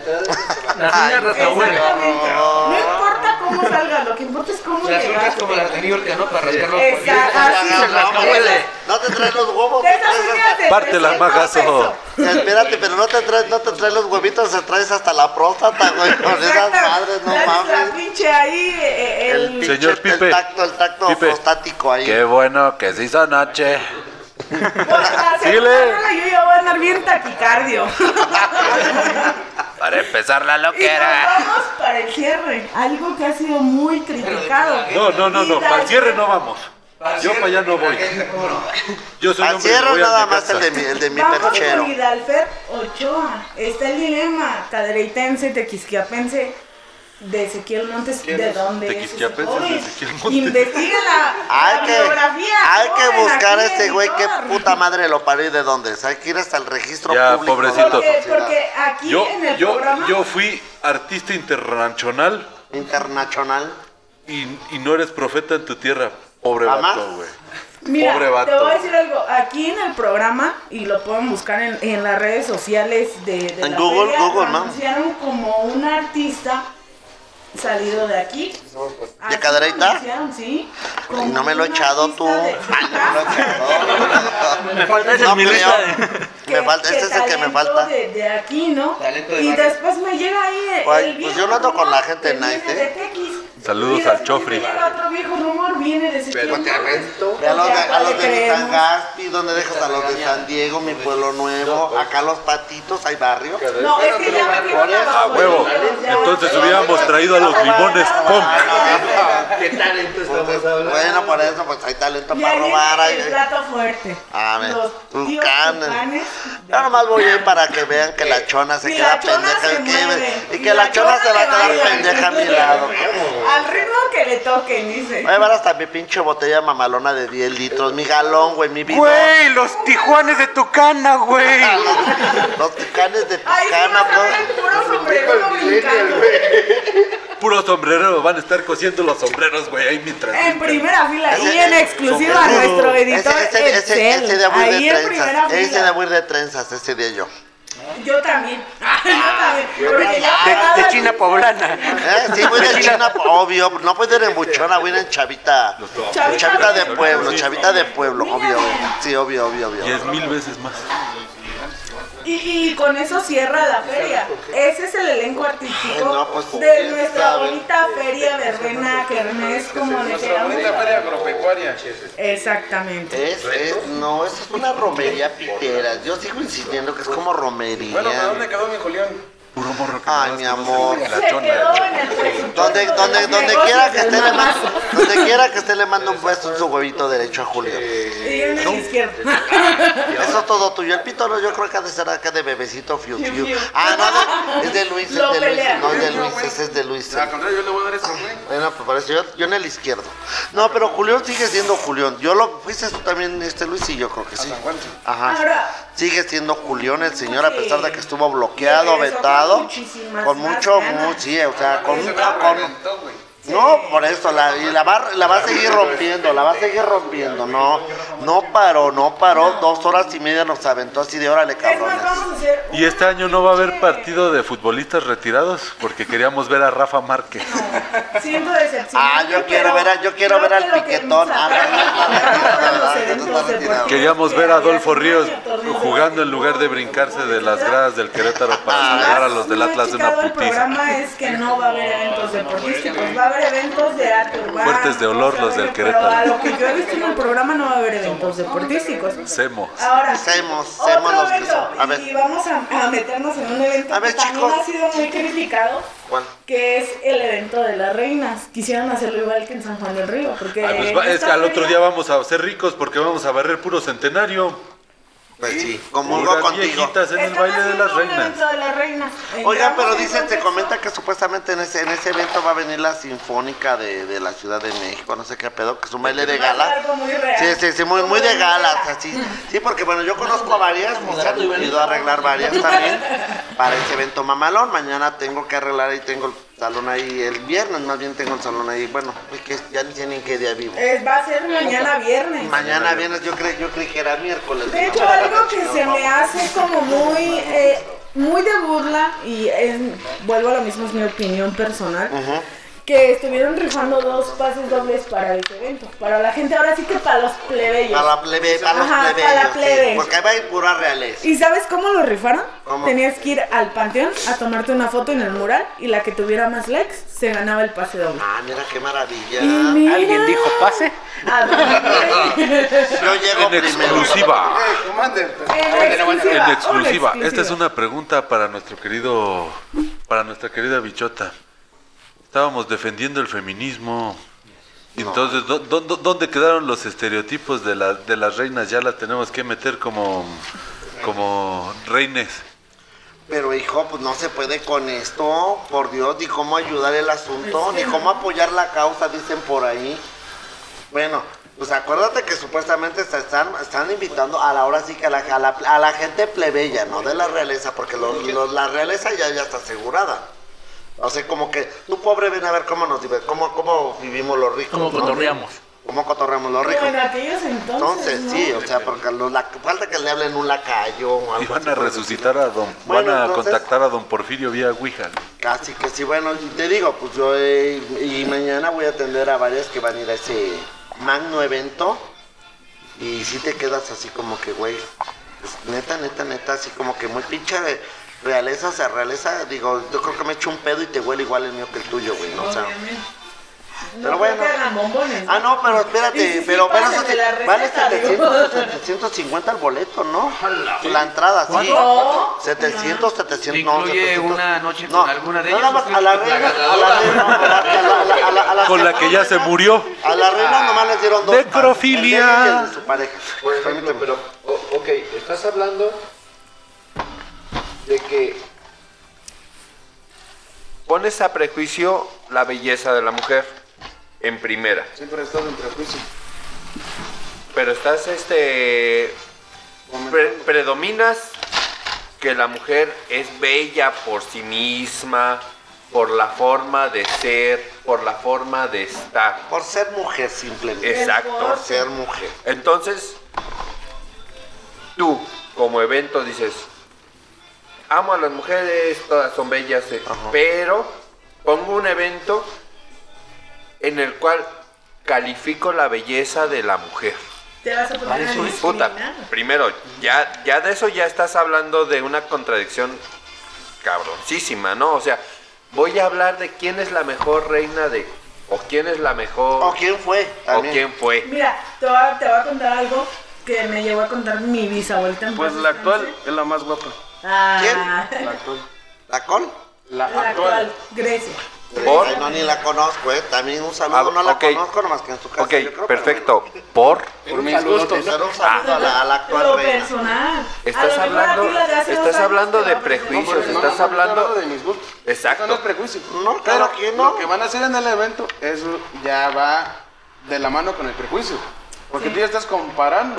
[SPEAKER 2] Ay, Ah,
[SPEAKER 5] uñas, rascahuele.
[SPEAKER 6] Exactamente. No importa cómo salga, lo que importa es cómo
[SPEAKER 4] Las
[SPEAKER 6] llegas.
[SPEAKER 4] uñas como las de New York, ¿no? Para rascarlos.
[SPEAKER 6] Exacto, así
[SPEAKER 2] No,
[SPEAKER 6] Ah, se
[SPEAKER 2] no,
[SPEAKER 6] rasca,
[SPEAKER 2] no,
[SPEAKER 6] huele.
[SPEAKER 2] No te traes los huevos.
[SPEAKER 6] De
[SPEAKER 2] te [LAUGHS]
[SPEAKER 6] esas
[SPEAKER 2] traes
[SPEAKER 6] uñas de
[SPEAKER 3] Parte la
[SPEAKER 6] 300
[SPEAKER 3] magazo.
[SPEAKER 6] pesos.
[SPEAKER 2] hasta- Espérate, pero no te traes, no te traes los huevitos, te traes hasta la próstata, güey. Con esas
[SPEAKER 6] Exacto.
[SPEAKER 2] madres, no
[SPEAKER 6] La- La
[SPEAKER 2] mames.
[SPEAKER 6] pinche ahí, eh, el,
[SPEAKER 2] El pinche-
[SPEAKER 3] Señor Pipe.
[SPEAKER 2] El tacto, el tacto
[SPEAKER 3] Pipe.
[SPEAKER 2] prostático ahí.
[SPEAKER 3] Qué bueno que se hizo noche.
[SPEAKER 6] [LAUGHS]
[SPEAKER 2] [LAUGHS]
[SPEAKER 6] Bueno, la
[SPEAKER 3] Dile.
[SPEAKER 6] segunda rola yo ya voy a andar bien taquicardio. [LAUGHS]
[SPEAKER 3] Para empezar la
[SPEAKER 6] y nos vamos para el cierre. Algo que ha sido muy criticado.
[SPEAKER 3] No, no, no, no.
[SPEAKER 6] Y la-
[SPEAKER 3] Para el cierre no vamos. Yo para allá no voy. Yo soy
[SPEAKER 2] Al
[SPEAKER 3] hombre y me
[SPEAKER 2] cierre
[SPEAKER 3] voy a
[SPEAKER 2] nada
[SPEAKER 3] mi
[SPEAKER 2] más
[SPEAKER 3] casa.
[SPEAKER 2] el de mi, el de mi
[SPEAKER 6] Vamos
[SPEAKER 2] perchero.
[SPEAKER 6] con Hidalfer Ochoa. Está el dilema. Cadereitense, tequisquiapense. de Ezequiel Montes,
[SPEAKER 3] ¿Quién
[SPEAKER 6] de
[SPEAKER 3] es?
[SPEAKER 6] dónde
[SPEAKER 3] ¿De
[SPEAKER 6] es ese
[SPEAKER 3] Quisquiapenses
[SPEAKER 6] joven.
[SPEAKER 3] de Ezequiel Montes?
[SPEAKER 6] Investiga la,
[SPEAKER 2] [LAUGHS] Hay
[SPEAKER 6] la
[SPEAKER 2] que,
[SPEAKER 6] biografía.
[SPEAKER 2] hay que
[SPEAKER 6] joven,
[SPEAKER 2] buscar a
[SPEAKER 6] aquí,
[SPEAKER 2] este güey que
[SPEAKER 6] editor.
[SPEAKER 2] puta madre lo parió y de dónde es. Hay que ir hasta el registro
[SPEAKER 3] Ya,
[SPEAKER 2] público. de la
[SPEAKER 3] pobrecito.
[SPEAKER 6] Porque,
[SPEAKER 2] sociedad.
[SPEAKER 6] porque aquí
[SPEAKER 3] Yo,
[SPEAKER 6] en el
[SPEAKER 3] yo,
[SPEAKER 6] programa.
[SPEAKER 3] yo fui artista internacional
[SPEAKER 2] Internacional.
[SPEAKER 3] y, y no eres profeta en tu tierra. Pobre
[SPEAKER 2] Jamás.
[SPEAKER 3] vato, güey.
[SPEAKER 6] Mira,
[SPEAKER 3] Pobre vato.
[SPEAKER 6] te voy a decir algo. Aquí en el programa, y lo pueden buscar en, en las redes sociales de, de
[SPEAKER 2] En
[SPEAKER 6] la
[SPEAKER 2] Google,
[SPEAKER 6] feria,
[SPEAKER 2] Google, ¿no?
[SPEAKER 6] anunciaron como un artista salido de aquí. Así
[SPEAKER 2] Cadereyta?
[SPEAKER 6] lo anunciaron, Sí.
[SPEAKER 2] Y
[SPEAKER 6] como
[SPEAKER 2] no me lo he
[SPEAKER 6] un
[SPEAKER 2] echado
[SPEAKER 6] artista
[SPEAKER 2] tú.
[SPEAKER 6] de-
[SPEAKER 2] [LAUGHS] Ay, no me lo he
[SPEAKER 6] [LAUGHS]
[SPEAKER 2] echado.
[SPEAKER 4] Me falta ese
[SPEAKER 2] No
[SPEAKER 4] en mi
[SPEAKER 2] creo.
[SPEAKER 4] lista de-
[SPEAKER 2] Me falta, este es el que me
[SPEAKER 6] talento
[SPEAKER 2] falta.
[SPEAKER 6] De, de aquí, ¿no?
[SPEAKER 4] Talento de
[SPEAKER 6] y
[SPEAKER 4] barrio.
[SPEAKER 6] después me llega ahí. el
[SPEAKER 2] Ay,
[SPEAKER 6] viejo
[SPEAKER 2] pues yo no ando con la gente
[SPEAKER 6] rumor
[SPEAKER 2] nice,
[SPEAKER 6] que viene
[SPEAKER 2] ¿eh?
[SPEAKER 6] de Tequis.
[SPEAKER 3] Saludos
[SPEAKER 6] Y después
[SPEAKER 3] al
[SPEAKER 6] me
[SPEAKER 3] Chofri.
[SPEAKER 6] llega otro viejo rumor, viene de Ezequiel
[SPEAKER 7] Pero te
[SPEAKER 6] Montes.
[SPEAKER 7] arresto.
[SPEAKER 2] Ve a los de, a los de
[SPEAKER 6] Creemos.
[SPEAKER 2] San Gaspi, ¿dónde dejas a los de San Diego, mi pueblo nuevo? Acá los patitos, hay barrio.
[SPEAKER 6] No, es que ya me
[SPEAKER 7] Por eso,
[SPEAKER 3] A huevo. Entonces hubiéramos traído a los limones. ¡Pum!
[SPEAKER 7] ¿Qué talento estamos hablando?
[SPEAKER 2] Bueno, por eso, pues hay talento para robar.
[SPEAKER 6] robar
[SPEAKER 2] Hay,
[SPEAKER 6] el plato fuerte.
[SPEAKER 2] A ver,
[SPEAKER 6] Los tíos
[SPEAKER 2] Ah, tucanes.
[SPEAKER 6] tucanes.
[SPEAKER 2] Yo nomás voy a ir para que vean que la chona se
[SPEAKER 6] Ni
[SPEAKER 2] queda
[SPEAKER 6] la chona
[SPEAKER 2] pendeja
[SPEAKER 6] se
[SPEAKER 2] y que-
[SPEAKER 6] mueve,
[SPEAKER 2] y
[SPEAKER 6] ni
[SPEAKER 2] que la, chona se va a
[SPEAKER 6] te
[SPEAKER 2] quedar
[SPEAKER 6] baila.
[SPEAKER 2] pendeja a mi lado.
[SPEAKER 6] Al ritmo que le toquen, dice.
[SPEAKER 2] Voy a llevar hasta mi pinche botella mamalona de 10 litros, mi galón, güey, mi bidón. Ah,
[SPEAKER 1] Güey, los tijuanes de Tucana, güey.
[SPEAKER 2] Los tucanes de
[SPEAKER 6] Ay, sí,
[SPEAKER 2] Tucana,
[SPEAKER 6] vas a ver el
[SPEAKER 2] bro.
[SPEAKER 6] puro sombrero brincando.
[SPEAKER 3] Puro sombrerero. Van a estar cosiendo los sombreros, güey, ahí mientras.
[SPEAKER 6] En primera fila
[SPEAKER 2] Ese-
[SPEAKER 6] y en exclusiva a
[SPEAKER 2] ese-
[SPEAKER 6] nuestro editor
[SPEAKER 2] Ese, ese, ese,
[SPEAKER 6] Excel.
[SPEAKER 2] ese día voy
[SPEAKER 6] Ahí
[SPEAKER 2] de
[SPEAKER 6] en primera
[SPEAKER 2] trenzas. Ese día
[SPEAKER 6] fila.
[SPEAKER 2] voy de trenzas, ese día yo.
[SPEAKER 6] Yo también. [LAUGHS] Ah, Yo también. Porque ya
[SPEAKER 1] De, de
[SPEAKER 6] pagaba-
[SPEAKER 1] China poblana.
[SPEAKER 2] Eh, sí, voy de China, obvio. No puedo ir en buchona, voy a ir en chavita.
[SPEAKER 6] Chavita.
[SPEAKER 2] Chavita de pueblo, chavita de pueblo, obvio. Sí, obvio, obvio, obvio.
[SPEAKER 3] Diez mil veces más.
[SPEAKER 6] Y, y con eso cierra la feria. Ese es el elenco artístico
[SPEAKER 2] Ay, no, pues,
[SPEAKER 6] de
[SPEAKER 2] quién
[SPEAKER 6] nuestra
[SPEAKER 2] sabe.
[SPEAKER 6] bonita feria verbena, que no es como le queramos.
[SPEAKER 7] Bonita feria agropecuaria.
[SPEAKER 6] Exactamente.
[SPEAKER 2] Es, es, no, eso es una romería pitera. Yo sigo insistiendo que es como
[SPEAKER 7] Bueno, ¿pero dónde
[SPEAKER 2] romería.
[SPEAKER 7] quedó mi Julián?
[SPEAKER 3] Puro morro que
[SPEAKER 2] Ay,
[SPEAKER 3] nomás
[SPEAKER 2] mi
[SPEAKER 3] conoce
[SPEAKER 2] amor.
[SPEAKER 3] la
[SPEAKER 6] Se
[SPEAKER 3] chona,
[SPEAKER 6] quedó
[SPEAKER 3] güey.
[SPEAKER 6] en el presupuesto
[SPEAKER 2] Donde,
[SPEAKER 6] de
[SPEAKER 2] donde,
[SPEAKER 6] los
[SPEAKER 2] donde
[SPEAKER 6] negocios
[SPEAKER 2] quiera que
[SPEAKER 6] del
[SPEAKER 2] esté le
[SPEAKER 6] mamazo.
[SPEAKER 2] mando, donde quiera que esté le mando un puesto en su huevito derecho a Julio.
[SPEAKER 6] Y en el izquierdo.
[SPEAKER 2] [LAUGHS] Eso es todo tuyo. El pítolo yo creo que ha de ser acá de bebecito fiu
[SPEAKER 6] Fiu,
[SPEAKER 2] fiu.
[SPEAKER 6] fiu.
[SPEAKER 2] Ah, no, no, es de Luis, es
[SPEAKER 6] Lo
[SPEAKER 2] de Luis.
[SPEAKER 6] pelea.
[SPEAKER 2] No, es de Luis, ese es de Luis.
[SPEAKER 7] Al contrario, yo le voy a dar eso, güey.
[SPEAKER 2] Bueno, pues parece yo, yo en el izquierdo. No, pero Julián sigue siendo Julián. Yo lo fuiste tú también, este Luis, y yo creo que sí. Ajá.
[SPEAKER 6] Ahora-
[SPEAKER 2] Sigue siendo Julián el señor, a
[SPEAKER 6] Sí.
[SPEAKER 2] pesar de que estuvo bloqueado,
[SPEAKER 6] Regresó con
[SPEAKER 2] vetado.
[SPEAKER 6] muchísimas
[SPEAKER 2] Con
[SPEAKER 6] más
[SPEAKER 2] mucho,
[SPEAKER 6] ganas.
[SPEAKER 2] mu- sí, o sea, con mucho. con-
[SPEAKER 7] güey.
[SPEAKER 2] no, por eso, la, y la, va, la va a seguir rompiendo, la va a seguir rompiendo, no, no paró, no paró, dos horas y media nos aventó así de órale,
[SPEAKER 6] Es más,
[SPEAKER 2] cabrones.
[SPEAKER 6] vamos a hacer
[SPEAKER 3] Y este año no va a haber partido de futbolistas retirados porque queríamos ver a Rafa Márquez.
[SPEAKER 6] Siento decepción.
[SPEAKER 2] Ah, yo quiero ver, a- yo quiero ver al piquetón. Ah,
[SPEAKER 3] Queríamos ver a Adolfo Ríos jugando en lugar de brincarse de las gradas del Querétaro para salvar a los Ah, del Atlas de una
[SPEAKER 6] El
[SPEAKER 3] putiza.
[SPEAKER 6] programa es que no va a haber eventos deportísticos, va a haber eventos de arte urbano.
[SPEAKER 3] Fuertes de olor los del
[SPEAKER 6] pero
[SPEAKER 3] Querétaro.
[SPEAKER 6] A lo que yo he visto en el programa no va a haber eventos deportísticos.
[SPEAKER 3] Semo.
[SPEAKER 6] Ahora,
[SPEAKER 2] Semos,
[SPEAKER 6] otro
[SPEAKER 2] semos los que
[SPEAKER 6] evento,
[SPEAKER 2] son. A ver.
[SPEAKER 6] Y vamos a, a meternos en un evento
[SPEAKER 2] A ver,
[SPEAKER 6] que también
[SPEAKER 2] chicos.
[SPEAKER 6] ha sido muy criticado,
[SPEAKER 2] ¿Cuál?
[SPEAKER 6] que es el evento de las reinas. Quisieran hacerlo igual que en San Juan del Río, porque
[SPEAKER 3] Ah, pues va- es que
[SPEAKER 6] esta
[SPEAKER 3] al otro
[SPEAKER 6] feria-
[SPEAKER 3] día vamos a ser ricos porque vamos a barrer puro centenario.
[SPEAKER 2] Pues sí, comulgo
[SPEAKER 3] Puras
[SPEAKER 2] contigo.
[SPEAKER 3] viejitas en el
[SPEAKER 6] Están
[SPEAKER 3] baile de
[SPEAKER 6] haciendo
[SPEAKER 3] las
[SPEAKER 6] un
[SPEAKER 3] reinas.
[SPEAKER 6] evento de las reinas.
[SPEAKER 2] Oigan, pero dicen,
[SPEAKER 6] dicen
[SPEAKER 2] se comenta que supuestamente en ese, en ese evento va a venir la Sinfónica de, de la Ciudad de México, no sé qué pedo, que es un baile de gala.
[SPEAKER 6] Algo muy real.
[SPEAKER 2] Sí, sí, sí, muy, muy de galas, así. Sí, porque bueno, yo conozco a varias, mis han venido a arreglar varias también para ese evento mamalón. Mañana tengo que arreglar y tengo el salón ahí el viernes, más bien tengo el salón ahí. Bueno, es que ya ni sé ni en qué día vivo.
[SPEAKER 6] Es- va a ser mañana viernes.
[SPEAKER 2] Mañana viernes, yo creí, yo creí que era miércoles.
[SPEAKER 6] De hecho, algo que se me hace como muy, eh, muy de burla, y es- vuelvo a lo mismo, es mi opinión personal,
[SPEAKER 2] Ujú.
[SPEAKER 6] que estuvieron rifando dos pases dobles para ese evento. Para la gente, ahora sí que para los plebeyos.
[SPEAKER 2] Para la plebe, para los
[SPEAKER 6] Ajá, para
[SPEAKER 2] plebeyos,
[SPEAKER 6] la plebe.
[SPEAKER 2] sí, porque ahí va a ir pura realeza.
[SPEAKER 6] ¿Y sabes cómo lo rifaron?
[SPEAKER 2] ¿Cómo?
[SPEAKER 6] Tenías que ir al panteón a tomarte una foto en el mural y la que tuviera más likes se ganaba el pase doble.
[SPEAKER 2] Ah, mira qué maravilla.
[SPEAKER 6] Y mira,
[SPEAKER 1] Alguien dijo pase.
[SPEAKER 6] ¿a dónde?
[SPEAKER 2] [LAUGHS] Yo llego
[SPEAKER 3] En
[SPEAKER 2] primero.
[SPEAKER 3] exclusiva.
[SPEAKER 6] En
[SPEAKER 3] En
[SPEAKER 6] una
[SPEAKER 3] exclusiva. Esta es
[SPEAKER 6] exclusiva.
[SPEAKER 3] una pregunta para nuestro querido, para nuestra querida bichota. Estábamos defendiendo el feminismo. Entonces, ¿dó- dó- dó- ¿dónde quedaron los estereotipos de, la- de las reinas? Ya las tenemos que meter como, como reines.
[SPEAKER 2] Pero hijo, pues no se puede con esto, por Dios, ni cómo ayudar el asunto,
[SPEAKER 6] Pues,
[SPEAKER 2] ni
[SPEAKER 6] sí.
[SPEAKER 2] cómo apoyar la causa, dicen por ahí. Bueno, pues acuérdate que supuestamente se están, están invitando a la hora sí que a la, a la, a la gente plebeya, no de la realeza, porque los- los- la realeza ya, ya está asegurada. O sea, como que tú pobre ven a ver cómo nos diver- cómo, cómo vivimos los ricos.
[SPEAKER 5] ¿Cómo
[SPEAKER 2] ¿no?
[SPEAKER 5] cotorreamos?
[SPEAKER 2] ¿Cómo cotorreamos los ricos?
[SPEAKER 6] Como en aquellos entonces.
[SPEAKER 2] Entonces,
[SPEAKER 6] ¿no?
[SPEAKER 2] sí, o sea, porque los la- falta que le hablen un lacayo o
[SPEAKER 3] Y
[SPEAKER 2] algo
[SPEAKER 3] van
[SPEAKER 2] así
[SPEAKER 3] a
[SPEAKER 2] por el
[SPEAKER 3] resucitar a don,
[SPEAKER 2] Bueno,
[SPEAKER 3] van a
[SPEAKER 2] entonces-
[SPEAKER 3] contactar a don Porfirio vía Ouija.
[SPEAKER 2] Casi que sí, bueno, y te digo, pues yo eh, y mañana voy a atender a varias que van a ir a ese magno evento y si te quedas así como que, güey, pues, neta, neta, neta, así como que muy pinche de realeza, o sea, realeza, digo, yo creo que me echo un pedo y te huele igual el mío que el tuyo, güey, ¿no? O sea,
[SPEAKER 6] Obviamente.
[SPEAKER 2] pero
[SPEAKER 6] No
[SPEAKER 2] bueno.
[SPEAKER 6] te hagan bombones,
[SPEAKER 2] ah, no, pero espérate,
[SPEAKER 6] Y si sí,
[SPEAKER 2] pero, pero eso
[SPEAKER 6] pásenme
[SPEAKER 2] sí,
[SPEAKER 6] la
[SPEAKER 2] vale
[SPEAKER 6] receta,
[SPEAKER 2] 700,
[SPEAKER 6] [LAUGHS] digo.
[SPEAKER 2] 750 el boleto, ¿no? La entrada, sí.
[SPEAKER 6] ¿Cuánto?
[SPEAKER 2] 700, 700, no,
[SPEAKER 4] Incluye
[SPEAKER 2] 700.
[SPEAKER 4] una noche
[SPEAKER 2] No,
[SPEAKER 4] con alguna de
[SPEAKER 2] no,
[SPEAKER 4] ellas.
[SPEAKER 2] nada más a la reina, a la reina, a la- a la- a la- a la- a
[SPEAKER 3] Con la que ya se murió.
[SPEAKER 2] A la reina nomás les dieron dos.
[SPEAKER 3] Necrofilia.
[SPEAKER 2] el de ella y el de su pareja.
[SPEAKER 8] Por ejemplo,
[SPEAKER 2] Permíteme.
[SPEAKER 8] pero, o- ok, estás hablando de que pones a prejuicio la belleza de la mujer en primera,
[SPEAKER 9] Siempre he estado en prejuicio.
[SPEAKER 8] pero estás, este, pre- predominas que la mujer es bella por sí misma, por la forma de ser, por la forma de estar.
[SPEAKER 2] Por ser mujer, simplemente. Por
[SPEAKER 8] Exacto.
[SPEAKER 2] ser mujer.
[SPEAKER 8] Entonces, tú como evento dices, amo a las mujeres, todas son bellas, eh, pero pongo un evento en el cual califico la belleza de la mujer.
[SPEAKER 6] Te vas a poner a
[SPEAKER 8] Puta,
[SPEAKER 6] discriminar.
[SPEAKER 8] primero, ya, ya de eso ya estás hablando de una contradicción cabroncísima, ¿no? O sea, voy a hablar de quién es la mejor reina de... o quién es la mejor...
[SPEAKER 2] ¿O quién fue?
[SPEAKER 8] o
[SPEAKER 2] También.
[SPEAKER 8] quién fue.
[SPEAKER 6] Mira, te voy, a, te voy a contar algo que me llegó a contar mi bisabuelita. en
[SPEAKER 9] Pues
[SPEAKER 6] paz
[SPEAKER 9] la
[SPEAKER 6] descanse.
[SPEAKER 9] actual es la más guapa.
[SPEAKER 6] Ah,
[SPEAKER 9] La actual.
[SPEAKER 2] ¿La col?
[SPEAKER 9] La
[SPEAKER 6] La actual, Grecia.
[SPEAKER 8] ¿Por?
[SPEAKER 2] Ay, no, ni la conozco, eh. También un saludo,
[SPEAKER 8] Ah,
[SPEAKER 2] no la
[SPEAKER 8] ok.
[SPEAKER 2] conozco, nomás que en su casa.
[SPEAKER 8] Ok,
[SPEAKER 2] yo creo, pero
[SPEAKER 8] perfecto.
[SPEAKER 2] bueno.
[SPEAKER 8] Por.
[SPEAKER 9] Por mis gustos.
[SPEAKER 2] Pero un saludo a Ah, la, a la
[SPEAKER 6] Lo
[SPEAKER 2] actual reina.
[SPEAKER 6] personal. A
[SPEAKER 8] Estás
[SPEAKER 6] lo mejor a ti
[SPEAKER 8] hablando,
[SPEAKER 6] la de hace dos
[SPEAKER 8] estás
[SPEAKER 6] años
[SPEAKER 8] hablando
[SPEAKER 6] te
[SPEAKER 8] de
[SPEAKER 6] va a parecer-
[SPEAKER 8] prejuicios,
[SPEAKER 9] No,
[SPEAKER 8] estás
[SPEAKER 9] no, no, yo hablo
[SPEAKER 8] hablando.
[SPEAKER 9] de mis gustos. Eso no es
[SPEAKER 8] Exacto.
[SPEAKER 9] prejuicio.
[SPEAKER 2] No, claro que no.
[SPEAKER 9] Lo que van a hacer en el evento, eso ya va de la mano con el prejuicio. Porque tú ya estás comparando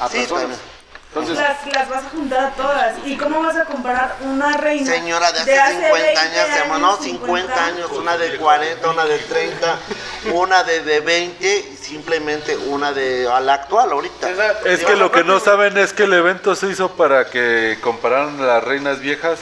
[SPEAKER 9] a
[SPEAKER 2] Sí,
[SPEAKER 9] personas.
[SPEAKER 2] también.
[SPEAKER 9] Entonces,
[SPEAKER 6] Las, las vas a juntar a todas. ¿Y cómo vas a comparar una reina?
[SPEAKER 2] Señora de hace 50 años, se llamó, no, 50 años, una de 40, una de 30, una de, de 20 y simplemente una de a la actual ahorita.
[SPEAKER 9] Exacto.
[SPEAKER 3] Es que lo que no saben es que el evento se hizo para que compararan a las reinas viejas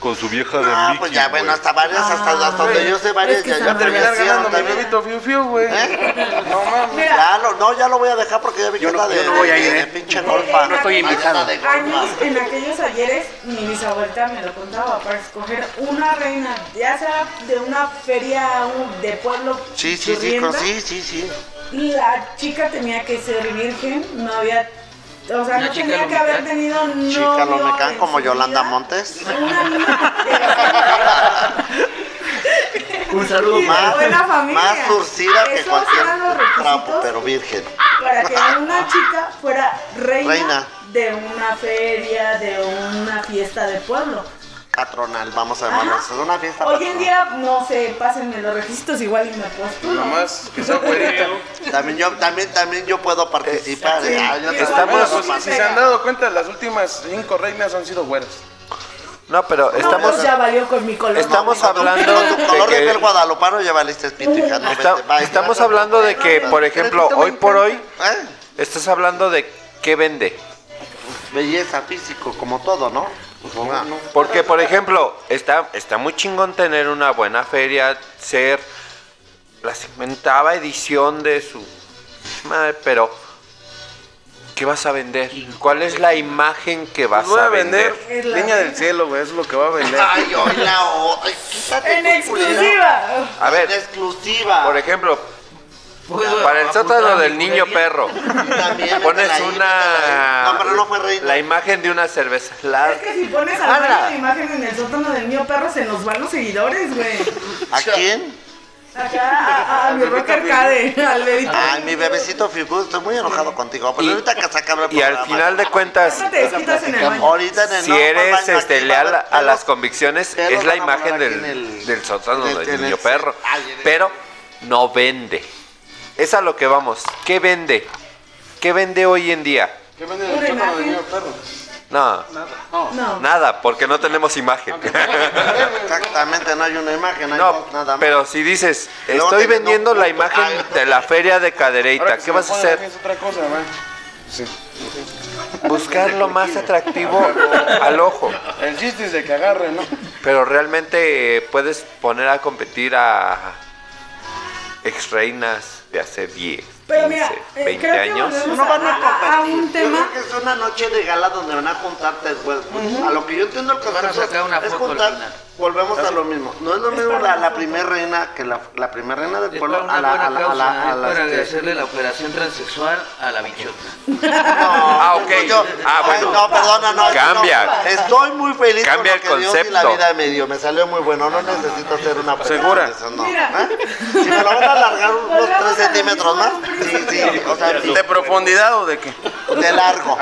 [SPEAKER 3] con su vieja de
[SPEAKER 2] Ah,
[SPEAKER 3] Mickey,
[SPEAKER 2] pues ya, bueno,
[SPEAKER 3] güey.
[SPEAKER 2] hasta varias, hasta,
[SPEAKER 6] Ah,
[SPEAKER 2] hasta donde
[SPEAKER 6] güey.
[SPEAKER 2] yo sé, varias
[SPEAKER 6] Es que
[SPEAKER 2] ya,
[SPEAKER 6] se
[SPEAKER 2] ya
[SPEAKER 6] me
[SPEAKER 9] terminar
[SPEAKER 2] terminaron
[SPEAKER 9] ganando mi
[SPEAKER 2] también.
[SPEAKER 9] bebito fiu fiu, güey.
[SPEAKER 2] ¿Eh?
[SPEAKER 9] No mames.
[SPEAKER 6] Mira,
[SPEAKER 2] Ya, lo- no, ya lo voy a dejar porque ya vi que
[SPEAKER 1] Yo
[SPEAKER 2] es
[SPEAKER 1] no-
[SPEAKER 2] la de,
[SPEAKER 1] yo no voy a
[SPEAKER 2] de-
[SPEAKER 1] ir,
[SPEAKER 2] de
[SPEAKER 1] ¿eh?
[SPEAKER 2] pinche golfa.
[SPEAKER 6] No estoy
[SPEAKER 2] invitada. de
[SPEAKER 6] años,
[SPEAKER 2] golfa.
[SPEAKER 6] en aquellos ayeres, mi bisabuelita me lo contaba, para escoger una reina, ya sea de una feria un- de pueblo
[SPEAKER 2] Sí, sí, sí,
[SPEAKER 6] churrienta,
[SPEAKER 2] con- sí, sí, sí.
[SPEAKER 6] la chica tenía que ser virgen, no había, o sea,
[SPEAKER 4] Una chica
[SPEAKER 6] no tenía que
[SPEAKER 4] lumicán.
[SPEAKER 6] haber tenido novio.
[SPEAKER 2] Chica, lo me caen
[SPEAKER 6] en
[SPEAKER 2] como
[SPEAKER 6] su
[SPEAKER 2] Yolanda
[SPEAKER 6] vida.
[SPEAKER 2] Montes.
[SPEAKER 6] Una niña
[SPEAKER 5] Un saludo
[SPEAKER 6] Sí,
[SPEAKER 5] más.
[SPEAKER 2] Más,
[SPEAKER 6] buena familia. Ah,
[SPEAKER 2] más surcida que
[SPEAKER 6] Esos
[SPEAKER 2] cualquier
[SPEAKER 6] eran los requisitos.
[SPEAKER 2] trapo, pero virgen.
[SPEAKER 6] para que una chica fuera reina,
[SPEAKER 2] Reina.
[SPEAKER 6] de una feria, de una fiesta de pueblo.
[SPEAKER 2] Patronal, vamos a llamarlo.
[SPEAKER 6] Ajá.
[SPEAKER 2] Es una fiesta
[SPEAKER 6] Hoy en
[SPEAKER 2] patronal.
[SPEAKER 6] día, no sé, pásenme los requisitos igual y me postulo.
[SPEAKER 9] Nomás que sea güerita.
[SPEAKER 2] También yo, también, también yo puedo participar.
[SPEAKER 6] sí.
[SPEAKER 2] Ah, yo también
[SPEAKER 8] Estamos-
[SPEAKER 2] puedo
[SPEAKER 9] Bueno, pues, si se han dado cuenta, las últimas cinco reinas han sido güeras.
[SPEAKER 8] No, pero
[SPEAKER 6] No,
[SPEAKER 8] estamos.
[SPEAKER 6] pues ya valió con mi color.
[SPEAKER 8] Estamos
[SPEAKER 6] No,
[SPEAKER 8] hablando
[SPEAKER 2] Con tu color
[SPEAKER 8] de
[SPEAKER 2] de
[SPEAKER 8] que-
[SPEAKER 2] piel guadalupano ya valiste espítija, no
[SPEAKER 8] está-
[SPEAKER 2] vete, bye.
[SPEAKER 8] estamos hablando de que, por ejemplo, hoy por hoy,
[SPEAKER 2] ¿Eh?
[SPEAKER 8] estás hablando de qué vende.
[SPEAKER 2] Belleza, físico, como todo, ¿no?
[SPEAKER 8] Pues,
[SPEAKER 2] Ah,
[SPEAKER 8] Porque, por ejemplo, está, está muy chingón tener una buena feria, ser la cincuentava edición de su madre, pero ¿qué vas a vender? ¿Cuál es la imagen que vas
[SPEAKER 9] Pues voy
[SPEAKER 8] a
[SPEAKER 9] a
[SPEAKER 8] vender?
[SPEAKER 9] vender
[SPEAKER 6] vender.
[SPEAKER 9] Niña del Cielo, güey, eso es lo que va a vender.
[SPEAKER 2] Ay, hoy la otra. ay, quítate,
[SPEAKER 6] En
[SPEAKER 2] culero.
[SPEAKER 6] exclusiva.
[SPEAKER 8] A
[SPEAKER 2] En
[SPEAKER 8] ver,
[SPEAKER 2] exclusiva.
[SPEAKER 8] por ejemplo,
[SPEAKER 4] Puedo
[SPEAKER 8] para el
[SPEAKER 4] apuntar
[SPEAKER 8] sótano
[SPEAKER 4] mi
[SPEAKER 8] del niño
[SPEAKER 4] librería.
[SPEAKER 8] perro,
[SPEAKER 2] También,
[SPEAKER 8] [LAUGHS] pones
[SPEAKER 2] métela ahí, métela ahí.
[SPEAKER 8] una.
[SPEAKER 2] No, pero no fue reina.
[SPEAKER 8] La imagen de una cerveza. La-
[SPEAKER 6] Es que si pones al
[SPEAKER 8] Ana.
[SPEAKER 6] baño la imagen en el sótano del mío perro, se nos van los seguidores, güey.
[SPEAKER 2] ¿A quién?
[SPEAKER 6] Acá a, a- a mi rock arcade, al bebito.
[SPEAKER 2] Ay, Ah, mi bebecito Figu, estoy muy enojado contigo. Pero
[SPEAKER 10] Y-
[SPEAKER 2] ahorita que se acabe el
[SPEAKER 8] Y al
[SPEAKER 2] programa.
[SPEAKER 8] final de cuentas,
[SPEAKER 6] Siempre te desquitas en el baño.
[SPEAKER 2] Ahorita en el
[SPEAKER 8] si
[SPEAKER 2] no, pues,
[SPEAKER 8] eres
[SPEAKER 2] baño,
[SPEAKER 8] este,
[SPEAKER 2] aquí va
[SPEAKER 8] leal a,
[SPEAKER 2] haber pelos.
[SPEAKER 8] las convicciones,
[SPEAKER 2] pelos
[SPEAKER 8] es la
[SPEAKER 2] van a volar
[SPEAKER 8] imagen
[SPEAKER 2] aquí en
[SPEAKER 8] del,
[SPEAKER 2] el-
[SPEAKER 8] del sótano
[SPEAKER 2] en el-
[SPEAKER 8] del
[SPEAKER 2] en el Ah,
[SPEAKER 8] niño
[SPEAKER 2] set.
[SPEAKER 8] perro.
[SPEAKER 2] Ay, en el-
[SPEAKER 8] Pero no vende. Es a lo que vamos. ¿Qué vende? ¿Qué vende hoy en día?
[SPEAKER 7] ¿Qué vende
[SPEAKER 6] Una
[SPEAKER 7] el chócano de
[SPEAKER 6] imagen.
[SPEAKER 7] niño perro?
[SPEAKER 8] No,
[SPEAKER 7] Nada. No.
[SPEAKER 6] No.
[SPEAKER 8] nada, porque no tenemos imagen. [LAUGHS]
[SPEAKER 2] Exactamente, no hay una imagen, no hay
[SPEAKER 8] No,
[SPEAKER 2] nada más.
[SPEAKER 8] pero si dices,
[SPEAKER 2] Luego
[SPEAKER 8] estoy
[SPEAKER 2] te ah, venden
[SPEAKER 8] vendiendo
[SPEAKER 2] un
[SPEAKER 8] la
[SPEAKER 2] puto-
[SPEAKER 8] imagen
[SPEAKER 2] Ay.
[SPEAKER 8] de la feria de
[SPEAKER 7] Ahora
[SPEAKER 8] cadereita,
[SPEAKER 7] que
[SPEAKER 8] ¿qué
[SPEAKER 7] se
[SPEAKER 8] vas a
[SPEAKER 7] pone
[SPEAKER 8] hacer?
[SPEAKER 7] la- Es otra cosa, ¿verdad? Sí.
[SPEAKER 8] Buscar lo más atractivo al ojo.
[SPEAKER 7] El chiste es de que agarre, ¿no?
[SPEAKER 8] Pero realmente eh, puedes poner a competir a exreinas de hace 10,
[SPEAKER 6] Pero mira,
[SPEAKER 8] 15,
[SPEAKER 6] eh,
[SPEAKER 8] 20
[SPEAKER 6] creo que
[SPEAKER 8] años.
[SPEAKER 6] volvemos
[SPEAKER 2] No van a
[SPEAKER 6] a- a- a Ah, un
[SPEAKER 2] competir. Yo
[SPEAKER 6] tema.
[SPEAKER 2] creo que es una noche de gala donde van a juntarte después. pues. A lo que yo entiendo el
[SPEAKER 4] Van a
[SPEAKER 2] concepto
[SPEAKER 4] sacar una
[SPEAKER 2] es
[SPEAKER 4] foto al
[SPEAKER 2] juntar,
[SPEAKER 4] final.
[SPEAKER 2] volvemos a lo mismo. No es lo mismo
[SPEAKER 6] para
[SPEAKER 2] la,
[SPEAKER 6] una
[SPEAKER 2] la
[SPEAKER 6] foto.
[SPEAKER 2] primera reina que la, la primera reina del
[SPEAKER 4] Es
[SPEAKER 2] pueblo
[SPEAKER 4] para
[SPEAKER 2] a
[SPEAKER 4] una
[SPEAKER 2] la a
[SPEAKER 4] buena
[SPEAKER 2] la a
[SPEAKER 4] causa,
[SPEAKER 2] la
[SPEAKER 4] es
[SPEAKER 2] a la-
[SPEAKER 4] para
[SPEAKER 2] este,
[SPEAKER 4] agradecerle la operación transexual a la bichota.
[SPEAKER 2] Ah,
[SPEAKER 8] ok. Ah, bueno.
[SPEAKER 2] No, perdona, no.
[SPEAKER 8] Cambia.
[SPEAKER 2] no. estoy muy feliz
[SPEAKER 8] Cambia
[SPEAKER 2] con
[SPEAKER 8] el
[SPEAKER 2] lo que Dios y la
[SPEAKER 8] concepto.
[SPEAKER 2] vida me dio. Me salió muy bueno. No necesito hacer una operación
[SPEAKER 8] Segura.
[SPEAKER 2] de eso, no.
[SPEAKER 6] Mira.
[SPEAKER 2] ¿Eh? Si me lo van a alargar unos
[SPEAKER 6] Volvemos a
[SPEAKER 2] 3
[SPEAKER 6] lo
[SPEAKER 2] centímetros más.
[SPEAKER 6] mismo,
[SPEAKER 2] Sí,
[SPEAKER 6] hombre.
[SPEAKER 2] sí. O sea,
[SPEAKER 9] ¿De profundidad o de qué?
[SPEAKER 2] de largo.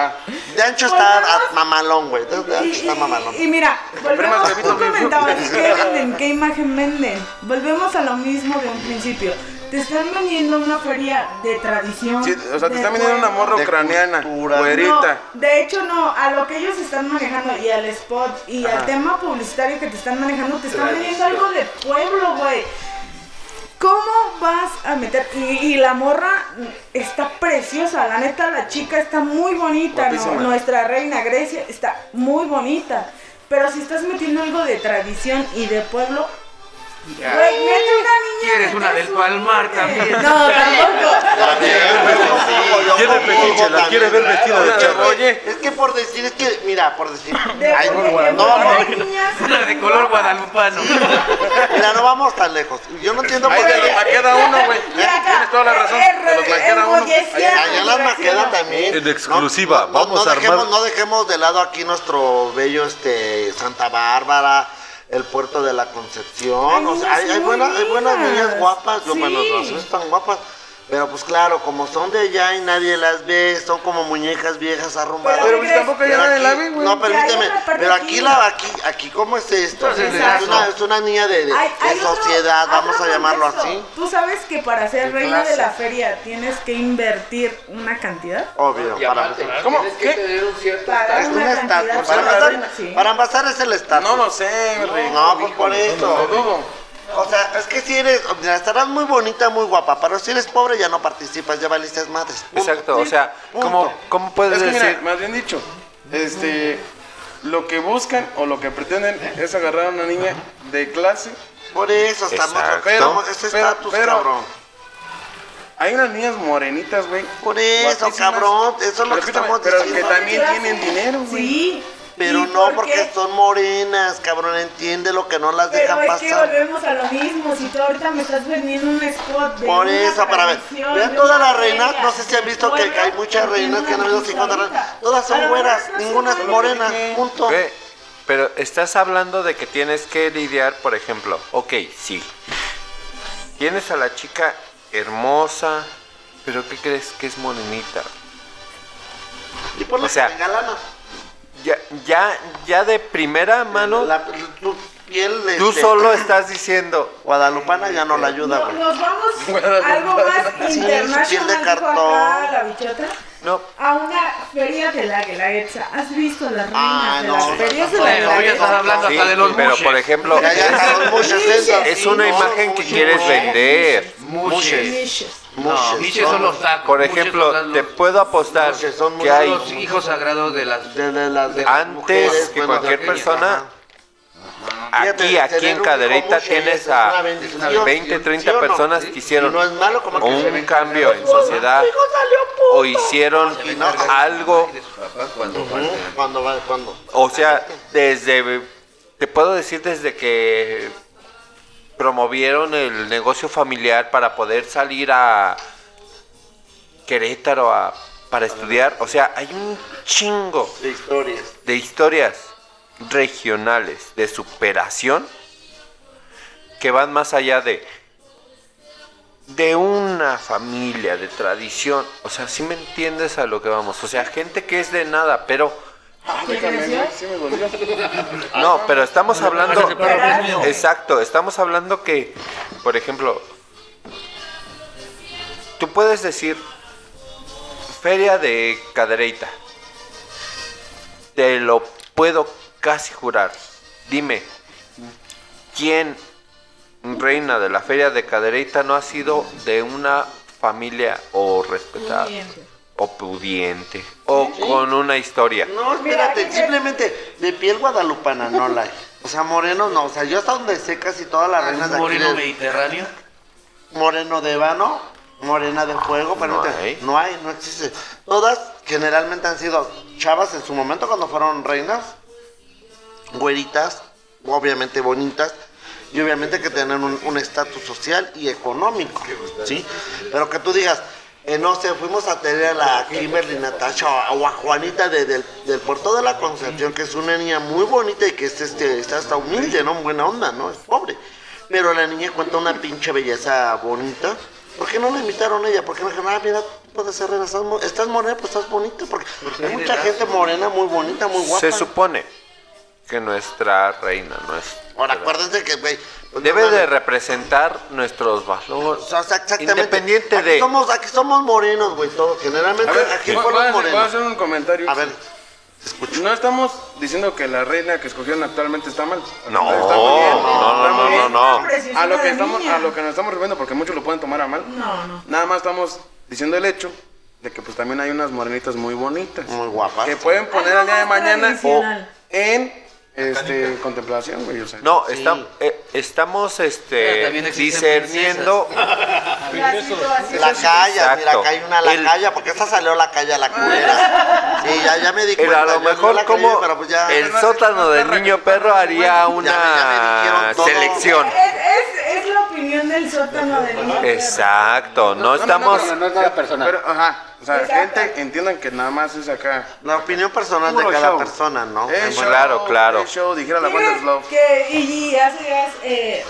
[SPEAKER 2] De ancho está a- mamalón, güey. De de
[SPEAKER 6] Y,
[SPEAKER 2] ancho está mamalón.
[SPEAKER 6] y- y mira, volvemos, tú comentabas, ¿qué venden? ¿Qué imagen venden? Volvemos a lo mismo de un principio. Te están vendiendo una feria de tradición.
[SPEAKER 9] Sí, o sea, te
[SPEAKER 6] de
[SPEAKER 9] están vendiendo una
[SPEAKER 6] juego.
[SPEAKER 9] morra
[SPEAKER 2] De
[SPEAKER 9] ucraniana,
[SPEAKER 2] cultura.
[SPEAKER 9] güerita.
[SPEAKER 6] No, de hecho, no, a lo que ellos están manejando y al spot y al tema publicitario que te están manejando, te están vendiendo algo de pueblo, güey. ¿Cómo vas a meter? Y, y la morra está preciosa, la neta, la chica está muy bonita, ¿no?
[SPEAKER 9] Guapísima.
[SPEAKER 6] nuestra reina Grecia está muy bonita. Pero si estás metiendo algo de tradición y de pueblo, güey, mete una niña.
[SPEAKER 4] ¿Quieres una
[SPEAKER 6] mete
[SPEAKER 4] del
[SPEAKER 6] su-
[SPEAKER 4] Palmar también?
[SPEAKER 6] No, tampoco.
[SPEAKER 4] [LAUGHS]
[SPEAKER 3] Tiene fetiche, la quiere ver vestida de
[SPEAKER 9] Una
[SPEAKER 3] charro.
[SPEAKER 9] Oye.
[SPEAKER 2] Es que por decir, es que, mira, por
[SPEAKER 6] [LAUGHS]
[SPEAKER 2] decir.
[SPEAKER 6] De,
[SPEAKER 2] Ay,
[SPEAKER 6] porque
[SPEAKER 2] no, no,
[SPEAKER 6] hay niñas
[SPEAKER 4] Una de color guadalupano.
[SPEAKER 2] mira, no vamos tan lejos. Yo no entiendo
[SPEAKER 9] Ahí
[SPEAKER 2] por
[SPEAKER 9] te lo
[SPEAKER 2] qué.
[SPEAKER 9] maqueda uno, güey.
[SPEAKER 6] Y acá,
[SPEAKER 9] Tienes toda la razón.
[SPEAKER 6] eh,
[SPEAKER 9] Te los
[SPEAKER 6] eh,
[SPEAKER 9] maqueda
[SPEAKER 6] eh,
[SPEAKER 9] uno.
[SPEAKER 6] oye,
[SPEAKER 2] Allá las maqueda también.
[SPEAKER 3] En exclusiva,
[SPEAKER 2] No, no, no,
[SPEAKER 3] vamos
[SPEAKER 2] no
[SPEAKER 3] a
[SPEAKER 2] dejemos,
[SPEAKER 3] armar-
[SPEAKER 2] No dejemos de lado aquí nuestro bello este Santa Bárbara, el puerto de la Concepción.
[SPEAKER 6] Hay
[SPEAKER 2] o sea, hay,
[SPEAKER 6] niñas
[SPEAKER 2] hay
[SPEAKER 6] muy
[SPEAKER 2] buenas, hay buenas
[SPEAKER 6] lindas.
[SPEAKER 2] niñas guapas. Yo,
[SPEAKER 6] Sí.
[SPEAKER 2] bueno, no sé si están guapas. Pero pues claro, como son de allá y nadie las ve, son como muñecas viejas arrumbadas.
[SPEAKER 9] Pero
[SPEAKER 6] ¿qué
[SPEAKER 9] pues tampoco
[SPEAKER 2] Pero
[SPEAKER 9] ya nadie
[SPEAKER 2] aquí-
[SPEAKER 9] la ve, güey.
[SPEAKER 2] No, permíteme.
[SPEAKER 6] Ya hay una parte
[SPEAKER 2] Pero aquí,
[SPEAKER 6] aquí.
[SPEAKER 2] la, aquí, aquí, ¿cómo es esto?
[SPEAKER 4] Entonces,
[SPEAKER 2] es, una,
[SPEAKER 4] exacto.
[SPEAKER 2] es una niña de, de-
[SPEAKER 6] Hay-
[SPEAKER 2] de
[SPEAKER 6] hay otro-
[SPEAKER 2] sociedad,
[SPEAKER 6] otro
[SPEAKER 2] vamos a llamarlo
[SPEAKER 6] contexto.
[SPEAKER 2] así.
[SPEAKER 6] Tú sabes que para ser
[SPEAKER 9] De
[SPEAKER 6] reina de
[SPEAKER 9] clase.
[SPEAKER 6] la feria tienes que invertir una cantidad.
[SPEAKER 2] Obvio. Para,
[SPEAKER 9] ¿Cómo?
[SPEAKER 4] Tienes
[SPEAKER 9] ¿Qué?
[SPEAKER 4] que tener un cierto
[SPEAKER 6] Pagar
[SPEAKER 2] es un
[SPEAKER 6] una cantidad.
[SPEAKER 2] estatus. Para
[SPEAKER 9] la
[SPEAKER 2] empezar,
[SPEAKER 9] reina.
[SPEAKER 6] Sí.
[SPEAKER 2] para empezar es el estatus.
[SPEAKER 9] No lo sé, güey.
[SPEAKER 2] No, pues por
[SPEAKER 9] Lo
[SPEAKER 2] eso.
[SPEAKER 9] dudo.
[SPEAKER 2] O sea, es que si eres, mira, estarás muy bonita, muy guapa, pero si eres pobre ya no participas, ya valiste madres. Punto.
[SPEAKER 8] Exacto, o sea,
[SPEAKER 2] Punto.
[SPEAKER 8] ¿cómo, cómo puedes
[SPEAKER 9] Es que
[SPEAKER 8] decir?
[SPEAKER 9] mira, más bien dicho, este, lo que buscan o lo que pretenden es agarrar a una niña de clase.
[SPEAKER 2] Por eso estamos,
[SPEAKER 8] Exacto.
[SPEAKER 2] pero ese
[SPEAKER 9] Pero-
[SPEAKER 2] estatus,
[SPEAKER 9] pero-
[SPEAKER 2] cabrón.
[SPEAKER 9] Hay unas niñas morenitas, güey.
[SPEAKER 2] Por eso,
[SPEAKER 9] guapísimas,
[SPEAKER 2] cabrón, eso es lo que
[SPEAKER 9] repítame,
[SPEAKER 2] estamos
[SPEAKER 9] pero
[SPEAKER 2] diciendo.
[SPEAKER 9] que también
[SPEAKER 6] Clase.
[SPEAKER 9] tienen dinero, güey.
[SPEAKER 6] Sí.
[SPEAKER 2] Pero
[SPEAKER 6] ¿Y
[SPEAKER 2] no
[SPEAKER 6] por
[SPEAKER 2] porque
[SPEAKER 6] qué?
[SPEAKER 2] son morenas, cabrón, entiende lo que no las dejan
[SPEAKER 6] Pero es que
[SPEAKER 2] pasar.
[SPEAKER 6] volvemos a lo mismo. Si tú ahorita me estás vendiendo un spot de.
[SPEAKER 2] Por
[SPEAKER 6] una
[SPEAKER 2] eso, para ver.
[SPEAKER 6] tradición,
[SPEAKER 2] Vean
[SPEAKER 6] de
[SPEAKER 2] todas
[SPEAKER 6] una
[SPEAKER 2] las reinas,
[SPEAKER 6] feria,
[SPEAKER 2] no sé si han visto que
[SPEAKER 6] pueblo,
[SPEAKER 2] hay muchas
[SPEAKER 6] porque
[SPEAKER 2] reinas
[SPEAKER 6] no
[SPEAKER 2] que han
[SPEAKER 6] la
[SPEAKER 2] habido
[SPEAKER 6] viste
[SPEAKER 2] 50
[SPEAKER 6] ahorita.
[SPEAKER 2] reinas. Todas
[SPEAKER 6] A
[SPEAKER 2] son
[SPEAKER 6] lo
[SPEAKER 2] güeras,
[SPEAKER 6] mejor no
[SPEAKER 2] ninguna
[SPEAKER 6] son
[SPEAKER 2] es morena,
[SPEAKER 6] buenas.
[SPEAKER 2] punto.
[SPEAKER 8] Ve, pero estás hablando de que tienes que lidiar, por ejemplo, ok, sí. Tienes a la chica hermosa, pero ¿qué crees que es morenita?
[SPEAKER 2] Y por
[SPEAKER 8] O sea,
[SPEAKER 2] galana.
[SPEAKER 8] Ya, ya, ya de primera mano,
[SPEAKER 2] La- tu piel de-
[SPEAKER 8] tú
[SPEAKER 2] de- [LAUGHS]
[SPEAKER 8] solo estás diciendo,
[SPEAKER 2] Guadalupana ya no la ayuda,
[SPEAKER 6] No,
[SPEAKER 2] güey.
[SPEAKER 6] nos
[SPEAKER 2] [LAUGHS]
[SPEAKER 6] vamos a algo más
[SPEAKER 2] Sí, piel de
[SPEAKER 6] internacional. dijo acá
[SPEAKER 2] cartón.
[SPEAKER 6] la bichota.
[SPEAKER 8] no,
[SPEAKER 6] A una feria de la Guelaguetza. ¿Has visto las reinas
[SPEAKER 2] Ah,
[SPEAKER 6] de
[SPEAKER 2] no,
[SPEAKER 6] las
[SPEAKER 2] sí,
[SPEAKER 6] ferias de
[SPEAKER 2] no,
[SPEAKER 6] la
[SPEAKER 2] no,
[SPEAKER 4] Pero ya
[SPEAKER 6] Guelaguetza?
[SPEAKER 4] estás hablando
[SPEAKER 8] sí,
[SPEAKER 4] hasta de los
[SPEAKER 8] pero
[SPEAKER 4] mushes.
[SPEAKER 8] por ejemplo,
[SPEAKER 2] Ya, ya,
[SPEAKER 8] es,
[SPEAKER 2] cabrón, muchas esas.
[SPEAKER 8] [LAUGHS] es una
[SPEAKER 2] Sí, no,
[SPEAKER 8] imagen que
[SPEAKER 2] muchas,
[SPEAKER 8] quieres
[SPEAKER 2] no,
[SPEAKER 8] vender.
[SPEAKER 4] Mushes.
[SPEAKER 2] muchas,
[SPEAKER 4] No, miches son los tacos.
[SPEAKER 8] Por
[SPEAKER 4] muches son
[SPEAKER 8] ejemplo,
[SPEAKER 4] los-
[SPEAKER 8] te puedo apostar
[SPEAKER 2] Porque son
[SPEAKER 8] que
[SPEAKER 2] muy-
[SPEAKER 8] hay
[SPEAKER 4] los hijos sagrados de las...
[SPEAKER 2] de- de las- de las
[SPEAKER 8] Antes
[SPEAKER 2] mujeres,
[SPEAKER 8] que
[SPEAKER 2] bueno, de
[SPEAKER 8] cualquier
[SPEAKER 2] aquellas,
[SPEAKER 8] persona,
[SPEAKER 2] ajá. Fíjate,
[SPEAKER 8] Aquí, aquí
[SPEAKER 2] tener
[SPEAKER 8] en
[SPEAKER 2] un
[SPEAKER 8] Cadereyta
[SPEAKER 2] hijo mucho
[SPEAKER 8] tienes
[SPEAKER 2] es una
[SPEAKER 8] a
[SPEAKER 2] bendición,
[SPEAKER 8] 20,
[SPEAKER 2] ¿sí o
[SPEAKER 8] 30
[SPEAKER 2] no?
[SPEAKER 8] personas que hicieron
[SPEAKER 2] Y no es malo como que se
[SPEAKER 8] un
[SPEAKER 2] ven
[SPEAKER 8] cambio en
[SPEAKER 2] cargados.
[SPEAKER 8] sociedad
[SPEAKER 2] ¡Ah, mi hijo salió puto!
[SPEAKER 8] o hicieron algo,
[SPEAKER 4] Cuando
[SPEAKER 2] Ujú, Cuando va, cuando.
[SPEAKER 8] o sea, desde, te puedo decir desde que promovieron el negocio familiar para poder salir a Querétaro a, para estudiar, o sea, hay un chingo
[SPEAKER 2] De historias.
[SPEAKER 8] de historias regionales de superación que van más allá de de una familia de tradición, o sea, si me entiendes a lo que vamos, o sea, gente que es de nada, pero no, pero estamos hablando exacto, estamos hablando que por ejemplo tú puedes decir feria de cadereita. Te lo puedo casi jurar. Dime, ¿quién reina de la feria de cadereita no ha sido de una familia o respetada?
[SPEAKER 6] Pudiente.
[SPEAKER 8] O pudiente. O con una historia.
[SPEAKER 2] No, espérate, simplemente de piel guadalupana no la hay. O sea, moreno no, o sea, yo hasta donde sé casi todas las reinas Ah, de aquí
[SPEAKER 4] moreno
[SPEAKER 2] del-
[SPEAKER 4] mediterráneo?
[SPEAKER 2] moreno de vano, morena de fuego, pero no hay. no existe. Todas generalmente han sido chavas en su momento cuando fueron reinas, güeritas, obviamente bonitas, y obviamente que tienen un un estatus social y económico, ¿sí? Pero que tú digas, eh, no sé, fuimos a tener a la Kimberly Natasha o a- o a Juanita de- del, del Puerto de la Concepción, que es una niña muy bonita y que es, este, está hasta humilde, ¿no? Buena onda, ¿no? Es pobre. Pero la niña cuenta una pinche belleza bonita. ¿Por qué no la invitaron a ella? ¿Por qué no dijeron, ah, mira, tú puedes ser reina, estás, mo- estás morena, pues estás bonita? Porque hay mucha gente morena, muy bonita, muy guapa.
[SPEAKER 8] Se supone que nuestra reina no es.
[SPEAKER 2] Ahora, acuérdense que, güey. pues,
[SPEAKER 8] Debe
[SPEAKER 2] no mames.
[SPEAKER 8] de representar nuestros valores.
[SPEAKER 2] Exactamente.
[SPEAKER 8] Independiente
[SPEAKER 2] Aquí
[SPEAKER 8] de-
[SPEAKER 2] Somos, aquí somos morenos, güey, todos. Generalmente
[SPEAKER 9] A ver,
[SPEAKER 2] aquí
[SPEAKER 9] voy, voy a
[SPEAKER 2] fueron
[SPEAKER 9] hacer, voy a
[SPEAKER 2] morenos.
[SPEAKER 9] hacer un comentario.
[SPEAKER 2] A ver,
[SPEAKER 9] No estamos diciendo que la reina que escogieron actualmente está mal.
[SPEAKER 8] No,
[SPEAKER 9] Está muy
[SPEAKER 8] no,
[SPEAKER 9] bien,
[SPEAKER 8] no,
[SPEAKER 9] está muy
[SPEAKER 8] no,
[SPEAKER 9] bien.
[SPEAKER 8] no,
[SPEAKER 6] no.
[SPEAKER 9] A lo, que
[SPEAKER 6] de
[SPEAKER 9] estamos,
[SPEAKER 6] niña.
[SPEAKER 9] a lo que nos estamos refiriendo, porque muchos lo pueden tomar a mal.
[SPEAKER 6] No, no.
[SPEAKER 9] Nada más estamos diciendo el hecho de que pues también hay unas morenitas muy bonitas.
[SPEAKER 2] muy guapas.
[SPEAKER 9] Que pueden poner
[SPEAKER 6] Algo
[SPEAKER 9] al día de
[SPEAKER 6] más
[SPEAKER 9] mañana
[SPEAKER 6] tradicional.
[SPEAKER 9] en este, contemplación, güey. o sea.
[SPEAKER 8] No, estam- eh, estamos
[SPEAKER 4] Pero
[SPEAKER 8] este,
[SPEAKER 4] también existen
[SPEAKER 8] discerniendo.
[SPEAKER 6] Lacito así.
[SPEAKER 2] La calla, mira,
[SPEAKER 8] Exacto.
[SPEAKER 2] acá hay una la
[SPEAKER 8] El-
[SPEAKER 2] calla, porque esa salió la calla la culera. Sí, ya, ya me di
[SPEAKER 8] el-
[SPEAKER 2] cuenta.
[SPEAKER 8] a
[SPEAKER 2] yo
[SPEAKER 8] lo
[SPEAKER 2] no la
[SPEAKER 8] mejor,
[SPEAKER 2] creí,
[SPEAKER 8] como
[SPEAKER 2] pero pues ya-
[SPEAKER 8] el
[SPEAKER 2] ya me-
[SPEAKER 8] sótano del niño perro haría
[SPEAKER 2] me
[SPEAKER 8] una
[SPEAKER 2] dijeron todo.
[SPEAKER 8] selección.
[SPEAKER 6] Es, es, es la opinión del sótano del niño.
[SPEAKER 8] Exacto, no
[SPEAKER 9] No, no, no,
[SPEAKER 8] estamos.
[SPEAKER 9] no, no es nada personal. Pero, ajá, o sea, gente, entiendan que nada más es acá.
[SPEAKER 2] La opinión personal de
[SPEAKER 9] Puro
[SPEAKER 2] cada
[SPEAKER 9] show.
[SPEAKER 2] persona, ¿no?
[SPEAKER 9] Eh, show,
[SPEAKER 8] claro, claro.
[SPEAKER 9] eh, show, dijera la Wonder
[SPEAKER 6] Fíjate
[SPEAKER 9] Love.
[SPEAKER 6] Que, y, y hace días eh,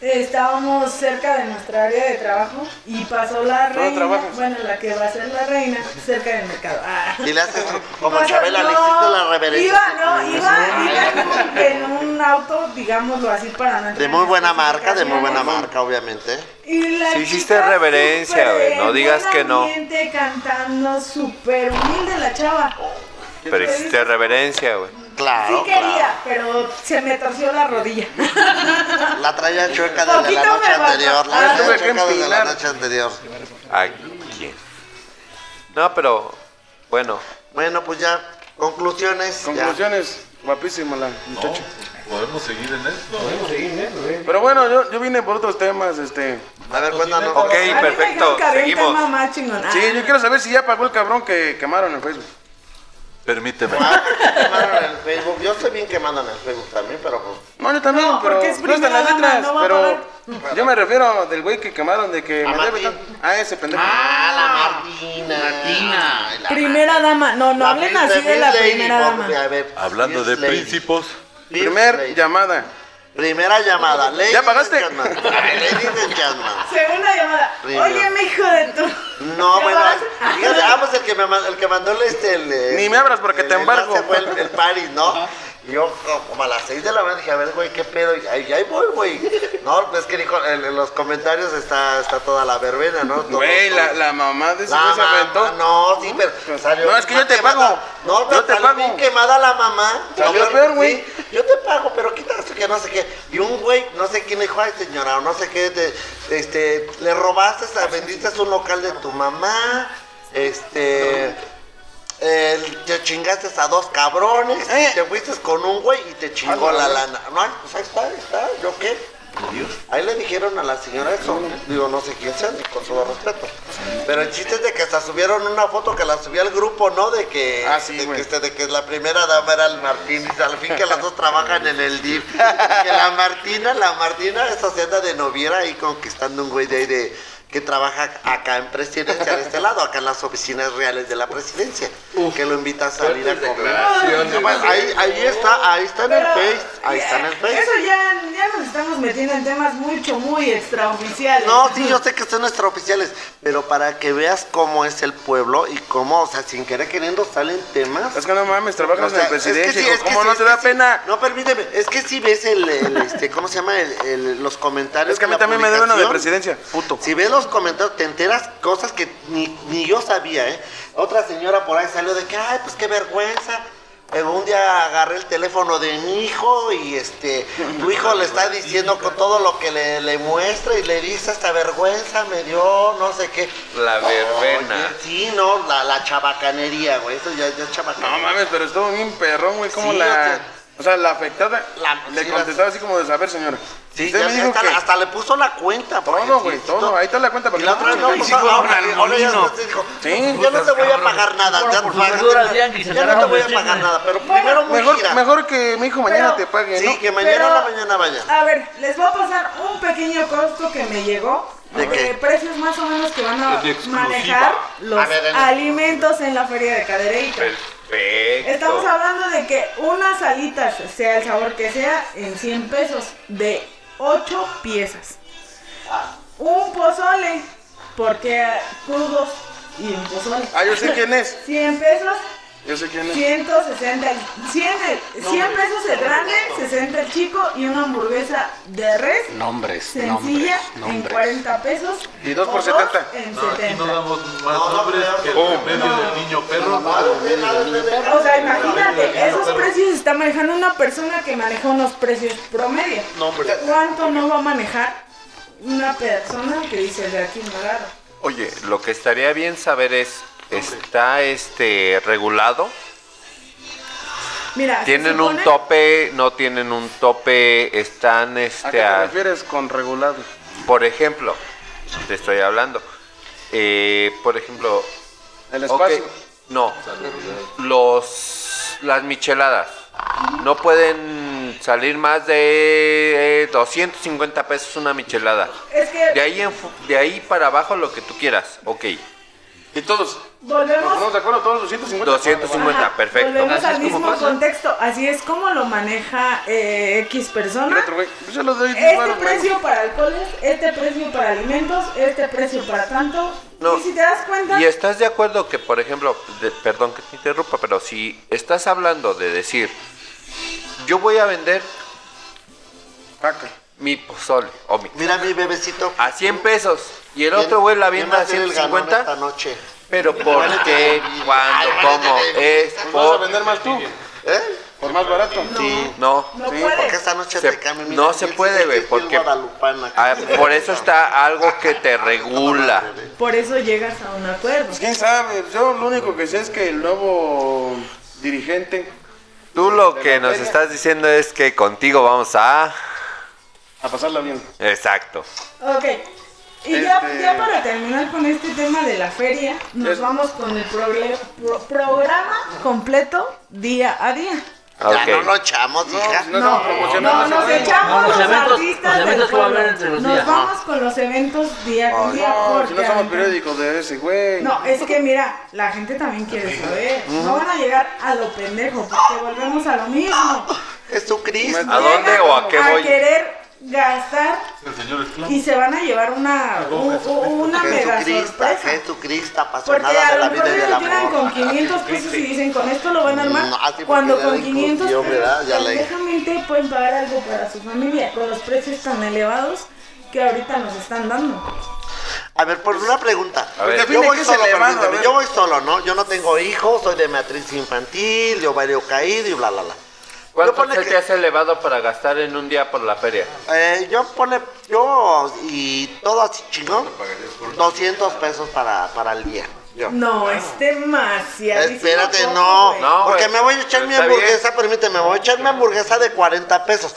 [SPEAKER 6] estábamos cerca de nuestra área de trabajo y pasó la
[SPEAKER 9] ¿Dónde
[SPEAKER 6] reina,
[SPEAKER 9] trabajas?
[SPEAKER 6] bueno, la que va a ser la reina, cerca del mercado. Ah.
[SPEAKER 2] Y le haces como
[SPEAKER 6] Pasó-
[SPEAKER 2] Chabela, le
[SPEAKER 6] no,
[SPEAKER 2] hiciste la reverencia.
[SPEAKER 6] Iba,
[SPEAKER 8] Ah,
[SPEAKER 6] no, iba, iba como que en un auto, digámoslo así, para no
[SPEAKER 2] De
[SPEAKER 6] entrar
[SPEAKER 2] muy
[SPEAKER 6] en
[SPEAKER 2] buena marca, de muy
[SPEAKER 6] especificaciones.
[SPEAKER 2] buena marca, obviamente.
[SPEAKER 6] Y la
[SPEAKER 8] Sí hiciste
[SPEAKER 6] chica
[SPEAKER 8] reverencia,
[SPEAKER 6] súper
[SPEAKER 8] güey, no
[SPEAKER 6] en
[SPEAKER 8] digas
[SPEAKER 6] buen
[SPEAKER 8] que no.
[SPEAKER 6] ambiente, cantando súper humilde la chava.
[SPEAKER 8] Pero hiciste reverencia, güey.
[SPEAKER 2] Claro,
[SPEAKER 6] sí quería,
[SPEAKER 2] claro.
[SPEAKER 6] pero se me torció la rodilla.
[SPEAKER 2] La traía chueca desde la
[SPEAKER 6] Poquito me
[SPEAKER 2] noche
[SPEAKER 6] bajó.
[SPEAKER 2] anterior.
[SPEAKER 6] Ah,
[SPEAKER 2] La traía
[SPEAKER 9] tuve que
[SPEAKER 2] chueca desde la
[SPEAKER 9] empinar.
[SPEAKER 2] noche anterior.
[SPEAKER 8] ¿A quién? No, pero bueno,
[SPEAKER 2] Bueno, pues ya, conclusiones. ya.
[SPEAKER 9] Conclusiones, guapísima la muchacha.
[SPEAKER 3] Podemos seguir en esto.
[SPEAKER 9] eh. Pero bueno, yo, yo vine por otros temas, este.
[SPEAKER 2] A ver, cuéntanos.
[SPEAKER 8] Ok,
[SPEAKER 6] A mí me dijeron
[SPEAKER 8] perfecto,
[SPEAKER 6] que había un
[SPEAKER 8] seguimos.
[SPEAKER 6] tema más chingón. Ah,
[SPEAKER 9] Sí, yo quiero saber si ya pagó el cabrón que quemaron en Facebook.
[SPEAKER 3] Permíteme.
[SPEAKER 2] Ah, quemaron en el Facebook. Yo estoy bien quemado en el Facebook también, pero pues.
[SPEAKER 9] No, yo también,
[SPEAKER 6] No,
[SPEAKER 9] pero
[SPEAKER 6] porque es
[SPEAKER 9] no están
[SPEAKER 6] primera
[SPEAKER 9] las
[SPEAKER 6] dama,
[SPEAKER 9] letras,
[SPEAKER 6] no va a
[SPEAKER 9] pero yo me refiero del güey que quemaron de que
[SPEAKER 2] A
[SPEAKER 9] me debe
[SPEAKER 2] Martín.
[SPEAKER 9] tan- a ese pendejo.
[SPEAKER 2] Ah, la Martina.
[SPEAKER 4] Martina.
[SPEAKER 2] Ay, la
[SPEAKER 6] Primera dama. No, no
[SPEAKER 2] La
[SPEAKER 6] hablen
[SPEAKER 2] Miss-
[SPEAKER 6] así de
[SPEAKER 2] Miss
[SPEAKER 6] la
[SPEAKER 2] Lady,
[SPEAKER 6] primera dama.
[SPEAKER 2] porque, a ver,
[SPEAKER 3] Hablando
[SPEAKER 2] Miss
[SPEAKER 3] de
[SPEAKER 2] Lady.
[SPEAKER 3] príncipos,
[SPEAKER 2] Miss
[SPEAKER 9] Primer
[SPEAKER 2] Lady.
[SPEAKER 9] llamada.
[SPEAKER 2] Primera llamada. Ladies and
[SPEAKER 9] pagaste?
[SPEAKER 2] gentlemen. Ladies and gentlemen.
[SPEAKER 6] Segunda llamada.
[SPEAKER 2] Primera.
[SPEAKER 6] Oye, mi hijo de tu.
[SPEAKER 2] No,
[SPEAKER 6] ¿Ya
[SPEAKER 2] bueno,
[SPEAKER 6] vas?
[SPEAKER 2] fíjate, ah, pues el que, me, ma- el que mandó el, este, el, eh,
[SPEAKER 9] Ni me abras porque
[SPEAKER 2] el
[SPEAKER 9] te embargo.
[SPEAKER 2] enlace fue el, el Paris, ¿no? Y Yo co- como a las 6 de la mañana dije, a ver, güey, qué pedo. Y ahí, ahí voy, güey. No, pues que dijo, en, en los comentarios está, está toda la verbena, ¿no? Todo-
[SPEAKER 9] Güey,
[SPEAKER 2] todo-
[SPEAKER 9] la, la mamá de ese
[SPEAKER 2] La
[SPEAKER 9] güey se
[SPEAKER 2] mamá,
[SPEAKER 9] aventó.
[SPEAKER 2] no, sí, pero salió
[SPEAKER 9] No, es que
[SPEAKER 2] bien
[SPEAKER 9] yo te
[SPEAKER 2] quemada.
[SPEAKER 9] pago.
[SPEAKER 2] No,
[SPEAKER 9] Yo
[SPEAKER 2] pero
[SPEAKER 9] te
[SPEAKER 2] salió
[SPEAKER 9] pago.
[SPEAKER 2] bien quemada la mamá.
[SPEAKER 9] Salió
[SPEAKER 2] No,
[SPEAKER 9] peor, güey.
[SPEAKER 2] sí, yo te pago, pero quita eso que no sé qué. Y un güey, no sé quién dijo, ay señora, o no sé qué, te- este, le robaste, a- vendiste un local de tu mamá, este, el- te chingaste a dos cabrones,
[SPEAKER 9] Eh.
[SPEAKER 2] te fuiste con un güey y te chingó
[SPEAKER 9] Ah, no,
[SPEAKER 2] la
[SPEAKER 9] no.
[SPEAKER 2] lana. No, pues ahí está, ahí está, ¿yo qué? Ahí le dijeron a la señora eso. Digo, no sé quién sea, ni con todo respeto. Pero el chiste es de que hasta subieron una foto que la subía al grupo, ¿no? De que,
[SPEAKER 9] Ah, sí,
[SPEAKER 2] de, que
[SPEAKER 9] güey.
[SPEAKER 2] este- de que la primera dama era el Martín. Y al fin que las dos trabajan en el DIF. Y Que la Martina, la Martina, esa se anda de noviera ahí conquistando un güey de ahí de que trabaja acá en presidencia de este lado, acá en las oficinas reales de la presidencia, que lo invita a salir a comer. Bueno, ahí, ahí está, ahí está en el
[SPEAKER 6] Pero-
[SPEAKER 2] Face, ahí está en el Face.
[SPEAKER 6] Eso ya, ya nos estamos metiendo en temas mucho, muy extraoficiales.
[SPEAKER 2] No, sí, yo sé que son extraoficiales, pero para que veas cómo es el pueblo y cómo, o sea, sin querer queriendo salen temas.
[SPEAKER 9] Es que no mames, trabajas en el presidencia,
[SPEAKER 2] sí,
[SPEAKER 9] hijo,
[SPEAKER 2] que
[SPEAKER 9] ¿cómo
[SPEAKER 2] sí,
[SPEAKER 9] no
[SPEAKER 2] es
[SPEAKER 9] te
[SPEAKER 2] que
[SPEAKER 9] da
[SPEAKER 2] sí.
[SPEAKER 9] pena?
[SPEAKER 2] No, permíteme, es que si ves el, el, este, ¿cómo se llama? El- el- los comentarios.
[SPEAKER 9] Es que a mí
[SPEAKER 2] la
[SPEAKER 9] también me debe uno de
[SPEAKER 2] publicación.
[SPEAKER 9] presidencia, puto.
[SPEAKER 2] Si ves los comentarios, te enteras cosas que ni, ni yo sabía, ¿eh? Otra señora por ahí salió de que, ay, pues qué vergüenza. Pero un día agarré el teléfono de mi hijo y este, tu hijo le está diciendo con todo lo que le, le muestra y le dice esta vergüenza, me dio, no sé qué.
[SPEAKER 8] La verbena.
[SPEAKER 2] Oye, sí, no, la, la chabacanería, güey, eso ya, ya es chabacanería.
[SPEAKER 9] No mames, pero estuvo bien perrón, güey, como
[SPEAKER 2] Sí, o
[SPEAKER 9] la...
[SPEAKER 2] sea-
[SPEAKER 9] O sea, la afectada le
[SPEAKER 2] sí, la-
[SPEAKER 9] contestaba así como de saber, señora.
[SPEAKER 2] Sí,
[SPEAKER 9] Usted
[SPEAKER 2] ya-
[SPEAKER 9] me dijo
[SPEAKER 2] hasta,
[SPEAKER 9] que...
[SPEAKER 2] hasta le puso la cuenta.
[SPEAKER 9] Todo, güey, todo. Ahí está la cuenta
[SPEAKER 2] Y
[SPEAKER 9] para que
[SPEAKER 2] la
[SPEAKER 8] Ah,
[SPEAKER 2] otra vez, no,
[SPEAKER 9] Ay,
[SPEAKER 2] pues,
[SPEAKER 9] sí, güey,
[SPEAKER 2] ahora,
[SPEAKER 9] al
[SPEAKER 2] ahora ya
[SPEAKER 9] molino.
[SPEAKER 2] después dijo,
[SPEAKER 9] Sí.
[SPEAKER 2] yo no te voy a pagar nada, ya,
[SPEAKER 5] por sus
[SPEAKER 2] pagaste
[SPEAKER 5] verduras,
[SPEAKER 2] nada,
[SPEAKER 5] Yankees,
[SPEAKER 2] ya
[SPEAKER 5] se
[SPEAKER 2] no te
[SPEAKER 5] agarraron
[SPEAKER 2] voy
[SPEAKER 5] de
[SPEAKER 2] a
[SPEAKER 5] chisme.
[SPEAKER 2] pagar nada, pero primero muy gira.
[SPEAKER 9] Mejor, mejor que mi hijo mañana
[SPEAKER 6] Pero-
[SPEAKER 9] te pague,
[SPEAKER 2] sí,
[SPEAKER 9] ¿no?
[SPEAKER 2] que mañana
[SPEAKER 6] Pero-
[SPEAKER 2] a la mañana vaya.
[SPEAKER 6] A ver, les voy a pasar un pequeño costo que me llegó
[SPEAKER 2] ¿De
[SPEAKER 6] de
[SPEAKER 2] qué?
[SPEAKER 6] precios más o menos que van a
[SPEAKER 3] Es de exclusiva.
[SPEAKER 6] manejar los
[SPEAKER 2] A ver, dale.
[SPEAKER 6] alimentos en la feria de Cadereyta.
[SPEAKER 2] Pues,
[SPEAKER 8] Perfecto.
[SPEAKER 6] Estamos hablando de que unas alitas, sea el sabor que sea, en 100 pesos, de 8 piezas.
[SPEAKER 9] Ah.
[SPEAKER 6] Un pozole, porque ah, crudos y un pozole.
[SPEAKER 9] Ah, yo sé quién
[SPEAKER 6] [LAUGHS]
[SPEAKER 9] es.
[SPEAKER 6] 100 pesos,
[SPEAKER 9] Yo sé quién es.
[SPEAKER 6] 160, el- 100, el- 100 eh, pesos el grande, 60 el chico y una hamburguesa de res
[SPEAKER 1] Nombres,
[SPEAKER 6] sencilla
[SPEAKER 1] nombres,
[SPEAKER 6] en
[SPEAKER 1] nombres.
[SPEAKER 6] 40 pesos.
[SPEAKER 9] Y dos por
[SPEAKER 6] o
[SPEAKER 9] 70.
[SPEAKER 6] En
[SPEAKER 3] No, aquí no
[SPEAKER 6] 70.
[SPEAKER 3] damos más nombres que el promedio del niño perro.
[SPEAKER 6] O sea, imagínate, esos precios está manejando una persona que maneja unos precios promedio.
[SPEAKER 2] No, hombre.
[SPEAKER 6] ¿Cuánto no va a manejar una persona que dice de aquí no agarro?
[SPEAKER 8] Oye, lo que estaría bien saber es, ¿está este regulado?
[SPEAKER 6] Mira, se
[SPEAKER 8] ¿Tienen un
[SPEAKER 6] supone-
[SPEAKER 8] tope? ¿No tienen un tope? ¿Están
[SPEAKER 9] ¿A
[SPEAKER 8] este
[SPEAKER 9] qué te
[SPEAKER 8] a-
[SPEAKER 9] refieres con regulado?
[SPEAKER 8] por ejemplo? Te estoy hablando. Eh, por ejemplo,
[SPEAKER 9] El
[SPEAKER 8] ok,
[SPEAKER 9] espacio.
[SPEAKER 8] no. Los las micheladas no pueden salir más de eh, 250 pesos una michelada.
[SPEAKER 6] Es
[SPEAKER 8] De
[SPEAKER 6] que
[SPEAKER 8] ahí en fu- de ahí para abajo lo que tú quieras. Ok.
[SPEAKER 9] Y todos. Nos
[SPEAKER 6] volvemos
[SPEAKER 9] ponemos de acuerdo todos 250.
[SPEAKER 8] 250,
[SPEAKER 6] Ajá,
[SPEAKER 8] perfecto.
[SPEAKER 6] Volvemos
[SPEAKER 8] Así
[SPEAKER 6] al
[SPEAKER 8] es
[SPEAKER 6] mismo
[SPEAKER 8] como pasa.
[SPEAKER 6] contexto. Así es como lo maneja eh, X
[SPEAKER 9] Y
[SPEAKER 6] persona.
[SPEAKER 9] el otro, güey. Pues Yo se los doy diez
[SPEAKER 6] Este
[SPEAKER 9] varos, güey.
[SPEAKER 6] precio para alcoholes, este precio para alimentos, este precio para tanto.
[SPEAKER 8] No.
[SPEAKER 6] Y si te das cuenta,
[SPEAKER 8] ¿Y estás de acuerdo que, por ejemplo, de- perdón que te interrumpa, pero si estás hablando de decir, yo voy a vender
[SPEAKER 9] Caca.
[SPEAKER 8] mi pozole o mi,
[SPEAKER 2] Mira mi bebecito.
[SPEAKER 8] a 100 pesos y Ah, el
[SPEAKER 2] ¿Quién-
[SPEAKER 8] otro güey la
[SPEAKER 2] quién
[SPEAKER 8] vende
[SPEAKER 2] va
[SPEAKER 8] a
[SPEAKER 2] ser el ganón Esta
[SPEAKER 8] 150,
[SPEAKER 2] noche.
[SPEAKER 8] pero ¿por
[SPEAKER 2] Vale,
[SPEAKER 8] qué?
[SPEAKER 2] te-
[SPEAKER 8] ¿Cuándo?
[SPEAKER 2] Ay, vale,
[SPEAKER 8] ¿Cómo?
[SPEAKER 2] te-
[SPEAKER 8] Es
[SPEAKER 2] Pues
[SPEAKER 9] ¿Vas a
[SPEAKER 8] por...
[SPEAKER 9] vender más tú?
[SPEAKER 2] ¿Eh?
[SPEAKER 9] Por más barato.
[SPEAKER 2] Sí.
[SPEAKER 8] No.
[SPEAKER 6] no
[SPEAKER 9] Sí,
[SPEAKER 6] puedes.
[SPEAKER 2] Porque esta noche
[SPEAKER 8] Se-
[SPEAKER 2] te cambio.
[SPEAKER 8] no se puede, güey, porque- Ah, por eso está algo que te regula.
[SPEAKER 6] Por eso llegas a un acuerdo.
[SPEAKER 9] Pues quién sabe. Yo lo único que sé es que el nuevo dirigente
[SPEAKER 8] Tú lo que nos estás diciendo es que contigo vamos a...
[SPEAKER 9] a pasarla bien.
[SPEAKER 8] Exacto.
[SPEAKER 6] Ok. Y ya,
[SPEAKER 9] Este-
[SPEAKER 6] ya para terminar con este tema de la feria, nos
[SPEAKER 9] Es-
[SPEAKER 6] vamos con el proble- pro- programa completo día a día.
[SPEAKER 8] Ok.
[SPEAKER 2] [LAUGHS] Ya no lo echamos, hija.
[SPEAKER 9] no, no,
[SPEAKER 6] No,
[SPEAKER 9] promocionamos.
[SPEAKER 6] nos
[SPEAKER 5] No,
[SPEAKER 6] echamos
[SPEAKER 5] los
[SPEAKER 6] los,
[SPEAKER 5] eventos-
[SPEAKER 6] artistas
[SPEAKER 5] los eventos
[SPEAKER 6] del
[SPEAKER 5] que va a
[SPEAKER 6] pueblo.
[SPEAKER 5] haber entre los
[SPEAKER 6] Nos
[SPEAKER 5] días.
[SPEAKER 6] vamos con los eventos día con día
[SPEAKER 9] Oh, No,
[SPEAKER 6] porque
[SPEAKER 9] si no somos
[SPEAKER 6] ahorita-
[SPEAKER 9] periódicos de ese, güey.
[SPEAKER 6] No, es que mira, la gente también quiere saber. No van a llegar a lo pendejo porque volvemos a lo mismo.
[SPEAKER 2] Jesucristo.
[SPEAKER 8] ¿A dónde o a qué
[SPEAKER 6] a
[SPEAKER 8] voy?
[SPEAKER 6] querer gastar
[SPEAKER 3] El señor es claro.
[SPEAKER 6] y se van a llevar una u- u- una mega
[SPEAKER 2] Jesucristo,
[SPEAKER 6] sorpresa.
[SPEAKER 2] Jesucristo,
[SPEAKER 6] Porque
[SPEAKER 2] apasionada
[SPEAKER 6] a
[SPEAKER 2] de la
[SPEAKER 6] lo mejor
[SPEAKER 2] vida y
[SPEAKER 6] ellos
[SPEAKER 2] del
[SPEAKER 6] llegan con
[SPEAKER 2] amor.
[SPEAKER 6] 500 pesos y dicen, con esto lo van a armar.
[SPEAKER 2] No, así porque
[SPEAKER 6] Cuando
[SPEAKER 2] ya
[SPEAKER 6] con
[SPEAKER 2] le
[SPEAKER 6] 500
[SPEAKER 2] incluyó, ¿verdad?
[SPEAKER 6] pesos,
[SPEAKER 2] Ya le-
[SPEAKER 6] pendejamente pueden pagar algo para su familia con los precios tan elevados que ahorita nos están dando.
[SPEAKER 2] A ver, por una pregunta.
[SPEAKER 8] A ver.
[SPEAKER 2] yo
[SPEAKER 9] Define
[SPEAKER 2] voy
[SPEAKER 9] qué es
[SPEAKER 2] solo,
[SPEAKER 9] elevado,
[SPEAKER 2] permíteme,
[SPEAKER 9] a ver.
[SPEAKER 2] Yo voy solo, ¿no? Yo no tengo hijos, soy de matriz infantil, de ovario caído y bla, bla, bla.
[SPEAKER 8] ¿Cuánto
[SPEAKER 2] Yo pone
[SPEAKER 8] se
[SPEAKER 2] que-
[SPEAKER 8] te has elevado para gastar en un día por la feria?
[SPEAKER 2] Eh, yo pone, yo y todo así chingón, 200 pesos para, para el día. Yo.
[SPEAKER 6] No, es demasiado.
[SPEAKER 2] Espérate, no,
[SPEAKER 8] No, güey.
[SPEAKER 2] porque me voy a echar mi
[SPEAKER 8] Está bien.
[SPEAKER 2] hamburguesa, permíteme, me voy a echar mi hamburguesa de 40 pesos.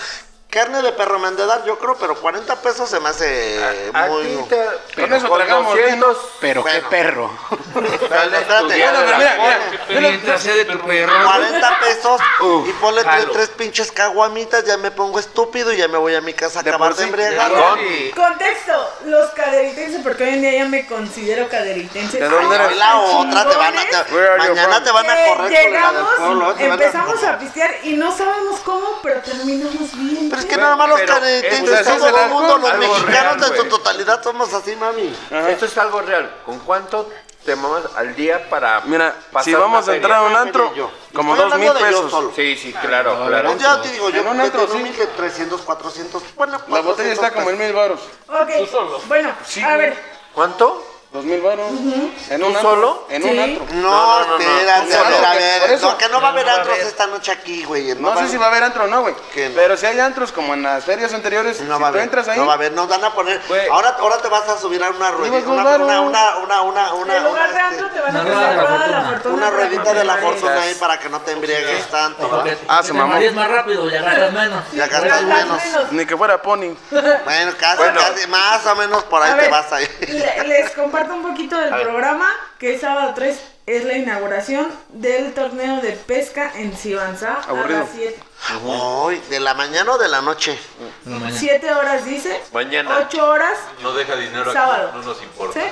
[SPEAKER 2] Carne de perro me han de dar, yo creo, pero 40 pesos se me hace
[SPEAKER 8] A
[SPEAKER 2] muy...
[SPEAKER 8] ti te- pero
[SPEAKER 9] eso
[SPEAKER 8] con
[SPEAKER 9] tragamos bien,
[SPEAKER 8] 200
[SPEAKER 1] Pero qué
[SPEAKER 2] Bueno.
[SPEAKER 1] perro. [LAUGHS]
[SPEAKER 8] sale
[SPEAKER 2] Espérate.
[SPEAKER 8] tu día
[SPEAKER 2] Bueno,
[SPEAKER 8] de
[SPEAKER 9] pero
[SPEAKER 8] la
[SPEAKER 9] mira,
[SPEAKER 8] feria.
[SPEAKER 9] mira.
[SPEAKER 4] Mientras sea de tu perro.
[SPEAKER 2] 40 pesos y ponle tres,
[SPEAKER 4] jalo.
[SPEAKER 2] tres pinches caguamitas, ya me pongo estúpido y ya me voy a mi casa a
[SPEAKER 9] De
[SPEAKER 2] acabar
[SPEAKER 9] por
[SPEAKER 2] de
[SPEAKER 9] sí,
[SPEAKER 2] embriagar.
[SPEAKER 8] Con-
[SPEAKER 6] Contexto, los caderitenses, porque hoy en día ya me considero caderitense.
[SPEAKER 9] ¿De dónde
[SPEAKER 6] Ay,
[SPEAKER 9] eres?
[SPEAKER 2] Hoy la otra te van a...
[SPEAKER 6] chingones
[SPEAKER 2] te-
[SPEAKER 9] Where are you
[SPEAKER 2] mañana
[SPEAKER 9] from?
[SPEAKER 2] te van a
[SPEAKER 6] que
[SPEAKER 2] correr con la del
[SPEAKER 6] Llegamos,
[SPEAKER 2] pueblo, ¿eh? te van
[SPEAKER 6] empezamos a pistear y no sabemos cómo, pero terminamos
[SPEAKER 2] Pero
[SPEAKER 6] bien.
[SPEAKER 2] pero es que nada más los
[SPEAKER 9] eh,
[SPEAKER 10] Pero
[SPEAKER 9] pues,
[SPEAKER 2] canadienses,
[SPEAKER 10] eso es
[SPEAKER 2] todo
[SPEAKER 10] algo-
[SPEAKER 2] el mundo, los
[SPEAKER 10] algo
[SPEAKER 2] mexicanos
[SPEAKER 10] real,
[SPEAKER 2] en su
[SPEAKER 10] güey.
[SPEAKER 2] totalidad somos así, mami.
[SPEAKER 10] Esto es algo real. ¿Con cuánto te mamas al día para
[SPEAKER 9] Mira,
[SPEAKER 10] pasar
[SPEAKER 9] si vamos
[SPEAKER 10] una
[SPEAKER 9] a entrar a un
[SPEAKER 10] feria?
[SPEAKER 9] antro, como
[SPEAKER 2] Estoy
[SPEAKER 9] dos mil
[SPEAKER 2] hablando de yo
[SPEAKER 9] pesos.
[SPEAKER 2] solo.
[SPEAKER 10] Sí, sí, claro,
[SPEAKER 9] no,
[SPEAKER 10] claro.
[SPEAKER 2] Un día Pues te digo, yo
[SPEAKER 9] pues, En un
[SPEAKER 2] me
[SPEAKER 9] antro,
[SPEAKER 2] tengo
[SPEAKER 9] sí.
[SPEAKER 2] 1300, 400, bueno,
[SPEAKER 9] La botella está como en mil baros.
[SPEAKER 6] Ok, bueno,
[SPEAKER 9] Sí,
[SPEAKER 6] a
[SPEAKER 9] güey.
[SPEAKER 6] ver.
[SPEAKER 10] ¿Cuánto?
[SPEAKER 9] Dos mil baros. ¿En un
[SPEAKER 10] ¿Tú
[SPEAKER 9] antro,
[SPEAKER 10] solo?
[SPEAKER 9] En
[SPEAKER 6] Sí.
[SPEAKER 9] un antro.
[SPEAKER 2] No,
[SPEAKER 10] no, no,
[SPEAKER 2] espérate,
[SPEAKER 9] no,
[SPEAKER 2] a ver,
[SPEAKER 9] no,
[SPEAKER 2] a
[SPEAKER 9] por
[SPEAKER 2] ver.
[SPEAKER 9] eso.
[SPEAKER 2] No, que no va a haber
[SPEAKER 10] No va a
[SPEAKER 2] antros
[SPEAKER 10] haber.
[SPEAKER 2] esta noche aquí, güey.
[SPEAKER 9] No sé si va a haber antro o no, güey.
[SPEAKER 2] Que no.
[SPEAKER 9] Pero si hay antros como en las ferias anteriores,
[SPEAKER 2] No
[SPEAKER 9] si
[SPEAKER 2] va a
[SPEAKER 9] tú
[SPEAKER 2] haber,
[SPEAKER 9] entras ahí.
[SPEAKER 2] no va a haber, nos van a poner.
[SPEAKER 10] Güey.
[SPEAKER 2] Ahora, ahora te vas a subir a una ruedita,
[SPEAKER 9] Llevas dos
[SPEAKER 2] una,
[SPEAKER 9] varos.
[SPEAKER 2] una, una, una, una, una,
[SPEAKER 6] en lugar de
[SPEAKER 2] una,
[SPEAKER 6] antro
[SPEAKER 2] este,
[SPEAKER 6] te van a
[SPEAKER 5] una
[SPEAKER 6] ofrecer
[SPEAKER 5] rueda de la
[SPEAKER 6] rueda de la
[SPEAKER 5] fortuna.
[SPEAKER 6] fortuna.
[SPEAKER 2] una
[SPEAKER 6] para
[SPEAKER 2] ruedita de la
[SPEAKER 6] que te
[SPEAKER 2] fortuna
[SPEAKER 6] marees.
[SPEAKER 2] ahí para que no te embriagues tanto. ¿va?
[SPEAKER 5] Porque
[SPEAKER 9] Ah, se
[SPEAKER 5] te
[SPEAKER 9] mamó.
[SPEAKER 5] mareas más rápido y agarras menos.
[SPEAKER 2] Y acá estás
[SPEAKER 6] Gastas
[SPEAKER 2] menos.
[SPEAKER 6] menos.
[SPEAKER 9] Ni que fuera Pony.
[SPEAKER 2] Bueno, casi,
[SPEAKER 10] Bueno.
[SPEAKER 2] casi, más o menos por ahí
[SPEAKER 6] A
[SPEAKER 2] te
[SPEAKER 6] ver,
[SPEAKER 2] vas ahí.
[SPEAKER 6] le- Les comparto un poquito del programa, que es sábado 3 es la inauguración del torneo de pesca en Sibanzá a
[SPEAKER 9] Aburrido.
[SPEAKER 6] las 7.
[SPEAKER 2] Ay, ¿De la mañana o de la noche?
[SPEAKER 5] En la mañana.
[SPEAKER 6] 7 horas dice.
[SPEAKER 10] Mañana.
[SPEAKER 6] 8 horas.
[SPEAKER 3] No deja dinero
[SPEAKER 6] Sábado.
[SPEAKER 3] aquí, no nos importa.
[SPEAKER 6] ¿Sí?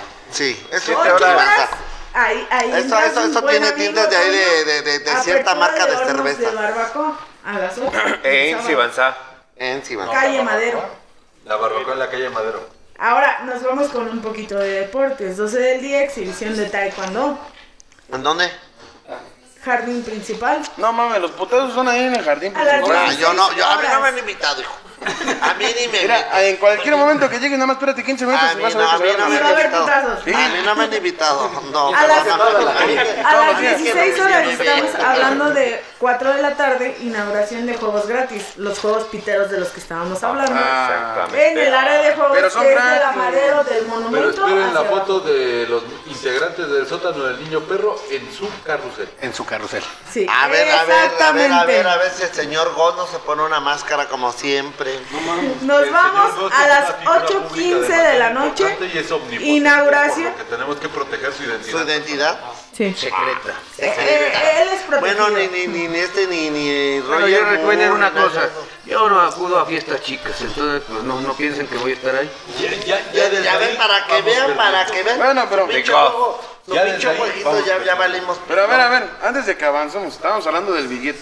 [SPEAKER 2] Sí, es
[SPEAKER 6] 8
[SPEAKER 2] una
[SPEAKER 6] horas.
[SPEAKER 2] baja.
[SPEAKER 6] Ahí, ahí
[SPEAKER 2] Eso,
[SPEAKER 6] entras
[SPEAKER 2] eso,
[SPEAKER 6] un
[SPEAKER 2] eso
[SPEAKER 6] buen
[SPEAKER 2] tiene
[SPEAKER 6] amigo,
[SPEAKER 2] tintes de ahí de,
[SPEAKER 6] Toño.
[SPEAKER 2] de, de- de cierta
[SPEAKER 6] Apertura
[SPEAKER 2] marca de
[SPEAKER 6] hornos De
[SPEAKER 2] cerveza.
[SPEAKER 6] barbacoa a las 8.
[SPEAKER 10] En Sibanzá.
[SPEAKER 2] En Sibanzá.
[SPEAKER 6] Calle Madero.
[SPEAKER 3] La barbacoa en la calle Madero.
[SPEAKER 6] Ahora nos vamos con un poquito de deportes. 12 del día, exhibición de taekwondo.
[SPEAKER 2] ¿En dónde?
[SPEAKER 6] Jardín principal.
[SPEAKER 9] No mames, los putazos son ahí en el jardín. pues,
[SPEAKER 6] A las
[SPEAKER 9] principal.
[SPEAKER 2] Ah, yo no, yo, a mí no me
[SPEAKER 6] horas.
[SPEAKER 2] han invitado, hijo. A mí ni me
[SPEAKER 9] Mira, en cualquier momento que llegue, nada más espérate 15 minutos
[SPEAKER 2] A
[SPEAKER 9] y
[SPEAKER 2] mí
[SPEAKER 9] vas a
[SPEAKER 2] no, a mí
[SPEAKER 9] ver que
[SPEAKER 2] no
[SPEAKER 9] se va
[SPEAKER 2] me
[SPEAKER 9] a
[SPEAKER 2] han
[SPEAKER 6] va a haber
[SPEAKER 2] invitado.
[SPEAKER 6] putazos.
[SPEAKER 2] A mí no me han invitado. No,
[SPEAKER 6] A las-
[SPEAKER 2] perdóname.
[SPEAKER 6] [LAUGHS] A las
[SPEAKER 9] Todos los días.
[SPEAKER 6] 16 horas estamos hablando de 4 de la tarde, inauguración de juegos gratis. Los juegos piteros de los que estábamos hablando.
[SPEAKER 10] Exactamente.
[SPEAKER 6] en el área de juegos
[SPEAKER 9] Pero son
[SPEAKER 6] que es de la
[SPEAKER 9] gratis.
[SPEAKER 6] madero del monumento.
[SPEAKER 3] Pero esperen la
[SPEAKER 6] hacia abajo.
[SPEAKER 3] foto de los integrantes del sótano del niño perro en su carrusel.
[SPEAKER 1] En su carrusel.
[SPEAKER 6] Sí,
[SPEAKER 2] A ver, a ver, a ver, a ver,
[SPEAKER 6] exactamente.
[SPEAKER 2] a ver si el señor Gono se pone una máscara como siempre.
[SPEAKER 6] Nos
[SPEAKER 3] El señor
[SPEAKER 6] vamos
[SPEAKER 3] Goss
[SPEAKER 6] a
[SPEAKER 3] es
[SPEAKER 6] las
[SPEAKER 3] una figura
[SPEAKER 6] 8.15
[SPEAKER 3] pública
[SPEAKER 6] de la
[SPEAKER 3] manera
[SPEAKER 6] noche.
[SPEAKER 3] importante y es omnipotente,
[SPEAKER 6] Inauguración.
[SPEAKER 3] por lo que tenemos que proteger su
[SPEAKER 2] Su
[SPEAKER 3] identidad.
[SPEAKER 2] identidad.
[SPEAKER 6] Sí.
[SPEAKER 10] Secreta.
[SPEAKER 6] Eh, eh, él es protegido.
[SPEAKER 2] Bueno, ni, ni, ni, ni este, ni, ni
[SPEAKER 4] Pero yo
[SPEAKER 2] Roger
[SPEAKER 4] recuerden
[SPEAKER 2] Moore,
[SPEAKER 4] una
[SPEAKER 2] ni nada
[SPEAKER 4] cosa,
[SPEAKER 2] de eso.
[SPEAKER 4] yo no acudo a fiestas chicas, entonces pues no, no piensen que voy a estar ahí.
[SPEAKER 3] Ya, ya,
[SPEAKER 2] Ya,
[SPEAKER 3] desde
[SPEAKER 2] ya ven,
[SPEAKER 3] ahí
[SPEAKER 2] para que
[SPEAKER 3] vamos
[SPEAKER 2] vean, para
[SPEAKER 3] perdiendo.
[SPEAKER 2] que vean.
[SPEAKER 9] Bueno, pero-
[SPEAKER 2] Su pinche
[SPEAKER 10] Venga.
[SPEAKER 2] juego, su
[SPEAKER 3] Ya desde
[SPEAKER 2] pinche
[SPEAKER 3] ahí
[SPEAKER 2] jueguito, ya,
[SPEAKER 3] vamos
[SPEAKER 2] ya
[SPEAKER 3] perdiendo.
[SPEAKER 2] valimos.
[SPEAKER 9] Pero a ver, a ver, antes de que avancemos, estábamos hablando del billete.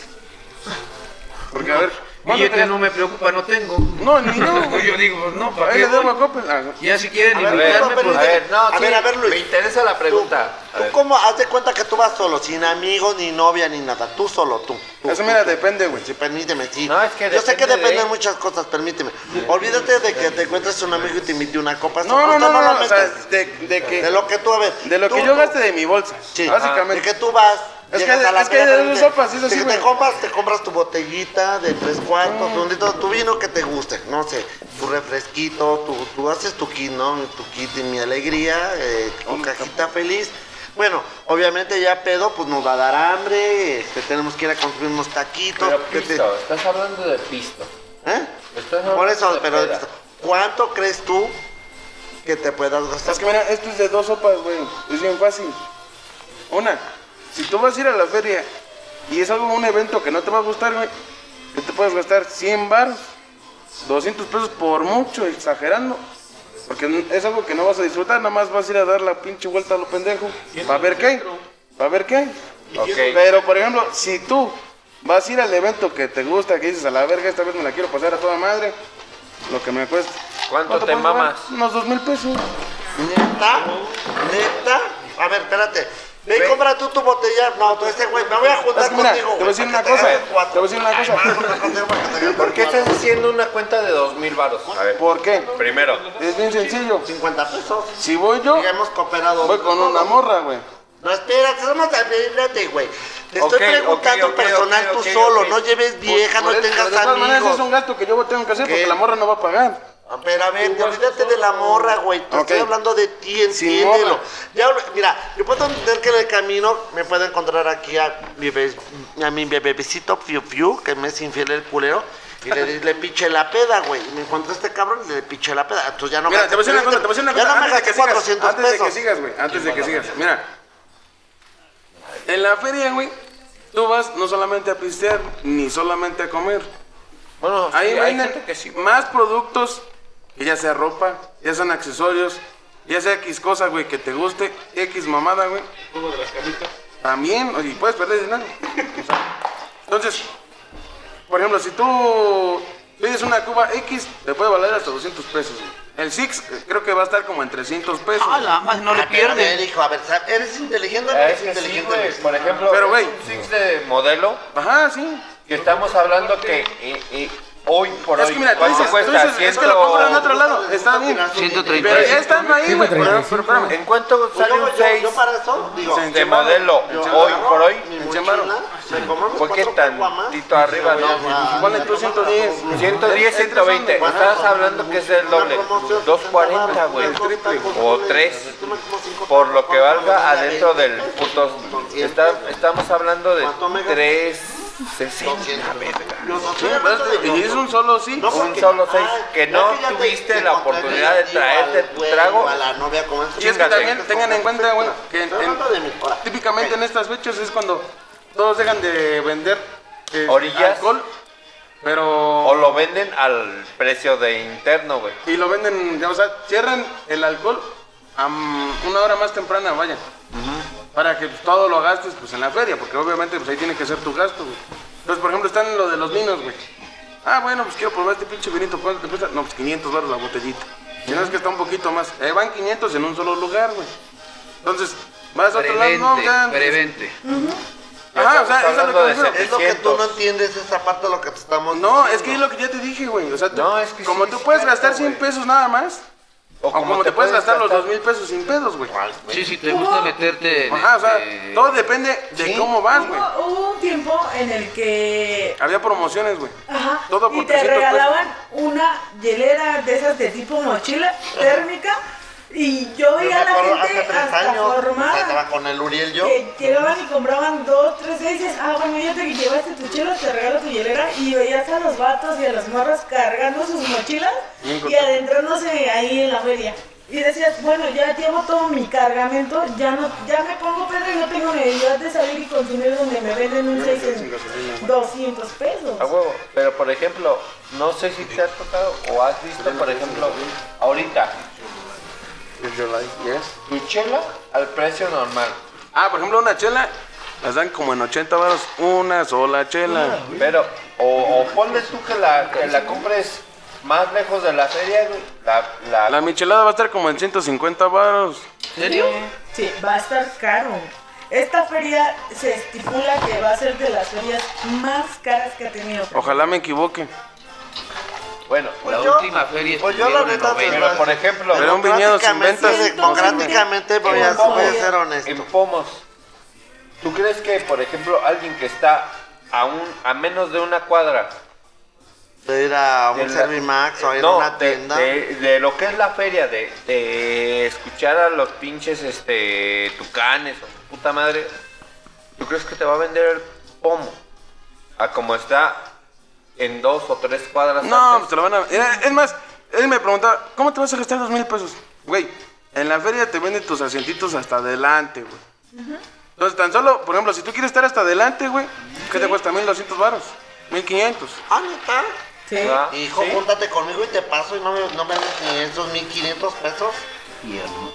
[SPEAKER 9] Porque a ver, ¿cuánto
[SPEAKER 4] Billetes
[SPEAKER 9] te-
[SPEAKER 4] no me preocupa, no tengo.
[SPEAKER 9] No, ni yo, güey.
[SPEAKER 4] [LAUGHS] yo digo, pues, no, ¿para
[SPEAKER 9] Ahí
[SPEAKER 4] qué
[SPEAKER 9] le debo
[SPEAKER 4] voy?
[SPEAKER 9] a Coppel. Ah,
[SPEAKER 4] Ya si quieren
[SPEAKER 2] ver,
[SPEAKER 4] invitarme,
[SPEAKER 2] pero,
[SPEAKER 4] pues
[SPEAKER 10] A ver, no,
[SPEAKER 2] A
[SPEAKER 10] sí,
[SPEAKER 2] ver, a ver, Luis.
[SPEAKER 10] Me interesa la pregunta.
[SPEAKER 2] ¿Tú cómo? Haz de cuenta que tú vas solo, sin amigos, ni novia, ni nada. Tú solo, tú. tú,
[SPEAKER 9] Eso
[SPEAKER 2] tú,
[SPEAKER 9] mira,
[SPEAKER 2] tú.
[SPEAKER 9] depende, güey.
[SPEAKER 2] Sí, permíteme, sí.
[SPEAKER 10] No, es que
[SPEAKER 2] Yo sé que
[SPEAKER 10] depende de
[SPEAKER 2] dependen
[SPEAKER 10] él.
[SPEAKER 2] muchas cosas, permíteme. Olvídate de que te encuentres un amigo y te invite una copa. eso
[SPEAKER 9] No, no, no,
[SPEAKER 2] tú
[SPEAKER 9] no,
[SPEAKER 2] lo
[SPEAKER 9] no, o sea,
[SPEAKER 2] metas.
[SPEAKER 9] de, de
[SPEAKER 2] De
[SPEAKER 9] que,
[SPEAKER 2] lo que tú, a ver.
[SPEAKER 9] de lo
[SPEAKER 2] tú-
[SPEAKER 9] que yo
[SPEAKER 2] tú-
[SPEAKER 9] gaste de mi bolsa,
[SPEAKER 2] Sí, de
[SPEAKER 9] básicamente.
[SPEAKER 2] que tú vas.
[SPEAKER 9] Es
[SPEAKER 2] llegas
[SPEAKER 9] que-
[SPEAKER 2] a la
[SPEAKER 9] es que hay de
[SPEAKER 2] peda,
[SPEAKER 9] dos
[SPEAKER 2] te-
[SPEAKER 9] sopas, eso
[SPEAKER 2] te-
[SPEAKER 9] sí,
[SPEAKER 2] te
[SPEAKER 9] güey.
[SPEAKER 2] compras, te compras tu botellita de tres cuartos,
[SPEAKER 9] Ah.
[SPEAKER 2] tu, litro, tu vino que te guste, no sé, tu refresquito, tu, tú haces tu kit, ¿no? Tu kit y mi alegría, eh, con cajita feliz. Bueno, obviamente ya pedo, pues nos va a dar hambre, este, tenemos que ir a construir unos taquitos.
[SPEAKER 10] Pero
[SPEAKER 2] que te-
[SPEAKER 10] pisto, estás hablando de pisto.
[SPEAKER 2] ¿Eh?
[SPEAKER 10] Estás hablando
[SPEAKER 2] Por eso,
[SPEAKER 10] de
[SPEAKER 2] pero
[SPEAKER 10] peda.
[SPEAKER 2] ¿cuánto crees tú que te puedas gastar?
[SPEAKER 9] Es que mira, esto es de dos sopas, güey. Es bien fácil. Una, si tú vas a ir a la feria y es algo, un evento que no te va a gustar, güey, que te puedes gastar 100 baros, 200 pesos por mucho, exagerando. Porque n- es algo que no vas a disfrutar, nada más vas a ir a dar la pinche vuelta a lo pendejo. ¿Para ver qué? hay, ¿Para ver qué? hay.
[SPEAKER 10] Ok.
[SPEAKER 9] Pero, por ejemplo, si tú vas a ir al evento que te gusta, que dices a la verga, esta vez me la quiero pasar a toda madre, lo que me cuesta.
[SPEAKER 10] ¿Cuánto te
[SPEAKER 9] puedes ganar?
[SPEAKER 10] mamas?
[SPEAKER 9] Unos dos mil pesos.
[SPEAKER 2] ¿Neta? ¿Neta? A ver, espérate. Ve y compra tú tu botella. No, tú ese güey, me voy a
[SPEAKER 9] Es
[SPEAKER 2] juntar
[SPEAKER 9] que mira, te
[SPEAKER 2] contigo. güey,
[SPEAKER 9] voy a decir
[SPEAKER 2] para
[SPEAKER 9] una
[SPEAKER 2] que te
[SPEAKER 9] cosa.
[SPEAKER 2] ganes cuatro. Ah,
[SPEAKER 9] Te voy a decir una cosa.
[SPEAKER 10] ¿Por qué estás haciendo una cuenta de dos mil varos? A ver,
[SPEAKER 9] ¿Por qué?
[SPEAKER 10] primero.
[SPEAKER 9] Es bien sencillo.
[SPEAKER 2] 50 pesos.
[SPEAKER 9] Si voy yo,
[SPEAKER 2] Ya hemos cooperado.
[SPEAKER 9] voy con una morra, güey.
[SPEAKER 2] No, espérate, somos a espérate, güey. Te estoy
[SPEAKER 10] Ok, ok,
[SPEAKER 2] preguntando
[SPEAKER 10] ok,
[SPEAKER 2] personal
[SPEAKER 10] ok,
[SPEAKER 2] tú
[SPEAKER 10] ok,
[SPEAKER 2] solo.
[SPEAKER 10] ok.
[SPEAKER 2] No lleves vieja, no
[SPEAKER 9] Por eso,
[SPEAKER 2] tengas
[SPEAKER 9] de todas maneras es un
[SPEAKER 2] amigos.
[SPEAKER 9] gasto que yo tengo que hacer
[SPEAKER 2] ¿Qué?
[SPEAKER 9] porque la morra no va a pagar.
[SPEAKER 2] Pero a ver, olvídate de la morra, güey. Te
[SPEAKER 9] Ok.
[SPEAKER 2] estoy hablando de ti,
[SPEAKER 9] Sin
[SPEAKER 2] entiéndelo.
[SPEAKER 9] morra.
[SPEAKER 2] Ya, mira, yo puedo entender que en el camino me puedo encontrar aquí a mi, bebé, a mi bebecito Fiu Fiu, que me es infiel el culero. Y le, di- le piché la peda, güey. Y me encontré a este cabrón y le piché la peda. Entonces ya no
[SPEAKER 9] Mira,
[SPEAKER 2] gasté-
[SPEAKER 9] te voy a decir una cosa, te voy a decir una cosa.
[SPEAKER 2] Ya no me
[SPEAKER 9] antes de
[SPEAKER 2] gasté
[SPEAKER 9] que sigas,
[SPEAKER 2] 400
[SPEAKER 9] antes de que
[SPEAKER 2] pesos.
[SPEAKER 9] sigas, güey, antes de que sigas. Mira, en la feria, güey, tú vas no solamente a pistear, ni solamente a comer.
[SPEAKER 10] Bueno, sí,
[SPEAKER 9] Ahí
[SPEAKER 10] hay
[SPEAKER 9] venden
[SPEAKER 10] gente que sí.
[SPEAKER 9] más productos, que ya sea ropa, ya sean accesorios, ya sea X cosa, güey, que te guste, X mamada, güey. También, y puedes perder dinero. O sea, entonces, por ejemplo, si tú Pides una cuba X, te puede valer hasta 200 pesos, güey. El Six eh, creo que va a estar como en 300 pesos. Ah, la más, no le
[SPEAKER 2] A ver, hijo, a ver, ¿sab- ¿eres inteligente o no
[SPEAKER 9] Ah,
[SPEAKER 2] eres
[SPEAKER 9] es que sí,
[SPEAKER 2] inteligente?
[SPEAKER 9] güey,
[SPEAKER 2] Luis?
[SPEAKER 8] Por ejemplo,
[SPEAKER 9] Pero,
[SPEAKER 8] es
[SPEAKER 9] güey.
[SPEAKER 8] un Six de modelo.
[SPEAKER 9] Ajá, sí.
[SPEAKER 8] Que estamos hablando que eh, eh, hoy por
[SPEAKER 9] Es
[SPEAKER 8] hoy.
[SPEAKER 9] que mira, tú
[SPEAKER 8] ¿cuánto
[SPEAKER 9] dices, tú
[SPEAKER 8] cuesta?
[SPEAKER 9] dices, es que lo compran en otro lado. Está bien.
[SPEAKER 8] 130.
[SPEAKER 9] Pero ya están ahí, güey. Pero, pero, espérame.
[SPEAKER 8] ¿En cuánto
[SPEAKER 2] Pues
[SPEAKER 8] sale
[SPEAKER 2] yo,
[SPEAKER 8] un
[SPEAKER 2] yo-
[SPEAKER 8] 6
[SPEAKER 2] yo para eso, digo,
[SPEAKER 8] de modelo hoy por hoy?
[SPEAKER 2] mi mochila, me como unos
[SPEAKER 8] ¿Por qué
[SPEAKER 2] cuatro caguamas,
[SPEAKER 8] tantito arriba? No,
[SPEAKER 9] Ponle tú 110.
[SPEAKER 8] 110, 120. Estás hablando que es el doble. 240, güey. O 3. Por lo que valga adentro del puto. está- estamos hablando de 360, verga.
[SPEAKER 9] Sí, espérate, Y es un solo sí.
[SPEAKER 8] Un solo 6 que no
[SPEAKER 2] es que ya te-
[SPEAKER 8] tuviste
[SPEAKER 2] te
[SPEAKER 8] la
[SPEAKER 2] contraté
[SPEAKER 8] oportunidad de
[SPEAKER 2] a ti,
[SPEAKER 8] traerte
[SPEAKER 2] al
[SPEAKER 8] tu
[SPEAKER 2] güey,
[SPEAKER 8] trago.
[SPEAKER 2] A la novia con
[SPEAKER 9] Y es que también tengan en cuenta, güey, que en- en-
[SPEAKER 2] hablando de mi- ahora,
[SPEAKER 9] típicamente en estas fechas es cuando todos dejan de vender eh,
[SPEAKER 8] Orillas.
[SPEAKER 9] alcohol, pero...
[SPEAKER 8] O lo venden al precio de interno, güey.
[SPEAKER 9] Y lo venden, o sea, cierran el alcohol a mm, una hora más temprana, vaya. Para que pues, todo lo gastes pues en la feria, porque obviamente pues ahí tiene que ser tu gasto, güey. Entonces, por ejemplo, están lo de los vinos, güey. Ah, bueno, pues quiero probar este pinche vinito, ¿cuánto te cuesta? No, pues 500 baros la botellita. Si no es que está un poquito más. Ahí van 500 en un solo lugar, güey. Entonces, vas a otro lado, no, ya. pues.
[SPEAKER 4] Prevente.
[SPEAKER 9] Ajá, o sea, eso es lo que me
[SPEAKER 8] Estamos hablando de
[SPEAKER 9] refiero.
[SPEAKER 2] Es lo que tú no entiendes, esa parte de lo que te estamos
[SPEAKER 9] No, es que es
[SPEAKER 2] diciendo.
[SPEAKER 9] lo que ya te dije, güey. O sea, tú-
[SPEAKER 8] No, es que
[SPEAKER 9] como
[SPEAKER 8] sí,
[SPEAKER 9] tú
[SPEAKER 8] es
[SPEAKER 9] puedes
[SPEAKER 8] cierto,
[SPEAKER 9] gastar 100
[SPEAKER 8] güey.
[SPEAKER 9] pesos nada más, o como, te, puedes gastar los 2 mil pesos sin pesos, güey.
[SPEAKER 4] Sí, sí, te gusta meterte. en
[SPEAKER 9] Ajá, o sea,
[SPEAKER 4] este-
[SPEAKER 9] todo depende de cómo vas, güey.
[SPEAKER 6] Hubo, hubo un tiempo en el que
[SPEAKER 9] Había promociones, güey.
[SPEAKER 6] ajá,
[SPEAKER 9] Todo por
[SPEAKER 6] y te
[SPEAKER 2] pues,
[SPEAKER 9] 300 pesos.
[SPEAKER 6] regalaban una hielera de esas de tipo mochila térmica y yo
[SPEAKER 2] Yo me
[SPEAKER 6] veía a la
[SPEAKER 2] acuerdo
[SPEAKER 6] gente
[SPEAKER 2] hace tres
[SPEAKER 6] hasta
[SPEAKER 2] años,
[SPEAKER 6] formada.
[SPEAKER 2] estaba con el Uriel yo.
[SPEAKER 6] Que llegaban y compraban dos, tres veces. Ah, bueno, ya te llevaste tu chelo, te regalo tu hielera. Y veías a los vatos y a los morros cargando sus mochilas y adentrándose ahí en la feria. Y decías, bueno, ya llevo todo mi cargamento, ya no, ya me pongo pedo y no tengo necesidad de salir y consumir donde me venden un 6 en 200 pesos.
[SPEAKER 8] A huevo, pero por ejemplo, no sé si te has tocado o has visto, por ejemplo, ahorita, tu chela al precio normal.
[SPEAKER 9] Ah, por ejemplo, una chela, las dan como en 80 baros, una sola chela.
[SPEAKER 8] Pero, o, o ponle tú que la, que la compres más lejos de la feria, güey, la, la,
[SPEAKER 9] La michelada va a estar como en 150 baros.
[SPEAKER 4] ¿En serio?
[SPEAKER 6] Sí, va a estar caro. Esta feria se estipula que va a ser de las ferias más caras que ha tenido.
[SPEAKER 9] Ojalá me equivoque.
[SPEAKER 8] bueno,
[SPEAKER 4] La
[SPEAKER 2] yo-
[SPEAKER 4] última feria
[SPEAKER 2] pues yo la
[SPEAKER 4] estuvieron
[SPEAKER 2] neta te
[SPEAKER 4] en
[SPEAKER 8] pero
[SPEAKER 2] lo-
[SPEAKER 4] 90.
[SPEAKER 8] por ejemplo,
[SPEAKER 9] Pero un viñedo sin
[SPEAKER 2] Democráticamente-
[SPEAKER 9] ventas.
[SPEAKER 2] Democráticamente voy a, voy a ser honesto.
[SPEAKER 8] en pomos, ¿tú crees que, por ejemplo, alguien que está a, un, a menos de una cuadra
[SPEAKER 2] De ir a un
[SPEAKER 8] de la-
[SPEAKER 2] Servimax o a ir
[SPEAKER 8] eh, no,
[SPEAKER 2] a una
[SPEAKER 8] de-
[SPEAKER 2] tienda.
[SPEAKER 8] De, de lo que es la feria, de, de escuchar a los pinches este tucanes o su puta madre. ¿Tú crees que te va a vender el pomo? A como está en dos o tres cuadras.
[SPEAKER 9] No, pues
[SPEAKER 8] antes.
[SPEAKER 9] te lo van a. Era- Es más, él me preguntaba, ¿cómo te vas a gastar dos mil pesos? Güey, en la feria te venden tus asientitos hasta adelante, güey. Entonces, tan solo, por ejemplo, si tú quieres estar hasta adelante, güey, ¿qué te cuesta? 1200 baros, 1500.
[SPEAKER 2] Ah, ¿neta?
[SPEAKER 6] Sí.
[SPEAKER 8] Ah,
[SPEAKER 9] eh,
[SPEAKER 2] Hijo,
[SPEAKER 8] sí.
[SPEAKER 2] júntate conmigo y te paso y no me, no me des ni esos 1500 pesos.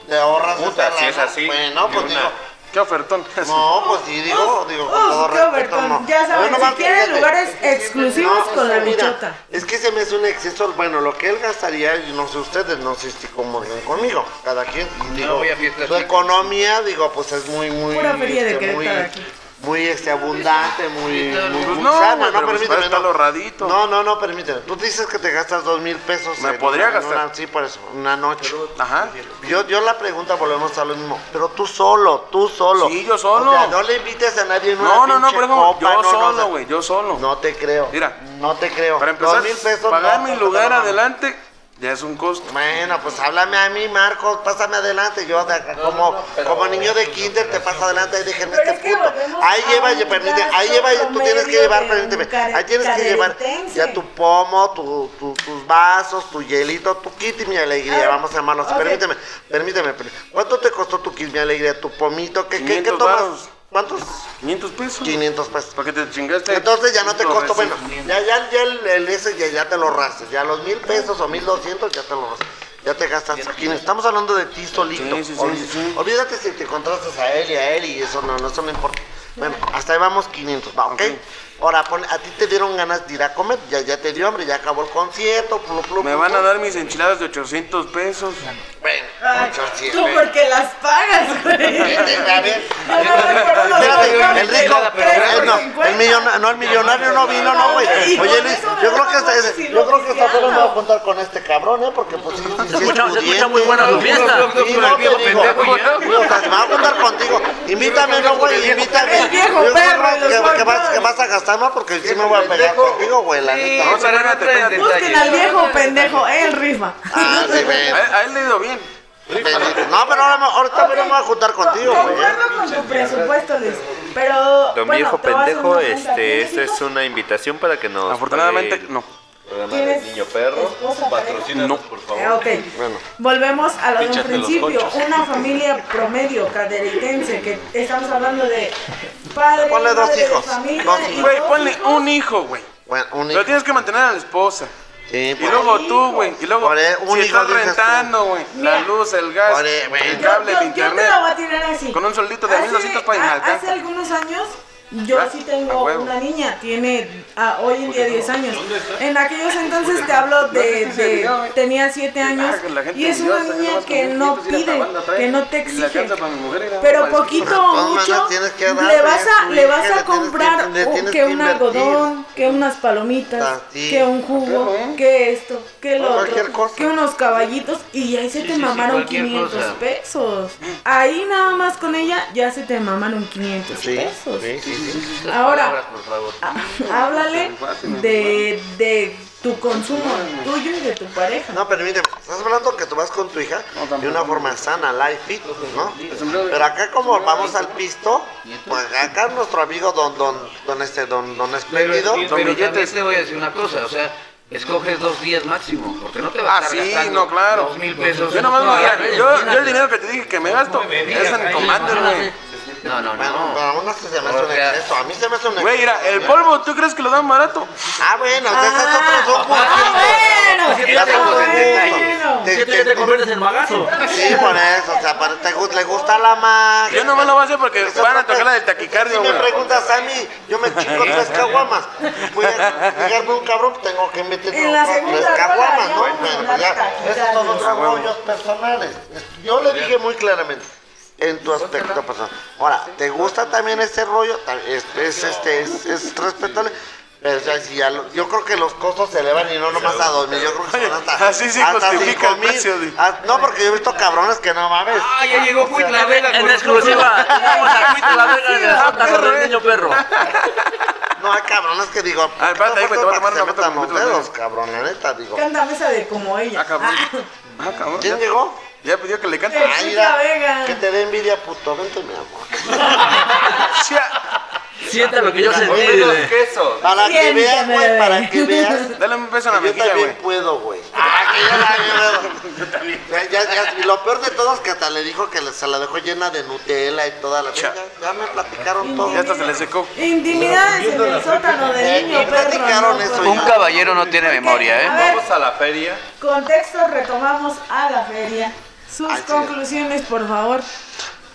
[SPEAKER 2] Te ahorras
[SPEAKER 8] Puta,
[SPEAKER 2] esa
[SPEAKER 8] si es
[SPEAKER 2] lana.
[SPEAKER 8] así,
[SPEAKER 2] Bueno,
[SPEAKER 8] de
[SPEAKER 2] pues
[SPEAKER 8] una.
[SPEAKER 2] digo,
[SPEAKER 9] Qué ofertón.
[SPEAKER 2] no, pues sí, digo, digo, con
[SPEAKER 6] Uf,
[SPEAKER 2] todo
[SPEAKER 6] qué
[SPEAKER 2] respeto,
[SPEAKER 6] ofertón.
[SPEAKER 2] no.
[SPEAKER 6] Ya saben,
[SPEAKER 2] Yo
[SPEAKER 6] si
[SPEAKER 2] nomás
[SPEAKER 6] quieren
[SPEAKER 2] fíjate,
[SPEAKER 6] lugares
[SPEAKER 2] es que-
[SPEAKER 6] exclusivos
[SPEAKER 2] es
[SPEAKER 6] con
[SPEAKER 2] que
[SPEAKER 6] la
[SPEAKER 2] mira,
[SPEAKER 6] bichota.
[SPEAKER 2] Es que se me hace un exceso, bueno, lo que él gastaría, y no sé ustedes, no sé si comulguen conmigo, cada quien, digo,
[SPEAKER 4] voy a fiestas
[SPEAKER 2] su
[SPEAKER 4] chicas.
[SPEAKER 2] economía, digo, pues es muy, muy, este,
[SPEAKER 6] Pura feria de
[SPEAKER 2] muy,
[SPEAKER 6] Querétaro aquí.
[SPEAKER 2] muy, este, abundante, muy,
[SPEAKER 4] Pues
[SPEAKER 2] muy, muy
[SPEAKER 9] no,
[SPEAKER 2] sana, no,
[SPEAKER 9] güey, pero pues para
[SPEAKER 2] permíteme,
[SPEAKER 9] estar
[SPEAKER 2] no.
[SPEAKER 9] ahorradito.
[SPEAKER 2] No, no, no, permíteme. Tú dices que te gastas dos mil pesos.
[SPEAKER 9] Me
[SPEAKER 2] en
[SPEAKER 9] podría
[SPEAKER 2] una- en
[SPEAKER 9] gastar.
[SPEAKER 2] una- sí, por eso, una noche.
[SPEAKER 9] [LAUGHS] Ajá.
[SPEAKER 2] Yo, yo la pregunta, volvemos a lo mismo. Pero tú solo, tú solo.
[SPEAKER 9] Sí, yo solo.
[SPEAKER 2] O sea, no le invites a nadie en una
[SPEAKER 9] No, no, no,
[SPEAKER 2] pinche
[SPEAKER 9] por ejemplo,
[SPEAKER 2] copa,
[SPEAKER 9] yo
[SPEAKER 2] no, no, o sea,
[SPEAKER 9] solo, güey, yo solo.
[SPEAKER 2] No te creo.
[SPEAKER 9] Mira.
[SPEAKER 2] No te creo.
[SPEAKER 9] Para empezar,
[SPEAKER 2] Dos mil pesos.
[SPEAKER 9] pagar
[SPEAKER 2] no,
[SPEAKER 9] mi
[SPEAKER 2] no te
[SPEAKER 9] lugar
[SPEAKER 2] lo mamo.
[SPEAKER 9] adelante ya es un costo.
[SPEAKER 2] Bueno, pues háblame a mí, Marcos, pásame adelante. Yo de acá, como, como niño de kinder te paso adelante y déjenme
[SPEAKER 6] Pero
[SPEAKER 2] este
[SPEAKER 6] es que
[SPEAKER 2] puto.
[SPEAKER 6] volvemos
[SPEAKER 2] Ahí
[SPEAKER 6] a
[SPEAKER 2] lleva,
[SPEAKER 6] un
[SPEAKER 2] permíteme, ahí
[SPEAKER 6] gasto
[SPEAKER 2] lleva, tú tienes que
[SPEAKER 6] promedio
[SPEAKER 2] llevar,
[SPEAKER 6] de
[SPEAKER 2] permíteme,
[SPEAKER 6] un care-
[SPEAKER 2] ahí tienes que llevar
[SPEAKER 6] caderentense.
[SPEAKER 2] ya tu pomo, tu, tu- tus vasos, tu hielito, tu kit y mi alegría,
[SPEAKER 6] Ah,
[SPEAKER 2] vamos a llamarlo así.
[SPEAKER 6] ok.
[SPEAKER 2] Permíteme, permíteme, pero, ¿cuánto te costó tu kit, mi alegría, tu pomito? ¿Qué, qué, qué
[SPEAKER 9] 500
[SPEAKER 2] tomas?
[SPEAKER 9] varos.
[SPEAKER 2] ¿Cuántos?
[SPEAKER 9] 500 pesos.
[SPEAKER 2] 500 pesos.
[SPEAKER 9] Porque te chingaste.
[SPEAKER 2] Este, Entonces ya no te
[SPEAKER 9] Lo
[SPEAKER 2] costó,
[SPEAKER 9] ves,
[SPEAKER 2] bueno, ya, ya, ya el, el ese ya, ya te lo rasas, ya los mil pesos o mil doscientos ya te lo rasas, ya te gastaste aquí, estamos hablando de ti solito,
[SPEAKER 9] Sí, sí, sí,
[SPEAKER 2] Olví-
[SPEAKER 9] sí, sí.
[SPEAKER 2] olvídate si te contrastas a él y a él y eso no, no, eso no importa, Bueno, hasta ahí vamos 500, va, ¿ok? Ahora, pon- a ti te dieron ganas de ir a comer, ya, ya te dio hambre, ya acabó el concierto, plu, plu,
[SPEAKER 9] Me
[SPEAKER 2] plu,
[SPEAKER 9] van a
[SPEAKER 2] plu.
[SPEAKER 9] dar mis enchiladas de 800 pesos.
[SPEAKER 2] Bueno,
[SPEAKER 6] Ay,
[SPEAKER 2] sí,
[SPEAKER 6] tú
[SPEAKER 2] güey.
[SPEAKER 6] porque las
[SPEAKER 2] [LAUGHS]
[SPEAKER 6] pagas, güey.
[SPEAKER 2] A ver.
[SPEAKER 6] Yo no recuerdo los
[SPEAKER 2] Espérate, el
[SPEAKER 6] colores,
[SPEAKER 2] rico,
[SPEAKER 6] pero
[SPEAKER 2] el, no,
[SPEAKER 6] cincuenta.
[SPEAKER 2] el millonario, no, el millonario no vino, no, güey.
[SPEAKER 6] Y con
[SPEAKER 2] Oye, Luis,
[SPEAKER 6] eso me
[SPEAKER 2] yo creo
[SPEAKER 6] daba
[SPEAKER 2] que hasta,
[SPEAKER 6] cuenta si lo
[SPEAKER 2] yo creo que hasta
[SPEAKER 6] deseaba.
[SPEAKER 2] apenas me voy a juntar con este cabrón, ¿eh? Porque pues sí, sí, sí,
[SPEAKER 11] escucha-
[SPEAKER 2] es
[SPEAKER 11] se escucha
[SPEAKER 2] pudiente.
[SPEAKER 11] muy buena tu fiesta.
[SPEAKER 2] Y no te
[SPEAKER 11] Con el viejo
[SPEAKER 2] digo,
[SPEAKER 11] pendejo,
[SPEAKER 2] o sea, me voy a juntar contigo. Invítame, no, güey, invítame.
[SPEAKER 6] El viejo
[SPEAKER 2] Yo creo
[SPEAKER 6] perro,
[SPEAKER 2] que-
[SPEAKER 6] los
[SPEAKER 2] que vas- Que vas a gastar más porque sí me voy a pegar contigo, güey, la neta.
[SPEAKER 9] Vamos a ver, no te vayas.
[SPEAKER 6] Busquen al viejo pendejo, él rifa.
[SPEAKER 2] Ah, sí,
[SPEAKER 6] [LAUGHS]
[SPEAKER 2] güey.
[SPEAKER 9] A, a él le ha ido bien.
[SPEAKER 2] Bendito. No, pero ahora, ahorita me voy a juntar contigo, güey. ¿eh?
[SPEAKER 6] Concuerdo con tu presupuesto, Luis. Pero.
[SPEAKER 8] Don
[SPEAKER 6] bueno,
[SPEAKER 8] viejo
[SPEAKER 6] te voy a hacer
[SPEAKER 8] pendejo,
[SPEAKER 6] una junta.
[SPEAKER 8] este,
[SPEAKER 6] ¿Tienes
[SPEAKER 8] esta es
[SPEAKER 6] hijos?
[SPEAKER 8] una invitación para que
[SPEAKER 9] Pues,
[SPEAKER 8] nos.
[SPEAKER 9] Afortunadamente, no.
[SPEAKER 8] Programa
[SPEAKER 6] ¿Tienes
[SPEAKER 8] del niño perro.
[SPEAKER 6] esposa, pareja?
[SPEAKER 3] Patrocínanos, por favor.
[SPEAKER 6] Eh, ok. Volvemos a lo de un
[SPEAKER 3] Pínchate los
[SPEAKER 6] principio.
[SPEAKER 3] conchos.
[SPEAKER 6] Una familia promedio caderitense que estamos hablando de padre,
[SPEAKER 2] Ponle dos
[SPEAKER 6] madre de
[SPEAKER 2] hijos,
[SPEAKER 6] familia
[SPEAKER 2] dos
[SPEAKER 6] y
[SPEAKER 2] hijos.
[SPEAKER 9] Güey,
[SPEAKER 6] dos
[SPEAKER 9] ponle
[SPEAKER 6] hijos.
[SPEAKER 9] un hijo, güey.
[SPEAKER 2] Bueno, un hijo.
[SPEAKER 9] Pero tienes que mantener a la esposa.
[SPEAKER 2] Sí,
[SPEAKER 9] Y
[SPEAKER 2] pues.
[SPEAKER 9] luego tú, güey. Y luego,
[SPEAKER 2] Por el- un
[SPEAKER 9] si
[SPEAKER 2] hijo
[SPEAKER 9] estás
[SPEAKER 2] dices tú.
[SPEAKER 9] rentando, güey. La
[SPEAKER 6] Mira.
[SPEAKER 9] luz, el gas,
[SPEAKER 2] Por el- güey.
[SPEAKER 9] el
[SPEAKER 6] Yo-
[SPEAKER 9] cable,
[SPEAKER 6] yo-
[SPEAKER 9] el
[SPEAKER 6] Yo te la voy
[SPEAKER 9] internet.
[SPEAKER 6] a tirar así.
[SPEAKER 9] Con un soldito de
[SPEAKER 6] Hace-
[SPEAKER 9] 1200 para
[SPEAKER 6] a-
[SPEAKER 9] inalcanzar.
[SPEAKER 6] Hace algunos años yo
[SPEAKER 9] ¿Verdad?
[SPEAKER 6] sí
[SPEAKER 9] A
[SPEAKER 6] tengo
[SPEAKER 9] huevo.
[SPEAKER 6] una niña, tiene ah, hoy en día 10 años. En aquellos entonces te hablo de,
[SPEAKER 9] No sé si se
[SPEAKER 6] de-
[SPEAKER 9] vio, eh.
[SPEAKER 6] tenía 7 años
[SPEAKER 9] Ah, que la gente
[SPEAKER 6] y es
[SPEAKER 9] envidiosa,
[SPEAKER 6] una
[SPEAKER 9] nada
[SPEAKER 6] niña
[SPEAKER 9] más
[SPEAKER 6] que
[SPEAKER 9] con
[SPEAKER 6] no
[SPEAKER 9] poquitos ir a la
[SPEAKER 6] pide,
[SPEAKER 9] banda, trae,
[SPEAKER 6] que no te
[SPEAKER 9] y la pues,
[SPEAKER 6] exige.
[SPEAKER 9] alcanza para mi mujer, y nada,
[SPEAKER 6] Pero
[SPEAKER 9] para el
[SPEAKER 2] Pues, De
[SPEAKER 6] poquito
[SPEAKER 2] todas
[SPEAKER 6] o
[SPEAKER 2] maneras,
[SPEAKER 6] mucho
[SPEAKER 2] tienes que
[SPEAKER 6] le
[SPEAKER 2] darle a
[SPEAKER 6] vas a
[SPEAKER 2] tu
[SPEAKER 6] le
[SPEAKER 2] hija,
[SPEAKER 6] vas
[SPEAKER 2] le tienes
[SPEAKER 6] a
[SPEAKER 2] que-
[SPEAKER 6] comprar
[SPEAKER 2] le
[SPEAKER 6] o-
[SPEAKER 2] tienes
[SPEAKER 6] que
[SPEAKER 2] que
[SPEAKER 6] un
[SPEAKER 2] invertir.
[SPEAKER 6] algodón, que unas palomitas,
[SPEAKER 2] Ah, sí.
[SPEAKER 6] que un jugo,
[SPEAKER 9] Claro, ¿eh?
[SPEAKER 6] que esto, que
[SPEAKER 2] O
[SPEAKER 6] lo
[SPEAKER 2] cualquier
[SPEAKER 6] otro,
[SPEAKER 2] cosa.
[SPEAKER 6] que unos caballitos y ahí se
[SPEAKER 11] Sí, sí,
[SPEAKER 6] te
[SPEAKER 11] sí,
[SPEAKER 6] mamaron
[SPEAKER 11] cualquier
[SPEAKER 6] 500
[SPEAKER 11] cosa.
[SPEAKER 6] pesos. Ahí nada más con ella ya se te mamaron 500
[SPEAKER 2] Sí,
[SPEAKER 6] pesos.
[SPEAKER 2] sí, sí, sí.
[SPEAKER 6] Ahora,
[SPEAKER 11] por favor.
[SPEAKER 9] Ah.
[SPEAKER 6] a-
[SPEAKER 2] [LAUGHS]
[SPEAKER 6] háblale de, de tu consumo tuyo y de tu pareja.
[SPEAKER 2] No, permíteme, estás hablando que tú vas con tu hija de una forma sana, light fit, ¿no? Pero acá como vamos al pisto, pues acá nuestro amigo don, don, don este, don, don espléndido,
[SPEAKER 11] Pero,
[SPEAKER 9] Son
[SPEAKER 11] pero también
[SPEAKER 9] billetes.
[SPEAKER 11] te voy a decir una cosa, o sea, escoges dos días máximo, porque no te vas a
[SPEAKER 9] Ah,
[SPEAKER 11] estar
[SPEAKER 9] sí,
[SPEAKER 11] gastando
[SPEAKER 9] no, claro.
[SPEAKER 11] dos mil pesos.
[SPEAKER 9] Yo nomás,
[SPEAKER 11] No,
[SPEAKER 9] mira,
[SPEAKER 11] no,
[SPEAKER 9] yo,
[SPEAKER 11] no,
[SPEAKER 9] yo el dinero que te dije que me gasto
[SPEAKER 11] no me digas,
[SPEAKER 9] es en
[SPEAKER 11] ahí,
[SPEAKER 9] comandos,
[SPEAKER 11] no,
[SPEAKER 9] güey.
[SPEAKER 11] No, no,
[SPEAKER 2] bueno,
[SPEAKER 11] no.
[SPEAKER 2] para unos que se me hace un
[SPEAKER 11] O sea,
[SPEAKER 2] exceso, a mí se me hace un exceso.
[SPEAKER 9] Güey, mira, el polvo, ¿tú crees que lo dan barato?
[SPEAKER 2] Ah, bueno, esas
[SPEAKER 6] Ah,
[SPEAKER 2] otras son
[SPEAKER 6] ah, bueno,
[SPEAKER 11] Ya tengo
[SPEAKER 6] ah,
[SPEAKER 11] detalle.
[SPEAKER 6] bueno.
[SPEAKER 11] Si tú ya te conviertes en magazo.
[SPEAKER 2] Sí, por eso, o sea, para, te, gu- le gusta la magia.
[SPEAKER 9] Yo nomás lo voy a hacer porque
[SPEAKER 2] Esa
[SPEAKER 9] van a
[SPEAKER 2] parte-
[SPEAKER 9] tocar la del taquicardio,
[SPEAKER 2] Si me
[SPEAKER 9] güey.
[SPEAKER 2] preguntas a mí, yo me chingo tres caguamas. Voy a pegarme un cabrón, tengo que meter
[SPEAKER 6] En la
[SPEAKER 2] otras
[SPEAKER 6] segunda
[SPEAKER 2] tres caguamas,
[SPEAKER 6] cola,
[SPEAKER 2] ¿no? Bueno,
[SPEAKER 6] ya vamos a
[SPEAKER 2] ya,
[SPEAKER 6] hablar de
[SPEAKER 2] esos son
[SPEAKER 6] taquicardias.
[SPEAKER 2] otros rollos personales. Yo le dije muy claramente. En tu aspecto personal. Ahora, ¿te gusta también ese rollo? Ta- Es, es, este, es, es respetable. Pero o sea, si ya lo- yo creo que los costos se elevan y no nomás a dos mil. Yo creo que son hasta.
[SPEAKER 9] así sí
[SPEAKER 2] hasta
[SPEAKER 9] justifica
[SPEAKER 2] cinco
[SPEAKER 9] el
[SPEAKER 2] mil.
[SPEAKER 9] precio, di.
[SPEAKER 2] Ah, no, porque yo he visto cabrones que no mames.
[SPEAKER 11] Ah, ya llegó Cuitla Vega.
[SPEAKER 5] en
[SPEAKER 11] con
[SPEAKER 4] [LAUGHS]
[SPEAKER 11] exclusiva. [LAUGHS] Vamos a Cuitla Vega en el sótano del niño perro.
[SPEAKER 2] No hay cabrones que digo.
[SPEAKER 9] Ah, espérate, ahí, güey, te voy a tomar una foto
[SPEAKER 2] metan
[SPEAKER 9] con
[SPEAKER 2] los
[SPEAKER 9] tu teléfono.
[SPEAKER 2] dedos, cabrón, la neta, digo.
[SPEAKER 6] Cántame esa de como ella.
[SPEAKER 9] Ah, cabrón.
[SPEAKER 6] Ah,
[SPEAKER 9] Ah, cabrón.
[SPEAKER 2] ¿Quién
[SPEAKER 9] Ya,
[SPEAKER 2] llegó?
[SPEAKER 9] ya pidió que le cante.
[SPEAKER 6] Ay,
[SPEAKER 2] Ah,
[SPEAKER 6] Chica Vega.
[SPEAKER 2] Que te dé envidia, puto. Vente, mi amor.
[SPEAKER 11] Sienta lo que yo sentí.
[SPEAKER 8] Menos
[SPEAKER 11] de-
[SPEAKER 8] queso.
[SPEAKER 2] Para que
[SPEAKER 6] Siéntame,
[SPEAKER 2] veas, güey,
[SPEAKER 6] bebé.
[SPEAKER 2] para que veas. que
[SPEAKER 9] [LAUGHS] Dale un beso a la
[SPEAKER 2] Yo
[SPEAKER 9] mejilla,
[SPEAKER 2] también
[SPEAKER 9] güey.
[SPEAKER 2] puedo,
[SPEAKER 9] [LAUGHS]
[SPEAKER 2] güey. Ah, que yo también puedo. Ya, ya, ya, y lo peor de todo es que hasta le dijo que le- se la dejó llena de Nutella y toda la
[SPEAKER 9] Cha.
[SPEAKER 2] Ya, ya me platicaron todo.
[SPEAKER 9] Ya hasta se le secó.
[SPEAKER 6] Intimidades en el sótano del niño
[SPEAKER 2] Ya
[SPEAKER 6] perro.
[SPEAKER 2] Eh, platicaron
[SPEAKER 6] no,
[SPEAKER 2] eso,
[SPEAKER 6] pues.
[SPEAKER 4] Un caballero no tiene memoria,
[SPEAKER 6] A
[SPEAKER 4] ¿eh?
[SPEAKER 6] ver,
[SPEAKER 8] Vamos a la feria.
[SPEAKER 6] contexto, retomamos a la feria. Sus
[SPEAKER 2] Ay, sí.
[SPEAKER 6] conclusiones, por favor.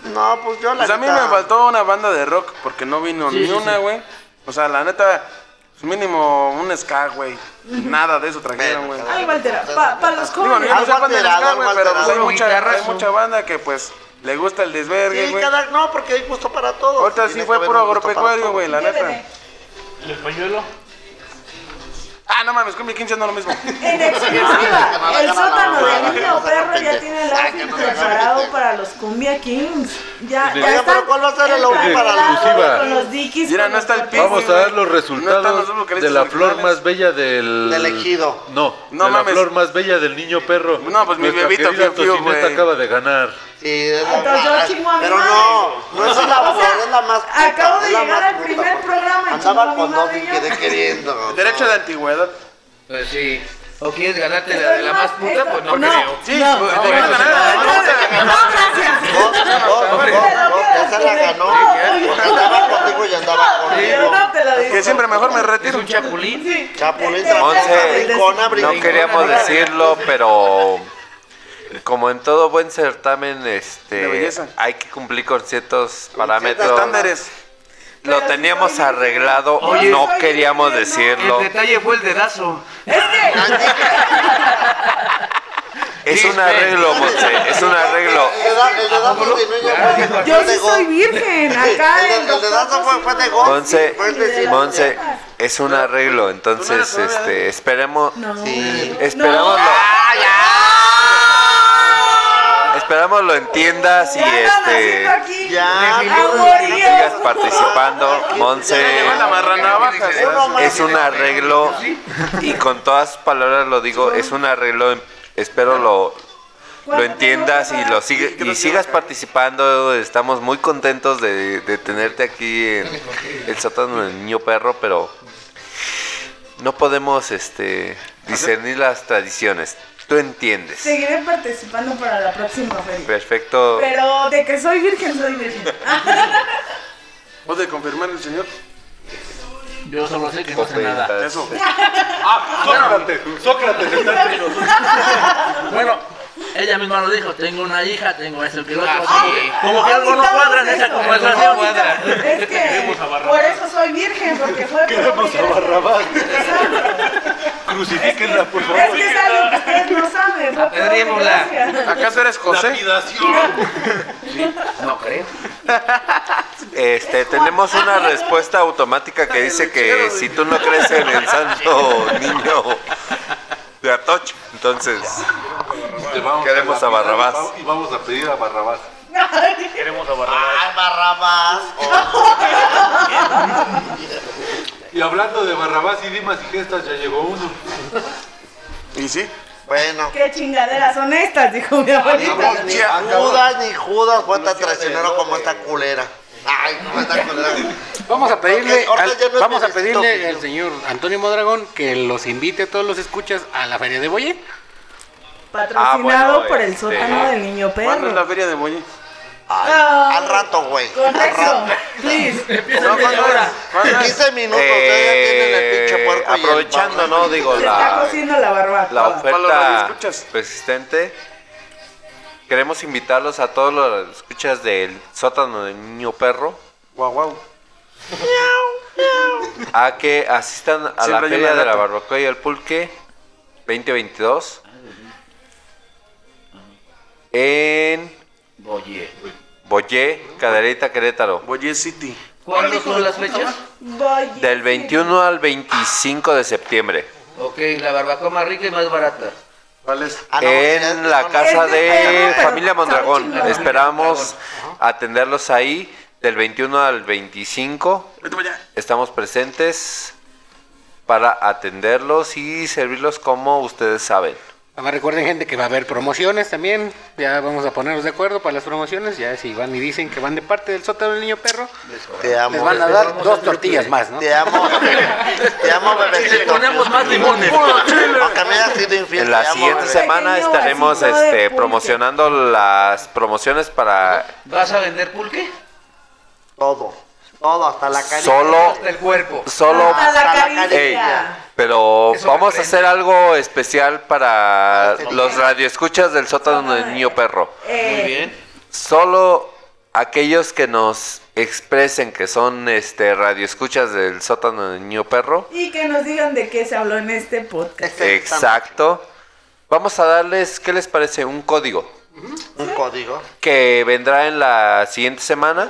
[SPEAKER 2] No, pues yo la
[SPEAKER 9] Pues a mí me
[SPEAKER 2] neta-
[SPEAKER 9] faltó una banda de rock porque no vino
[SPEAKER 5] Sí,
[SPEAKER 9] ni
[SPEAKER 5] sí,
[SPEAKER 9] una,
[SPEAKER 5] sí.
[SPEAKER 9] güey. O sea, la neta, pues mínimo un ska, güey. Nada de eso trajeron, güey.
[SPEAKER 2] Bueno,
[SPEAKER 6] Ay, Walter, para los
[SPEAKER 9] Digo, no
[SPEAKER 6] jóvenes.
[SPEAKER 9] no sé
[SPEAKER 2] Algo
[SPEAKER 9] cuánto
[SPEAKER 2] alterado,
[SPEAKER 9] ska, güey,
[SPEAKER 2] algo
[SPEAKER 9] pero pues hay
[SPEAKER 2] alterado.
[SPEAKER 9] mucha, hay
[SPEAKER 11] Guitarrazo.
[SPEAKER 9] mucha banda que pues le gusta el desvergue,
[SPEAKER 2] Sí,
[SPEAKER 9] güey.
[SPEAKER 2] cada... No, porque hay gusto para todos.
[SPEAKER 9] Ahorita sí
[SPEAKER 2] Tiene
[SPEAKER 9] fue
[SPEAKER 2] que haber
[SPEAKER 9] puro
[SPEAKER 2] un gusto para
[SPEAKER 9] agropecuario,
[SPEAKER 2] todos.
[SPEAKER 9] güey, la
[SPEAKER 6] ¿Qué
[SPEAKER 9] neta.
[SPEAKER 6] bebé?
[SPEAKER 11] ¿El pañuelo?
[SPEAKER 9] Ah, no mames, con mi 15 no lo mismo.
[SPEAKER 6] En
[SPEAKER 2] [LAUGHS] que no
[SPEAKER 6] exclusiva,
[SPEAKER 2] la gana
[SPEAKER 6] el
[SPEAKER 2] la
[SPEAKER 6] sótano
[SPEAKER 2] mamá, que
[SPEAKER 6] del
[SPEAKER 2] no se la
[SPEAKER 6] niño perro ya
[SPEAKER 2] pende.
[SPEAKER 6] tiene el
[SPEAKER 2] Ah, que
[SPEAKER 6] outfit
[SPEAKER 2] no se la
[SPEAKER 6] preparado
[SPEAKER 2] pende.
[SPEAKER 6] para los Cumbia Kings.
[SPEAKER 3] Sí.
[SPEAKER 6] Ya, ya
[SPEAKER 2] Oiga,
[SPEAKER 6] están
[SPEAKER 2] pero ¿cuál va a ser el outfit para
[SPEAKER 3] la
[SPEAKER 6] encargados
[SPEAKER 3] exclusiva?
[SPEAKER 6] Con los Dickies.
[SPEAKER 9] Mira,
[SPEAKER 6] con
[SPEAKER 9] no
[SPEAKER 6] los
[SPEAKER 9] está el
[SPEAKER 6] Cotes.
[SPEAKER 9] pin.
[SPEAKER 3] Vamos a dar los
[SPEAKER 9] No están los
[SPEAKER 3] resultados
[SPEAKER 9] dos vocalistas
[SPEAKER 3] de la flor
[SPEAKER 9] originales.
[SPEAKER 3] más bella del.
[SPEAKER 2] Del ejido.
[SPEAKER 3] No,
[SPEAKER 9] No
[SPEAKER 3] de
[SPEAKER 9] mames.
[SPEAKER 3] la flor más bella del niño perro.
[SPEAKER 9] No, pues mi
[SPEAKER 3] Nuestra
[SPEAKER 9] bebito
[SPEAKER 3] querida
[SPEAKER 9] fiu, fiu,
[SPEAKER 3] Tocineta
[SPEAKER 9] güey.
[SPEAKER 3] acaba de ganar.
[SPEAKER 2] Sí, es la
[SPEAKER 6] Entonces, yo
[SPEAKER 2] más-
[SPEAKER 6] chingo a mi
[SPEAKER 2] Pero
[SPEAKER 6] madre.
[SPEAKER 2] no, no es la
[SPEAKER 6] O
[SPEAKER 2] mejor,
[SPEAKER 6] sea,
[SPEAKER 2] es la más puta,
[SPEAKER 6] acabo de
[SPEAKER 2] es la
[SPEAKER 6] llegar
[SPEAKER 2] más
[SPEAKER 6] al
[SPEAKER 2] puta,
[SPEAKER 6] primer
[SPEAKER 2] porque
[SPEAKER 6] programa y chingo a
[SPEAKER 2] Andaba
[SPEAKER 6] mi
[SPEAKER 2] con dos
[SPEAKER 6] madre
[SPEAKER 2] y
[SPEAKER 6] yo.
[SPEAKER 2] quedé queriendo.
[SPEAKER 9] Derecho de antigüedad.
[SPEAKER 11] Pues sí. ¿O quieres ganarte la de la más puta? Pues no
[SPEAKER 6] No.
[SPEAKER 11] creo.
[SPEAKER 9] Sí, pues, de
[SPEAKER 6] No,
[SPEAKER 9] ganar,
[SPEAKER 6] no,
[SPEAKER 9] ganar,
[SPEAKER 6] no, no,
[SPEAKER 2] No,
[SPEAKER 6] gracias.
[SPEAKER 2] no, no, no, esa la ganó. Porque andaba contigo y andaba
[SPEAKER 6] Yo
[SPEAKER 2] conmigo.
[SPEAKER 6] no te lo
[SPEAKER 9] Que
[SPEAKER 6] digo.
[SPEAKER 9] siempre mejor me
[SPEAKER 11] ¿Es
[SPEAKER 9] retiro.
[SPEAKER 11] un chapulín?
[SPEAKER 6] Sí.
[SPEAKER 2] Chapulín,
[SPEAKER 6] Te- te-
[SPEAKER 2] Once.
[SPEAKER 6] te-
[SPEAKER 2] Rincona,
[SPEAKER 8] No
[SPEAKER 2] brincona,
[SPEAKER 8] queríamos
[SPEAKER 2] brincona.
[SPEAKER 8] decirlo, pero como en todo buen certamen,
[SPEAKER 9] De
[SPEAKER 8] este
[SPEAKER 9] belleza.
[SPEAKER 8] hay que cumplir con ciertos
[SPEAKER 2] Con
[SPEAKER 8] parámetros.
[SPEAKER 2] ciertas
[SPEAKER 9] Estándares.
[SPEAKER 8] Lo teníamos arreglado,
[SPEAKER 11] Oye,
[SPEAKER 8] no
[SPEAKER 11] soy
[SPEAKER 8] queríamos
[SPEAKER 11] El
[SPEAKER 8] decirlo.
[SPEAKER 11] detalle fue el dedazo.
[SPEAKER 8] Es un arreglo, Monse, es un arreglo.
[SPEAKER 6] Yo sí soy virgen, acá en los pues,
[SPEAKER 8] Monse, Monse, es un arreglo, entonces este esperemos esperamos
[SPEAKER 6] Ah,
[SPEAKER 8] lo- esperamos lo entiendas y este
[SPEAKER 2] Ya,
[SPEAKER 8] sigas participando, Monse. Es un arreglo y con todas sus palabras lo digo, es un arreglo, espero lo lo entiendas y lo sigue- y sigas participando. Estamos muy contentos de, de tenerte aquí en el sótano del niño perro, pero no podemos este discernir las tradiciones. Tú entiendes.
[SPEAKER 6] Seguiré participando para la próxima feria.
[SPEAKER 8] Perfecto.
[SPEAKER 6] Pero de que soy virgen, soy virgen.
[SPEAKER 9] ¿Vos de confirmar el señor?
[SPEAKER 5] Yo solo sé que no sé nada.
[SPEAKER 9] Eso.
[SPEAKER 5] Sócrates, Sócrates está entre Bueno, ella misma lo dijo, tengo una hija, tengo eso que lo otro.
[SPEAKER 11] Ah,
[SPEAKER 5] como,
[SPEAKER 11] sí.
[SPEAKER 5] como que algo no cuadra en esa
[SPEAKER 11] Eso,
[SPEAKER 5] conversación.
[SPEAKER 11] no cuadra.
[SPEAKER 6] Es que por eso soy virgen, porque fue. Queremos a Barrabás. [LAUGHS]
[SPEAKER 3] Crucifíquenla, por favor.
[SPEAKER 6] Es que es algo que ustedes no saben. fue por desgracia.
[SPEAKER 9] ¿Acaso eres José?
[SPEAKER 11] No creo.
[SPEAKER 8] Este, tenemos una respuesta automática que dice que si tú no crees en el santo niño de Atocha, entonces
[SPEAKER 3] Te vamos
[SPEAKER 8] queremos a
[SPEAKER 3] lapidar
[SPEAKER 8] Barrabás.
[SPEAKER 3] Y vamos a pedir a Barrabás.
[SPEAKER 2] Queremos a Barrabás.
[SPEAKER 3] Y hablando de Barrabás y Dimas y Gestas, ya llegó uno.
[SPEAKER 9] ¿Y sí?
[SPEAKER 2] Bueno.
[SPEAKER 6] [LAUGHS] Qué chingaderas son estas, dijo mi abuelita.
[SPEAKER 2] Ni Judas ni Judas fue tan traicionero como esta culera. Ay, como esta culera.
[SPEAKER 1] Vamos a pedirle,
[SPEAKER 2] Ahorita
[SPEAKER 1] al-
[SPEAKER 2] ya no es
[SPEAKER 1] vamos a
[SPEAKER 2] necesito,
[SPEAKER 1] pedirle
[SPEAKER 2] güey.
[SPEAKER 1] al señor Antonio Mondragón que los invite a todos los escuchas a la feria de Boyé.
[SPEAKER 6] Patrocinado
[SPEAKER 1] Ah, bueno,
[SPEAKER 6] por el
[SPEAKER 1] este,
[SPEAKER 6] sótano del niño
[SPEAKER 9] ¿Cuándo es
[SPEAKER 6] perro.
[SPEAKER 9] la feria de Boñe?
[SPEAKER 6] Ay,
[SPEAKER 2] Al rato, güey.
[SPEAKER 6] Con eso, please.
[SPEAKER 8] No, ¿cuándo era?
[SPEAKER 2] 15 minutos,
[SPEAKER 8] Eh, aprovechando, ¿no? Digo,
[SPEAKER 6] Se está
[SPEAKER 8] la,
[SPEAKER 6] cociendo la barba.
[SPEAKER 8] la oferta persistente. Queremos invitarlos a todos los escuchas del sótano del niño perro
[SPEAKER 9] Guau, guau.
[SPEAKER 8] a que asistan a
[SPEAKER 9] Siempre hay
[SPEAKER 8] la feria
[SPEAKER 9] una
[SPEAKER 8] de la
[SPEAKER 9] gata.
[SPEAKER 8] barbacoa y el pulque 2022 en
[SPEAKER 11] Oye.
[SPEAKER 8] Boyé, Cadereyta, Querétaro.
[SPEAKER 9] Boyé City.
[SPEAKER 11] ¿Cuándo son las fechas?
[SPEAKER 6] Voy.
[SPEAKER 8] Del 21 al 25 de septiembre.
[SPEAKER 11] Ok, la barbacoa más rica y más barata.
[SPEAKER 9] ¿Cuál es?
[SPEAKER 2] Ah, pues
[SPEAKER 8] en la casa
[SPEAKER 11] Es de perro,
[SPEAKER 8] de
[SPEAKER 11] pero
[SPEAKER 8] Familia Mondragón.
[SPEAKER 11] chingón.
[SPEAKER 8] Esperamos atenderlos ahí del 21 al 25. Estamos presentes para atenderlos y servirlos como ustedes saben.
[SPEAKER 1] Además recuerden gente que Ah, va a haber promociones también, ya vamos a ponernos de acuerdo para las promociones, ya si van y dicen que van de parte del sótano del niño perro,
[SPEAKER 2] Te amo.
[SPEAKER 1] les van a dar dos tortillas más, ¿no?
[SPEAKER 2] Te amo. Te amo, bebecito. Le ponemos más limones. Aunque me hayas sido infiel.
[SPEAKER 8] En la
[SPEAKER 2] te amo,
[SPEAKER 8] siguiente
[SPEAKER 2] bebé.
[SPEAKER 8] semana
[SPEAKER 11] Pequeño
[SPEAKER 8] estaremos
[SPEAKER 11] vasito de
[SPEAKER 8] este,
[SPEAKER 11] pulque.
[SPEAKER 8] promocionando las promociones para
[SPEAKER 11] ¿Vas a vender pulque?
[SPEAKER 2] Todo. Todo, hasta la carita.
[SPEAKER 8] Solo-
[SPEAKER 11] Hasta el cuerpo.
[SPEAKER 8] solo
[SPEAKER 6] Hasta
[SPEAKER 11] Ah,
[SPEAKER 6] la caricia.
[SPEAKER 8] Ey, pero vamos a hacer algo especial para los radioescuchas del sótano del niño perro.
[SPEAKER 6] Eh,
[SPEAKER 8] Solo aquellos que nos expresen que son este radioescuchas del sótano del niño perro.
[SPEAKER 6] Y que nos digan de qué se habló en este podcast.
[SPEAKER 8] Exacto. Vamos a darles, ¿qué les parece? Un código
[SPEAKER 2] Un código.
[SPEAKER 8] que vendrá en la siguiente semana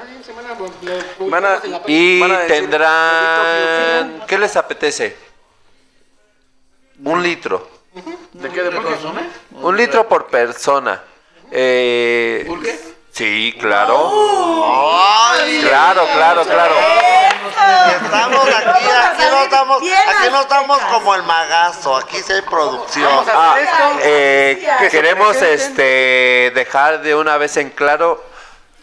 [SPEAKER 9] Van a,
[SPEAKER 8] y
[SPEAKER 9] van a decir,
[SPEAKER 8] tendrán, ¿qué les apetece? Un litro.
[SPEAKER 9] ¿De qué? ¿De por qué?
[SPEAKER 11] ¿Consume?
[SPEAKER 8] Un litro por persona. Eh, Sí, claro.
[SPEAKER 2] Ay,
[SPEAKER 8] Claro, claro, claro.
[SPEAKER 2] Estamos aquí, aquí no estamos,
[SPEAKER 6] bien
[SPEAKER 2] aquí no estamos como el magazo, aquí sí hay producción.
[SPEAKER 8] Ah, eh,
[SPEAKER 6] Que se
[SPEAKER 8] queremos este dejar de una vez en claro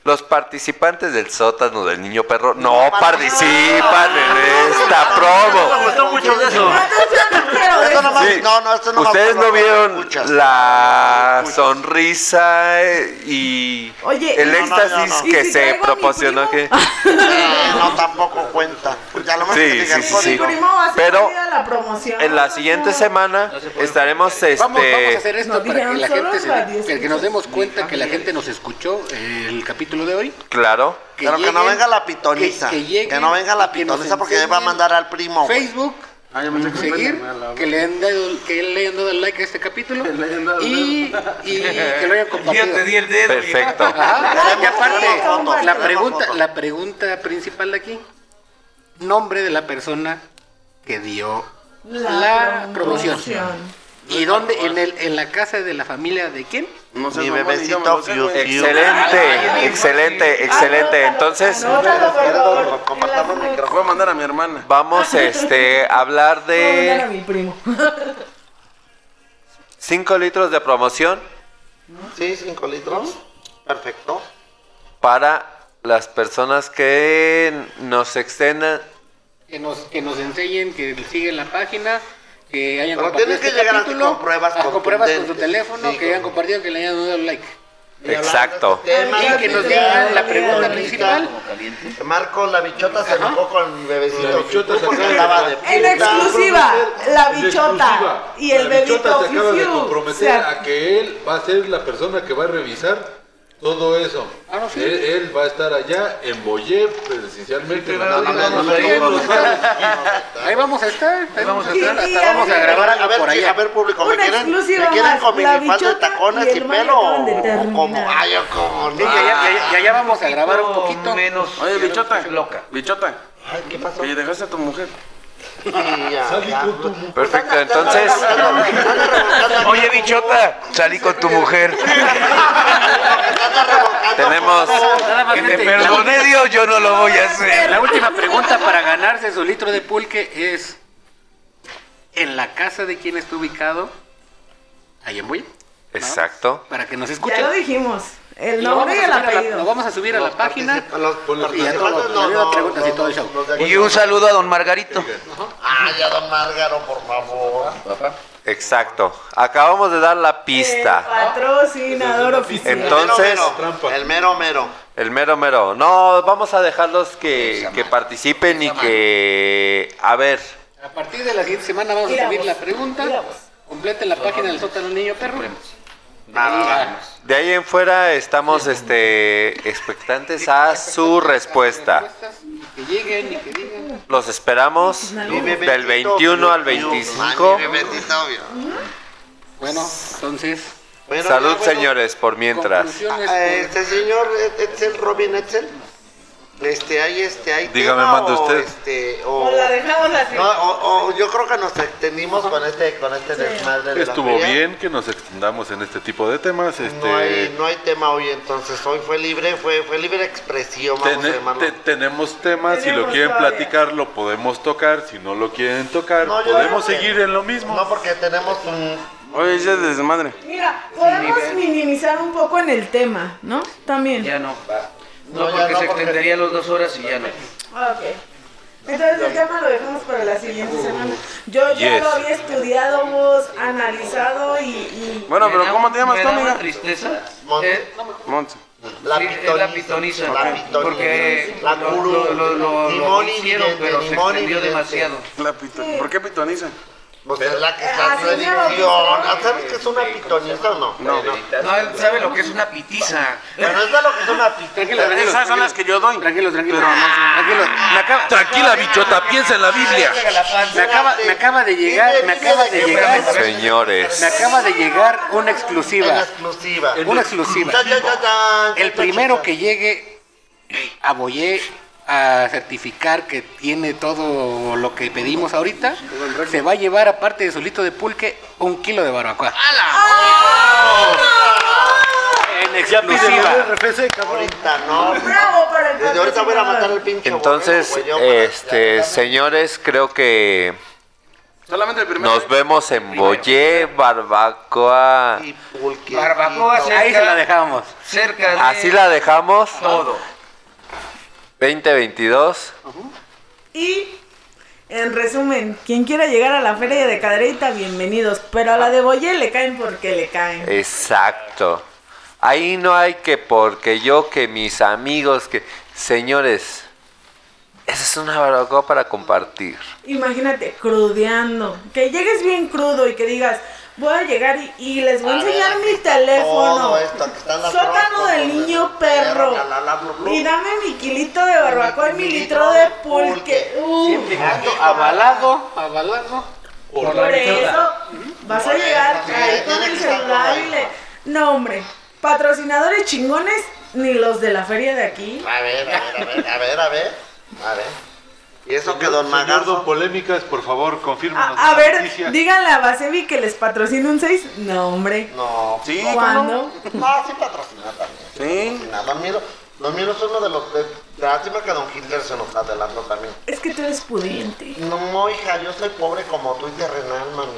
[SPEAKER 8] los participantes del sótano del niño perro no participan en esta promo.
[SPEAKER 11] gustó mucho de eso.
[SPEAKER 6] Entonces yo no quiero
[SPEAKER 2] Esto
[SPEAKER 6] eso.
[SPEAKER 2] nomás-
[SPEAKER 8] Sí.
[SPEAKER 2] No, no, esto no va
[SPEAKER 8] Ustedes
[SPEAKER 2] por
[SPEAKER 8] no
[SPEAKER 2] los
[SPEAKER 8] vieron
[SPEAKER 2] escuchas.
[SPEAKER 8] la sonrisa y
[SPEAKER 6] Oye,
[SPEAKER 8] el
[SPEAKER 6] y-
[SPEAKER 8] éxtasis
[SPEAKER 6] ¿Y
[SPEAKER 8] que
[SPEAKER 6] si
[SPEAKER 8] se
[SPEAKER 6] traigo a mi [LAUGHS]
[SPEAKER 8] proporcionó
[SPEAKER 6] primo?
[SPEAKER 8] que
[SPEAKER 2] Eh, no tampoco cuenta. a lo mejor
[SPEAKER 8] Sí,
[SPEAKER 2] que digan
[SPEAKER 8] sí, sí,
[SPEAKER 6] Mi
[SPEAKER 2] código.
[SPEAKER 6] primo va a ser
[SPEAKER 8] Pero-
[SPEAKER 6] a la promoción.
[SPEAKER 8] En la siguiente semana estaremos este.
[SPEAKER 1] Vamos, vamos a hacer esto
[SPEAKER 6] No,
[SPEAKER 1] para que
[SPEAKER 6] digan
[SPEAKER 1] la
[SPEAKER 6] solo
[SPEAKER 1] gente se
[SPEAKER 6] las
[SPEAKER 1] dé-
[SPEAKER 6] diez
[SPEAKER 1] que, que nos demos
[SPEAKER 6] escuchas.
[SPEAKER 1] cuenta que la gente nos escuchó eh, el capítulo de hoy.
[SPEAKER 8] Claro.
[SPEAKER 2] Pero que no
[SPEAKER 1] lleguen,
[SPEAKER 2] venga la pitoniza.
[SPEAKER 1] que- que
[SPEAKER 2] Que,
[SPEAKER 1] lleguen
[SPEAKER 2] no venga la
[SPEAKER 1] y que nos
[SPEAKER 2] pitoniza porque le va a
[SPEAKER 1] enseñen
[SPEAKER 2] mandar al primo. güey.
[SPEAKER 1] Facebook,
[SPEAKER 7] Ah, yo me estoy
[SPEAKER 1] seguir, que le hayan dado, que le hayan dado el like a
[SPEAKER 7] [LAUGHS]
[SPEAKER 1] este capítulo y, y que lo hayan compartido.
[SPEAKER 8] Perfecto.
[SPEAKER 1] Ajá. Y
[SPEAKER 2] Fotos,
[SPEAKER 1] aparte, la
[SPEAKER 2] queremos
[SPEAKER 1] pregunta,
[SPEAKER 2] fotos.
[SPEAKER 1] la pregunta principal de aquí, nombre de la persona que dio la, promoción. ¿Y dónde? En, el, ¿En la casa de la familia de quién?
[SPEAKER 7] No seas
[SPEAKER 2] Mi
[SPEAKER 7] mamón,
[SPEAKER 2] bebecito
[SPEAKER 7] dígamelo, o sea,
[SPEAKER 2] Fiu
[SPEAKER 7] güey.
[SPEAKER 2] Fiu.
[SPEAKER 8] Excelente, excelente,
[SPEAKER 6] Ah,
[SPEAKER 8] excelente. Entonces,
[SPEAKER 6] Anótalo, por favor.
[SPEAKER 2] Compartamos
[SPEAKER 6] En las
[SPEAKER 2] micrófono.
[SPEAKER 7] Voy a mandar a mi hermana.
[SPEAKER 8] vamos este, a hablar
[SPEAKER 6] Voy a mandar a
[SPEAKER 8] de
[SPEAKER 6] mi
[SPEAKER 8] [LAUGHS]
[SPEAKER 6] primo.
[SPEAKER 8] 5 litros de promoción
[SPEAKER 2] Sí, 5 litros. Perfecto.
[SPEAKER 8] para las personas que nos extendan.
[SPEAKER 1] Que nos, que nos enseñen, que siguen la página, que hayan
[SPEAKER 2] Pero
[SPEAKER 1] compartido
[SPEAKER 2] tienes que
[SPEAKER 1] este
[SPEAKER 2] llegar así
[SPEAKER 1] capítulo,
[SPEAKER 2] con pruebas
[SPEAKER 1] ah, con pruebas con su
[SPEAKER 2] contundentes.
[SPEAKER 1] teléfono,
[SPEAKER 2] Sí,
[SPEAKER 1] que hayan
[SPEAKER 2] con-
[SPEAKER 1] compartido, que le hayan dado like.
[SPEAKER 8] Exacto.
[SPEAKER 1] Y que nos digan la pregunta principal.
[SPEAKER 2] Marco, la bichota se enojó con el bebecito.
[SPEAKER 3] bichota se
[SPEAKER 2] porque
[SPEAKER 3] acaba de-
[SPEAKER 2] andaba de
[SPEAKER 6] En
[SPEAKER 2] fiesta.
[SPEAKER 6] exclusiva, la
[SPEAKER 3] En
[SPEAKER 6] bichota
[SPEAKER 3] exclusiva,
[SPEAKER 6] y el
[SPEAKER 3] la bichota
[SPEAKER 6] bebito
[SPEAKER 3] se acaba de
[SPEAKER 6] Fiu-Fiu.
[SPEAKER 3] comprometer
[SPEAKER 6] O sea,
[SPEAKER 3] a que él va a ser la persona que va a revisar todo eso.
[SPEAKER 1] Ah, no, sí.
[SPEAKER 3] él, él va a estar allá en Boyer presencialmente. en la
[SPEAKER 2] No, no,
[SPEAKER 3] tarde.
[SPEAKER 2] no, no, no, no, no,
[SPEAKER 1] Ahí vamos a estar. Ahí vamos a estar.
[SPEAKER 6] Y- y
[SPEAKER 1] Hasta vamos a
[SPEAKER 6] a-
[SPEAKER 1] grabar
[SPEAKER 2] A
[SPEAKER 1] algo
[SPEAKER 2] ver,
[SPEAKER 1] por
[SPEAKER 2] a
[SPEAKER 1] allá.
[SPEAKER 2] ver público, ¿me
[SPEAKER 6] Una
[SPEAKER 2] quieren, me
[SPEAKER 6] exclusiva
[SPEAKER 2] quieren
[SPEAKER 6] más,
[SPEAKER 2] con
[SPEAKER 6] la
[SPEAKER 2] minifalda,
[SPEAKER 6] bichota y
[SPEAKER 2] tacones y
[SPEAKER 6] el man
[SPEAKER 2] pelo?
[SPEAKER 6] acaban de
[SPEAKER 2] ¿O como?
[SPEAKER 6] terminar.
[SPEAKER 2] Ay, yo como
[SPEAKER 1] Sí,
[SPEAKER 2] no.
[SPEAKER 1] y allá, y allá- y allá vamos a grabar un poquito.
[SPEAKER 11] menos.
[SPEAKER 7] Oye, bichota.
[SPEAKER 11] Loca.
[SPEAKER 7] Bichota,
[SPEAKER 2] Ay, ¿qué pasó?
[SPEAKER 7] que dejaste a tu mujer.
[SPEAKER 2] Sí, ya, ya.
[SPEAKER 8] Perfecto, entonces.
[SPEAKER 11] Oye, bichota, salí con tu mujer.
[SPEAKER 8] Tenemos-
[SPEAKER 11] Que te perdone Dios, yo no lo voy a hacer.
[SPEAKER 1] La última pregunta para ganarse su litro de pulque es: ¿en la casa de quién está ubicado? Ahí en Boyer.
[SPEAKER 8] Exacto.
[SPEAKER 1] Para que nos
[SPEAKER 6] ya lo
[SPEAKER 1] escuchen.
[SPEAKER 6] dijimos. El
[SPEAKER 1] Lo vamos,
[SPEAKER 6] nombre y
[SPEAKER 1] a
[SPEAKER 6] el
[SPEAKER 1] subir a la, lo
[SPEAKER 6] apellido.
[SPEAKER 1] vamos a subir a la página.
[SPEAKER 2] A los
[SPEAKER 1] Y a todos,
[SPEAKER 2] participantes, no,
[SPEAKER 1] las
[SPEAKER 2] no,
[SPEAKER 1] preguntas y
[SPEAKER 2] no,
[SPEAKER 1] todo el
[SPEAKER 2] no,
[SPEAKER 1] show.
[SPEAKER 2] los de aquí
[SPEAKER 11] Y
[SPEAKER 2] no.
[SPEAKER 11] un saludo a don Margarito.
[SPEAKER 2] Ay, ya don Márgaro, por favor.
[SPEAKER 8] Exacto. Acabamos de dar la
[SPEAKER 6] El
[SPEAKER 8] pista.
[SPEAKER 1] Ah,
[SPEAKER 6] patrocinador oficial.
[SPEAKER 8] Entonces-
[SPEAKER 2] El mero mero.
[SPEAKER 8] El mero mero. No, vamos a dejarlos que, que participen y que... A ver.
[SPEAKER 1] A partir de la siguiente semana vamos a
[SPEAKER 6] Mira
[SPEAKER 1] subir
[SPEAKER 6] vos,
[SPEAKER 1] la pregunta.
[SPEAKER 6] mira vos.
[SPEAKER 1] Completen la página del sótano niño perro.
[SPEAKER 2] Nada.
[SPEAKER 8] De ahí en fuera estamos este, expectantes a su respuesta.
[SPEAKER 1] Que lleguen y que digan.
[SPEAKER 8] Los esperamos
[SPEAKER 2] Mi bebecito,
[SPEAKER 8] del 21 al
[SPEAKER 2] mi- mi-
[SPEAKER 8] 25.
[SPEAKER 2] mi bebecito, obvio.
[SPEAKER 1] Bueno, entonces.
[SPEAKER 2] Bueno,
[SPEAKER 8] Salud
[SPEAKER 2] ya, bueno,
[SPEAKER 8] señores, por mientras.
[SPEAKER 1] conclusiones
[SPEAKER 2] Ah,
[SPEAKER 1] por-
[SPEAKER 2] Este señor Ed- Edsel, Robin Edsel, este, ahí, este, ahí.
[SPEAKER 3] Dígame,
[SPEAKER 2] tema
[SPEAKER 3] manda
[SPEAKER 2] o,
[SPEAKER 3] usted.
[SPEAKER 2] Este, o,
[SPEAKER 6] O la dejamos así.
[SPEAKER 2] no, o- o yo creo que nos extendimos con este, con este desmadre. de la
[SPEAKER 3] Estuvo
[SPEAKER 2] feria.
[SPEAKER 3] bien que nos extendamos en este tipo de temas. Este,
[SPEAKER 2] No hay, no hay tema hoy, entonces hoy fue libre, fue, fue libre expresión, vamos
[SPEAKER 3] tene-
[SPEAKER 2] hermano.
[SPEAKER 3] te- tenemos temas, si lo
[SPEAKER 6] Tenemos
[SPEAKER 3] quieren
[SPEAKER 6] todavía.
[SPEAKER 3] platicar, lo podemos tocar. Si no lo quieren tocar,
[SPEAKER 2] No, yo
[SPEAKER 3] podemos
[SPEAKER 2] creo que-
[SPEAKER 3] seguir en lo mismo.
[SPEAKER 2] No, porque tenemos un...
[SPEAKER 7] Oye, ese es desmadre.
[SPEAKER 6] Mira, podemos minimizar un poco en el tema, ¿no? También.
[SPEAKER 11] Ya no.
[SPEAKER 2] No,
[SPEAKER 11] No,
[SPEAKER 2] ya
[SPEAKER 11] porque
[SPEAKER 2] no,
[SPEAKER 11] se
[SPEAKER 2] porque-
[SPEAKER 11] extenderían los dos horas y ya no.
[SPEAKER 6] Ah, Ok. Entonces el tema lo dejamos para la siguiente
[SPEAKER 2] Uh.
[SPEAKER 6] semana. Yo ya
[SPEAKER 8] Yes.
[SPEAKER 6] lo había estudiado, vos, analizado y... y-
[SPEAKER 7] Bueno,
[SPEAKER 11] Me
[SPEAKER 7] pero
[SPEAKER 11] da-
[SPEAKER 7] ¿cómo te llamas
[SPEAKER 11] me
[SPEAKER 7] tú,
[SPEAKER 11] da una
[SPEAKER 7] amiga?
[SPEAKER 11] tristeza.
[SPEAKER 2] Mon-
[SPEAKER 11] Eh,
[SPEAKER 7] Monse.
[SPEAKER 2] La
[SPEAKER 11] Sí, es
[SPEAKER 2] pitoniza.
[SPEAKER 11] la pitoniza.
[SPEAKER 2] La
[SPEAKER 11] Ok.
[SPEAKER 2] pitoniza.
[SPEAKER 11] Porque
[SPEAKER 2] La
[SPEAKER 11] lo-
[SPEAKER 2] gurú.
[SPEAKER 11] lo- lo- lo- lo
[SPEAKER 2] Limón y
[SPEAKER 11] hicieron,
[SPEAKER 2] vidente,
[SPEAKER 11] pero se
[SPEAKER 2] limón y
[SPEAKER 11] extendió
[SPEAKER 2] vidente.
[SPEAKER 11] demasiado.
[SPEAKER 7] La pito- ¿Por qué pitoniza?
[SPEAKER 2] Pues es la que
[SPEAKER 6] Ah,
[SPEAKER 2] está
[SPEAKER 6] sí,
[SPEAKER 2] su edición.
[SPEAKER 6] ya lo dije.
[SPEAKER 2] Ah, ¿Sabes qué es una pitoniza o no?
[SPEAKER 7] No.
[SPEAKER 2] Bueno,
[SPEAKER 11] No, él sabe lo que es una pitiza.
[SPEAKER 2] Pero es de lo que
[SPEAKER 1] [LAUGHS]
[SPEAKER 2] es una
[SPEAKER 1] Tranquilo,
[SPEAKER 2] pitoniza.
[SPEAKER 1] tranquilo.
[SPEAKER 7] Esas son las que yo doy.
[SPEAKER 1] Tranquilo, tranquilo. tranquilo. Me acaba,
[SPEAKER 8] Tranquila, bichota, piensa en la Biblia.
[SPEAKER 1] me acaba- me acaba de llegar, me acaba de llegar. Me
[SPEAKER 8] Señores,
[SPEAKER 1] acaba de llegar una
[SPEAKER 2] En
[SPEAKER 1] exclusiva.
[SPEAKER 2] exclusiva.
[SPEAKER 1] Una exclusiva.
[SPEAKER 2] Ya, ya, ya, ya.
[SPEAKER 1] El primero que llegue a Boyé a certificar que tiene todo lo que pedimos ahorita, se va a llevar, aparte de su litro de pulque, un kilo de barbacoa.
[SPEAKER 6] ¡Ah!
[SPEAKER 1] En exclusiva.
[SPEAKER 2] Ahorita no.
[SPEAKER 6] Bravo para el
[SPEAKER 2] Desde ahorita voy a ir a matar al
[SPEAKER 6] patrocinador.
[SPEAKER 2] pinche.
[SPEAKER 8] entonces,
[SPEAKER 2] borrego, güey, yo para-
[SPEAKER 8] este, señores, creo que
[SPEAKER 7] Solamente el primero.
[SPEAKER 8] nos vemos en Boyé, Barbacoa.
[SPEAKER 2] Y pulque.
[SPEAKER 11] Barbacoa cerca,
[SPEAKER 1] Ahí se la dejamos.
[SPEAKER 11] cerca de
[SPEAKER 8] Así la dejamos.
[SPEAKER 11] todo.
[SPEAKER 8] 2022.
[SPEAKER 6] Y, en resumen, quien quiera llegar a la feria de Cadereyta, bienvenidos. Pero a la de Boye le caen porque le caen.
[SPEAKER 8] Exacto. Ahí no hay que porque yo, que mis amigos, que... Señores,
[SPEAKER 12] Esa es una barbacoa para compartir.
[SPEAKER 6] Imagínate, crudeando. Que llegues bien crudo y que digas, voy a llegar y, y les voy a,
[SPEAKER 2] A ver,
[SPEAKER 6] enseñar
[SPEAKER 2] aquí
[SPEAKER 6] mi teléfono.
[SPEAKER 2] todo esto, aquí están las
[SPEAKER 6] Sótano
[SPEAKER 2] broncas,
[SPEAKER 6] del
[SPEAKER 2] donde
[SPEAKER 6] niño
[SPEAKER 2] se
[SPEAKER 6] perro.
[SPEAKER 2] perro, la, la, blu, blu.
[SPEAKER 6] Y dame mi kilito de barbacoa y mi litro de pulque. Uh,
[SPEAKER 13] Avalado, avalado.
[SPEAKER 6] por eso vas a llegar ahí con el celular y le... No, hombre, patrocinadores chingones ni los de la feria de aquí.
[SPEAKER 2] A ver, a ver, a ver, a ver, a ver. A ver. Y eso
[SPEAKER 3] que don Magardo. polémicas, por favor, confírmanos.
[SPEAKER 6] A, a
[SPEAKER 3] la
[SPEAKER 6] ver,
[SPEAKER 3] noticia.
[SPEAKER 6] díganle a Basevi que les patrocine un 6. No, hombre.
[SPEAKER 2] No, sí,
[SPEAKER 6] ¿Cuándo?
[SPEAKER 2] No, sí patrocinada también. Sí. Nada, miro. Don Miro es uno de los. de- lástima que don Hitler se nos adelantó también.
[SPEAKER 6] Es que tú eres pudiente.
[SPEAKER 2] No, hija, yo soy pobre como tú y terrenal, mami.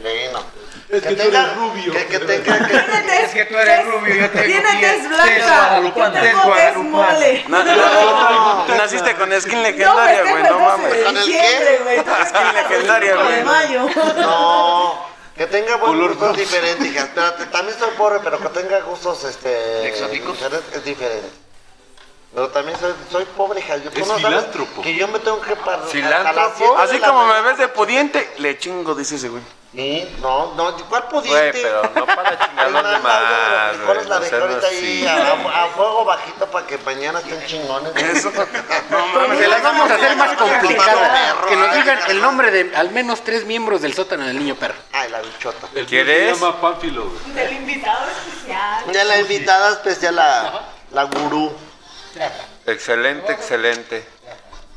[SPEAKER 2] Bueno.
[SPEAKER 6] Es que tú eres
[SPEAKER 2] rubio. Que, que tenga que.
[SPEAKER 6] Es que
[SPEAKER 2] tú eres rubio, yo
[SPEAKER 6] tengo Tiene piel- tez blanca, tez guadalupana. yo tengo tez mole.
[SPEAKER 12] Na- na-
[SPEAKER 6] No. pues,
[SPEAKER 12] Naciste con skin
[SPEAKER 6] es
[SPEAKER 12] legendaria,
[SPEAKER 6] que
[SPEAKER 12] güey, no,
[SPEAKER 6] empezaste
[SPEAKER 12] mames.
[SPEAKER 6] de diciembre, güey.
[SPEAKER 12] Skin legendaria,
[SPEAKER 6] De
[SPEAKER 12] güey.
[SPEAKER 6] mayo.
[SPEAKER 2] No. Que tenga buen gustos diferentes, hija. Espérate, también soy pobre, pero que tenga gustos este.
[SPEAKER 11] ¿Exóticos?
[SPEAKER 2] diferentes- Es diferente. Pero también soy, soy pobre, hija. Yo, tú
[SPEAKER 12] Es
[SPEAKER 2] no sabes
[SPEAKER 12] filántropo.
[SPEAKER 2] Que yo me tengo que parar. hasta las siete
[SPEAKER 12] Cilantro.
[SPEAKER 2] de
[SPEAKER 12] Así
[SPEAKER 2] la
[SPEAKER 12] como
[SPEAKER 2] mañana.
[SPEAKER 12] me ves de pudiente, le chingo, dice ese güey.
[SPEAKER 2] Sí, no, no, ¿cuál
[SPEAKER 12] Güey,
[SPEAKER 2] pudiente?
[SPEAKER 12] pero no
[SPEAKER 2] [LAUGHS]
[SPEAKER 12] para chingar a los demás,
[SPEAKER 2] ¿Cuál es
[SPEAKER 12] güey.
[SPEAKER 2] la
[SPEAKER 12] No
[SPEAKER 2] de
[SPEAKER 12] seas
[SPEAKER 2] ahorita
[SPEAKER 12] así.
[SPEAKER 2] ahí a, a fuego bajito para que mañana estén chingones? Eso. No
[SPEAKER 1] Se las vamos a hacer más complicadas. Que nos digan el nombre de al menos tres miembros del sótano del niño perro.
[SPEAKER 2] Ay, la bichota.
[SPEAKER 1] El
[SPEAKER 12] ¿Quieres?
[SPEAKER 1] Se llama
[SPEAKER 3] Pánfilo.
[SPEAKER 6] Del invitado especial.
[SPEAKER 2] Ya la invitada especial, la, la gurú.
[SPEAKER 8] Excelente, excelente.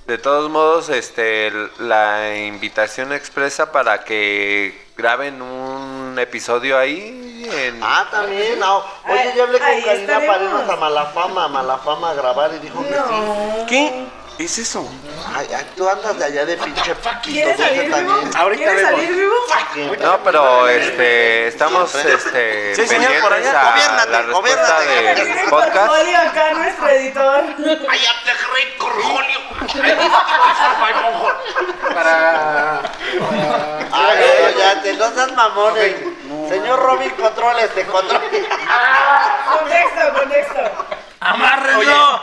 [SPEAKER 8] De todos modos, este, l- la invitación expresa para que graben un episodio ahí. En...
[SPEAKER 2] Ah, también, no. Oye, yo hablé con
[SPEAKER 6] Ahí
[SPEAKER 2] Karina para
[SPEAKER 6] estaremos.
[SPEAKER 2] irnos a Malafama, a Malafama a grabar y dijo que sí.
[SPEAKER 12] ¿Qué? ¿Es eso?
[SPEAKER 2] Ay, ay, tú andas de allá de pinche paquito.
[SPEAKER 6] ¿Quieres
[SPEAKER 2] dulce
[SPEAKER 6] salir vivo?
[SPEAKER 2] también.
[SPEAKER 6] ¿Quieres salir vivo?
[SPEAKER 8] No, pero este, estamos este,
[SPEAKER 2] Sí, señor,
[SPEAKER 8] pendientes
[SPEAKER 2] por allá.
[SPEAKER 8] a
[SPEAKER 2] Gobiérnate,
[SPEAKER 8] la respuesta
[SPEAKER 2] gobiérnate.
[SPEAKER 8] del
[SPEAKER 6] Tiene
[SPEAKER 8] podcast.
[SPEAKER 6] portfolio acá nuestro editor.
[SPEAKER 2] Ay, no, ya, te no seas mamones. Señor Robin, controles, te
[SPEAKER 6] [LAUGHS]
[SPEAKER 2] controles.
[SPEAKER 6] Contexto, contexto.
[SPEAKER 5] ¡Amárrenlo!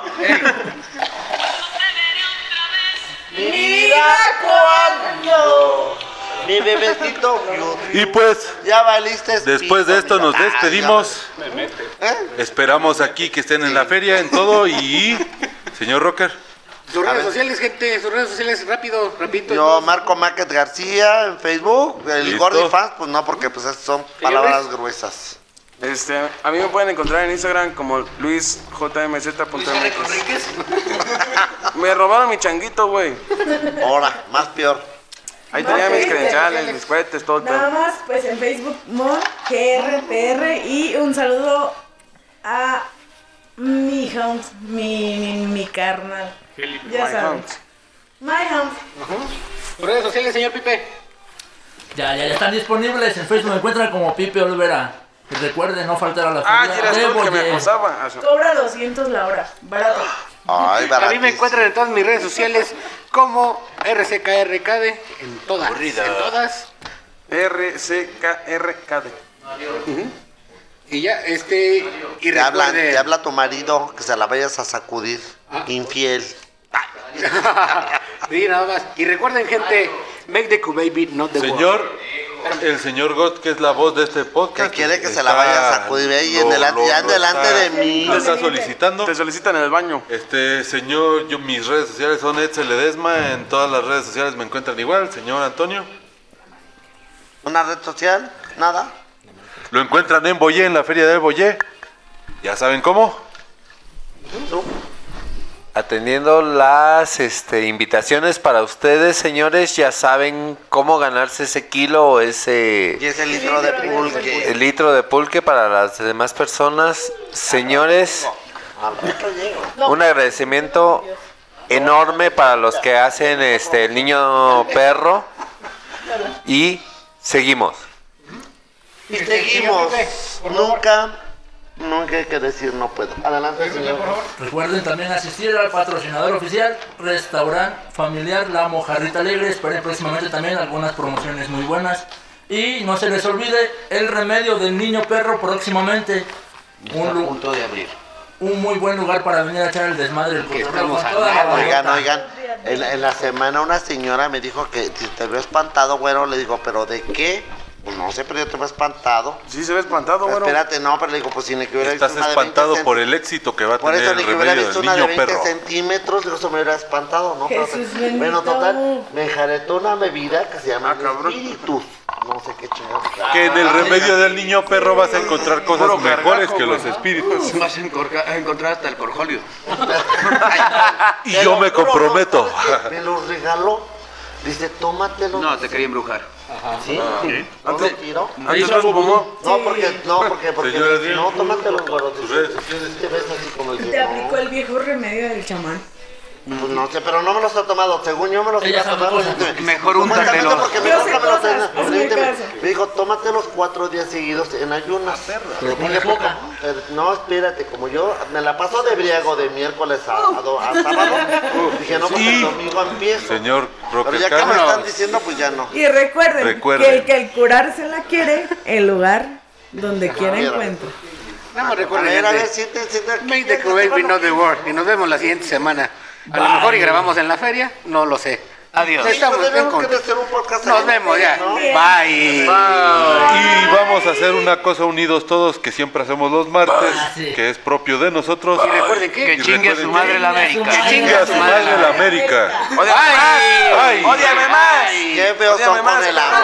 [SPEAKER 2] Mira cuando mi bebecito
[SPEAKER 3] Y pues,
[SPEAKER 2] ya valiste.
[SPEAKER 3] después de esto nos despedimos.
[SPEAKER 2] ¿Eh?
[SPEAKER 3] Esperamos aquí que estén en la feria, en todo. Y, señor Rocker,
[SPEAKER 1] Sus redes sociales, gente, sus redes sociales, rápido, rapidito.
[SPEAKER 2] Yo, Marco Máquez García en Facebook, el
[SPEAKER 12] Listo.
[SPEAKER 2] Gordy Fans, pues no, porque pues esas son palabras gruesas.
[SPEAKER 12] Este, a mí me pueden encontrar en Instagram como luisjmz.mx. Me robaron mi changuito, güey.
[SPEAKER 2] Ahora, más peor.
[SPEAKER 12] Ahí
[SPEAKER 6] Más
[SPEAKER 12] tenía mis
[SPEAKER 6] triste,
[SPEAKER 12] credenciales,
[SPEAKER 6] credenciales.
[SPEAKER 12] mis cohetes, todo el
[SPEAKER 6] Nada
[SPEAKER 12] pedo.
[SPEAKER 6] más, pues en Facebook, Mon GRPR. Y un saludo a mi Homes, mi, mi, mi carnal. Ya
[SPEAKER 12] My
[SPEAKER 6] saben.
[SPEAKER 12] Homes.
[SPEAKER 6] My Homes.
[SPEAKER 1] Redes sociales, señor Pipe.
[SPEAKER 5] Ya, ya, ya están disponibles. En Facebook me encuentran como Pipe Olvera. Y recuerden no faltar a la
[SPEAKER 12] Ah,
[SPEAKER 5] feria.
[SPEAKER 12] ya eras tú el que me
[SPEAKER 5] Debo de-
[SPEAKER 12] acosaba. Ah,
[SPEAKER 6] Cobra 200 la hora. Barato.
[SPEAKER 2] Ay,
[SPEAKER 1] A mí me encuentran en todas mis redes sociales como RCKRKD, en todas, en todas.
[SPEAKER 12] RCKRKD.
[SPEAKER 1] Y ya, este, y
[SPEAKER 2] Te habla,
[SPEAKER 1] recuerden-
[SPEAKER 2] te habla tu marido que se la vayas a sacudir.
[SPEAKER 9] Ah.
[SPEAKER 2] Infiel.
[SPEAKER 1] [LAUGHS] Sí, nada más. Y recuerden, gente, make the Q-Baby, not the world.
[SPEAKER 3] señor, el señor God, que es la voz de este podcast.
[SPEAKER 2] Que quiere que se la vaya a sacudir, ve, y en delante- ya en delante de mí.
[SPEAKER 3] Te está solicitando. Te
[SPEAKER 12] solicitan en el baño.
[SPEAKER 3] Este, señor, yo, mis redes sociales son Edsel Ledesma. En todas las redes sociales me encuentran igual, señor Antonio.
[SPEAKER 2] ¿Una red social? Nada.
[SPEAKER 3] Lo encuentran en Boyé, en la feria de Boyé. Ya saben cómo.
[SPEAKER 8] Atendiendo las este, invitaciones para ustedes, señores, ya saben cómo ganarse ese kilo o ese...
[SPEAKER 2] Y ese litro de pulque.
[SPEAKER 8] eh, El litro de pulque para las demás personas. Señores, un agradecimiento enorme para los que hacen este el niño perro. Y seguimos.
[SPEAKER 2] Y seguimos. Nunca, nunca hay que decir no puedo. Adelante, señor.
[SPEAKER 5] Recuerden también asistir al patrocinador oficial, restaurante familiar La Mojarrita Alegre. Esperen próximamente también algunas promociones muy buenas. Y no se les olvide el remedio del niño perro próximamente. Un, lu-
[SPEAKER 11] de abrir.
[SPEAKER 5] un muy buen lugar para venir a echar el desmadre. El cotorreo con toda la
[SPEAKER 2] Oigan,
[SPEAKER 5] bandota.
[SPEAKER 2] oigan, En, en la semana una señora me dijo que si te veo espantado, güero, le digo, ¿pero de qué? Pues no sé, pero yo te veo espantado.
[SPEAKER 9] Sí, se ve espantado, güero.
[SPEAKER 2] Espérate, no, pero le digo, pues si ni que hubiera
[SPEAKER 3] Estás
[SPEAKER 2] visto una de 20
[SPEAKER 3] espantado por el éxito que va a
[SPEAKER 2] Por
[SPEAKER 3] tener
[SPEAKER 2] eso
[SPEAKER 3] el
[SPEAKER 2] ni que hubiera
[SPEAKER 3] remedio
[SPEAKER 2] visto
[SPEAKER 3] del
[SPEAKER 2] una
[SPEAKER 3] niño
[SPEAKER 2] de 20
[SPEAKER 3] perro.
[SPEAKER 2] centímetros, digo, eso me hubiera espantado, ¿no? Pero-
[SPEAKER 6] Jesús bendito.
[SPEAKER 2] bueno, total, me enjaretó una bebida que se llama
[SPEAKER 3] Ah,
[SPEAKER 2] espíritus. No sé qué chingados.
[SPEAKER 3] Que en el remedio del niño perro vas a encontrar cosas
[SPEAKER 2] Ah, Puro gargajo,
[SPEAKER 3] mejores que
[SPEAKER 2] güey.
[SPEAKER 3] los espíritus.
[SPEAKER 11] Vas a encorca- a encontrar hasta el corjolio.
[SPEAKER 3] Y yo me comprometo.
[SPEAKER 2] Me lo regaló. Dice, tómatelo.
[SPEAKER 11] No, te quería embrujar.
[SPEAKER 2] ¿Sí?
[SPEAKER 11] Ah, ok.
[SPEAKER 2] ¿No lo
[SPEAKER 11] Antes-
[SPEAKER 2] tiró?
[SPEAKER 11] ¿Ahí hizo algo, Bobo?
[SPEAKER 2] No, porque, no, porque, porque,
[SPEAKER 3] Señora, sí.
[SPEAKER 2] no, tómatelo, güero. Dice, te ves así como
[SPEAKER 6] Te
[SPEAKER 2] diciendo,
[SPEAKER 6] aplicó el viejo remedio del chamán.
[SPEAKER 2] Pues no sé, pero no me los ha tomado. Según yo me los
[SPEAKER 6] Ella
[SPEAKER 2] había
[SPEAKER 6] sabe
[SPEAKER 2] tomado.
[SPEAKER 13] [LAUGHS]
[SPEAKER 2] [LAUGHS]
[SPEAKER 6] cosas.
[SPEAKER 2] Entonces,
[SPEAKER 11] Mejor
[SPEAKER 2] supuestamente
[SPEAKER 11] úntatelo.
[SPEAKER 2] Pues porque me
[SPEAKER 11] Yo
[SPEAKER 2] dijo
[SPEAKER 11] sé
[SPEAKER 2] que me los
[SPEAKER 11] cosas,
[SPEAKER 2] tenía-
[SPEAKER 11] hazme
[SPEAKER 2] ahorita me-
[SPEAKER 11] caso.
[SPEAKER 2] Me dijo, tómate los cuatro días seguidos en
[SPEAKER 6] Ah,
[SPEAKER 2] ayunas. pues
[SPEAKER 11] Pero ponle
[SPEAKER 2] Porque-
[SPEAKER 11] coca.
[SPEAKER 2] pero "Eh, No, espérate, como yo me la paso de briago de miércoles a, a do- a sábado, dije, no, pues el domingo empiezo.
[SPEAKER 3] Señor
[SPEAKER 2] Pero
[SPEAKER 3] Roque
[SPEAKER 2] ya que me
[SPEAKER 3] Carlos.
[SPEAKER 2] están diciendo, pues ya no.
[SPEAKER 6] Y recuerden,
[SPEAKER 3] Recuerden.
[SPEAKER 6] que el que el curar se la quiere, el lugar donde quiera
[SPEAKER 13] mira.
[SPEAKER 6] encuentra.
[SPEAKER 13] No me recuerdo.
[SPEAKER 6] A ver, a ver,
[SPEAKER 2] siete,
[SPEAKER 13] Make the Kuwait we know the world. Y nos vemos la siguiente semana. A lo
[SPEAKER 11] Bye.
[SPEAKER 13] mejor y grabamos en la feria, no lo sé.
[SPEAKER 11] Adiós.
[SPEAKER 13] Estamos
[SPEAKER 2] Nosotros
[SPEAKER 13] en
[SPEAKER 2] tenemos pues que
[SPEAKER 13] contacto.
[SPEAKER 2] hacer un podcast
[SPEAKER 13] Nos
[SPEAKER 2] ahí,
[SPEAKER 13] vemos ya.
[SPEAKER 2] ¿no?
[SPEAKER 13] Bye.
[SPEAKER 3] Y vamos a hacer una cosa unidos todos que siempre hacemos los martes, que es propio de nosotros.
[SPEAKER 13] Ah, Y recuerden que- Que chingue
[SPEAKER 3] recuerden
[SPEAKER 13] su madre la América.
[SPEAKER 3] Que chingue a su madre la América.
[SPEAKER 13] Ódiame más.
[SPEAKER 3] Ay.
[SPEAKER 13] Ódiame más.
[SPEAKER 2] Qué feos son con el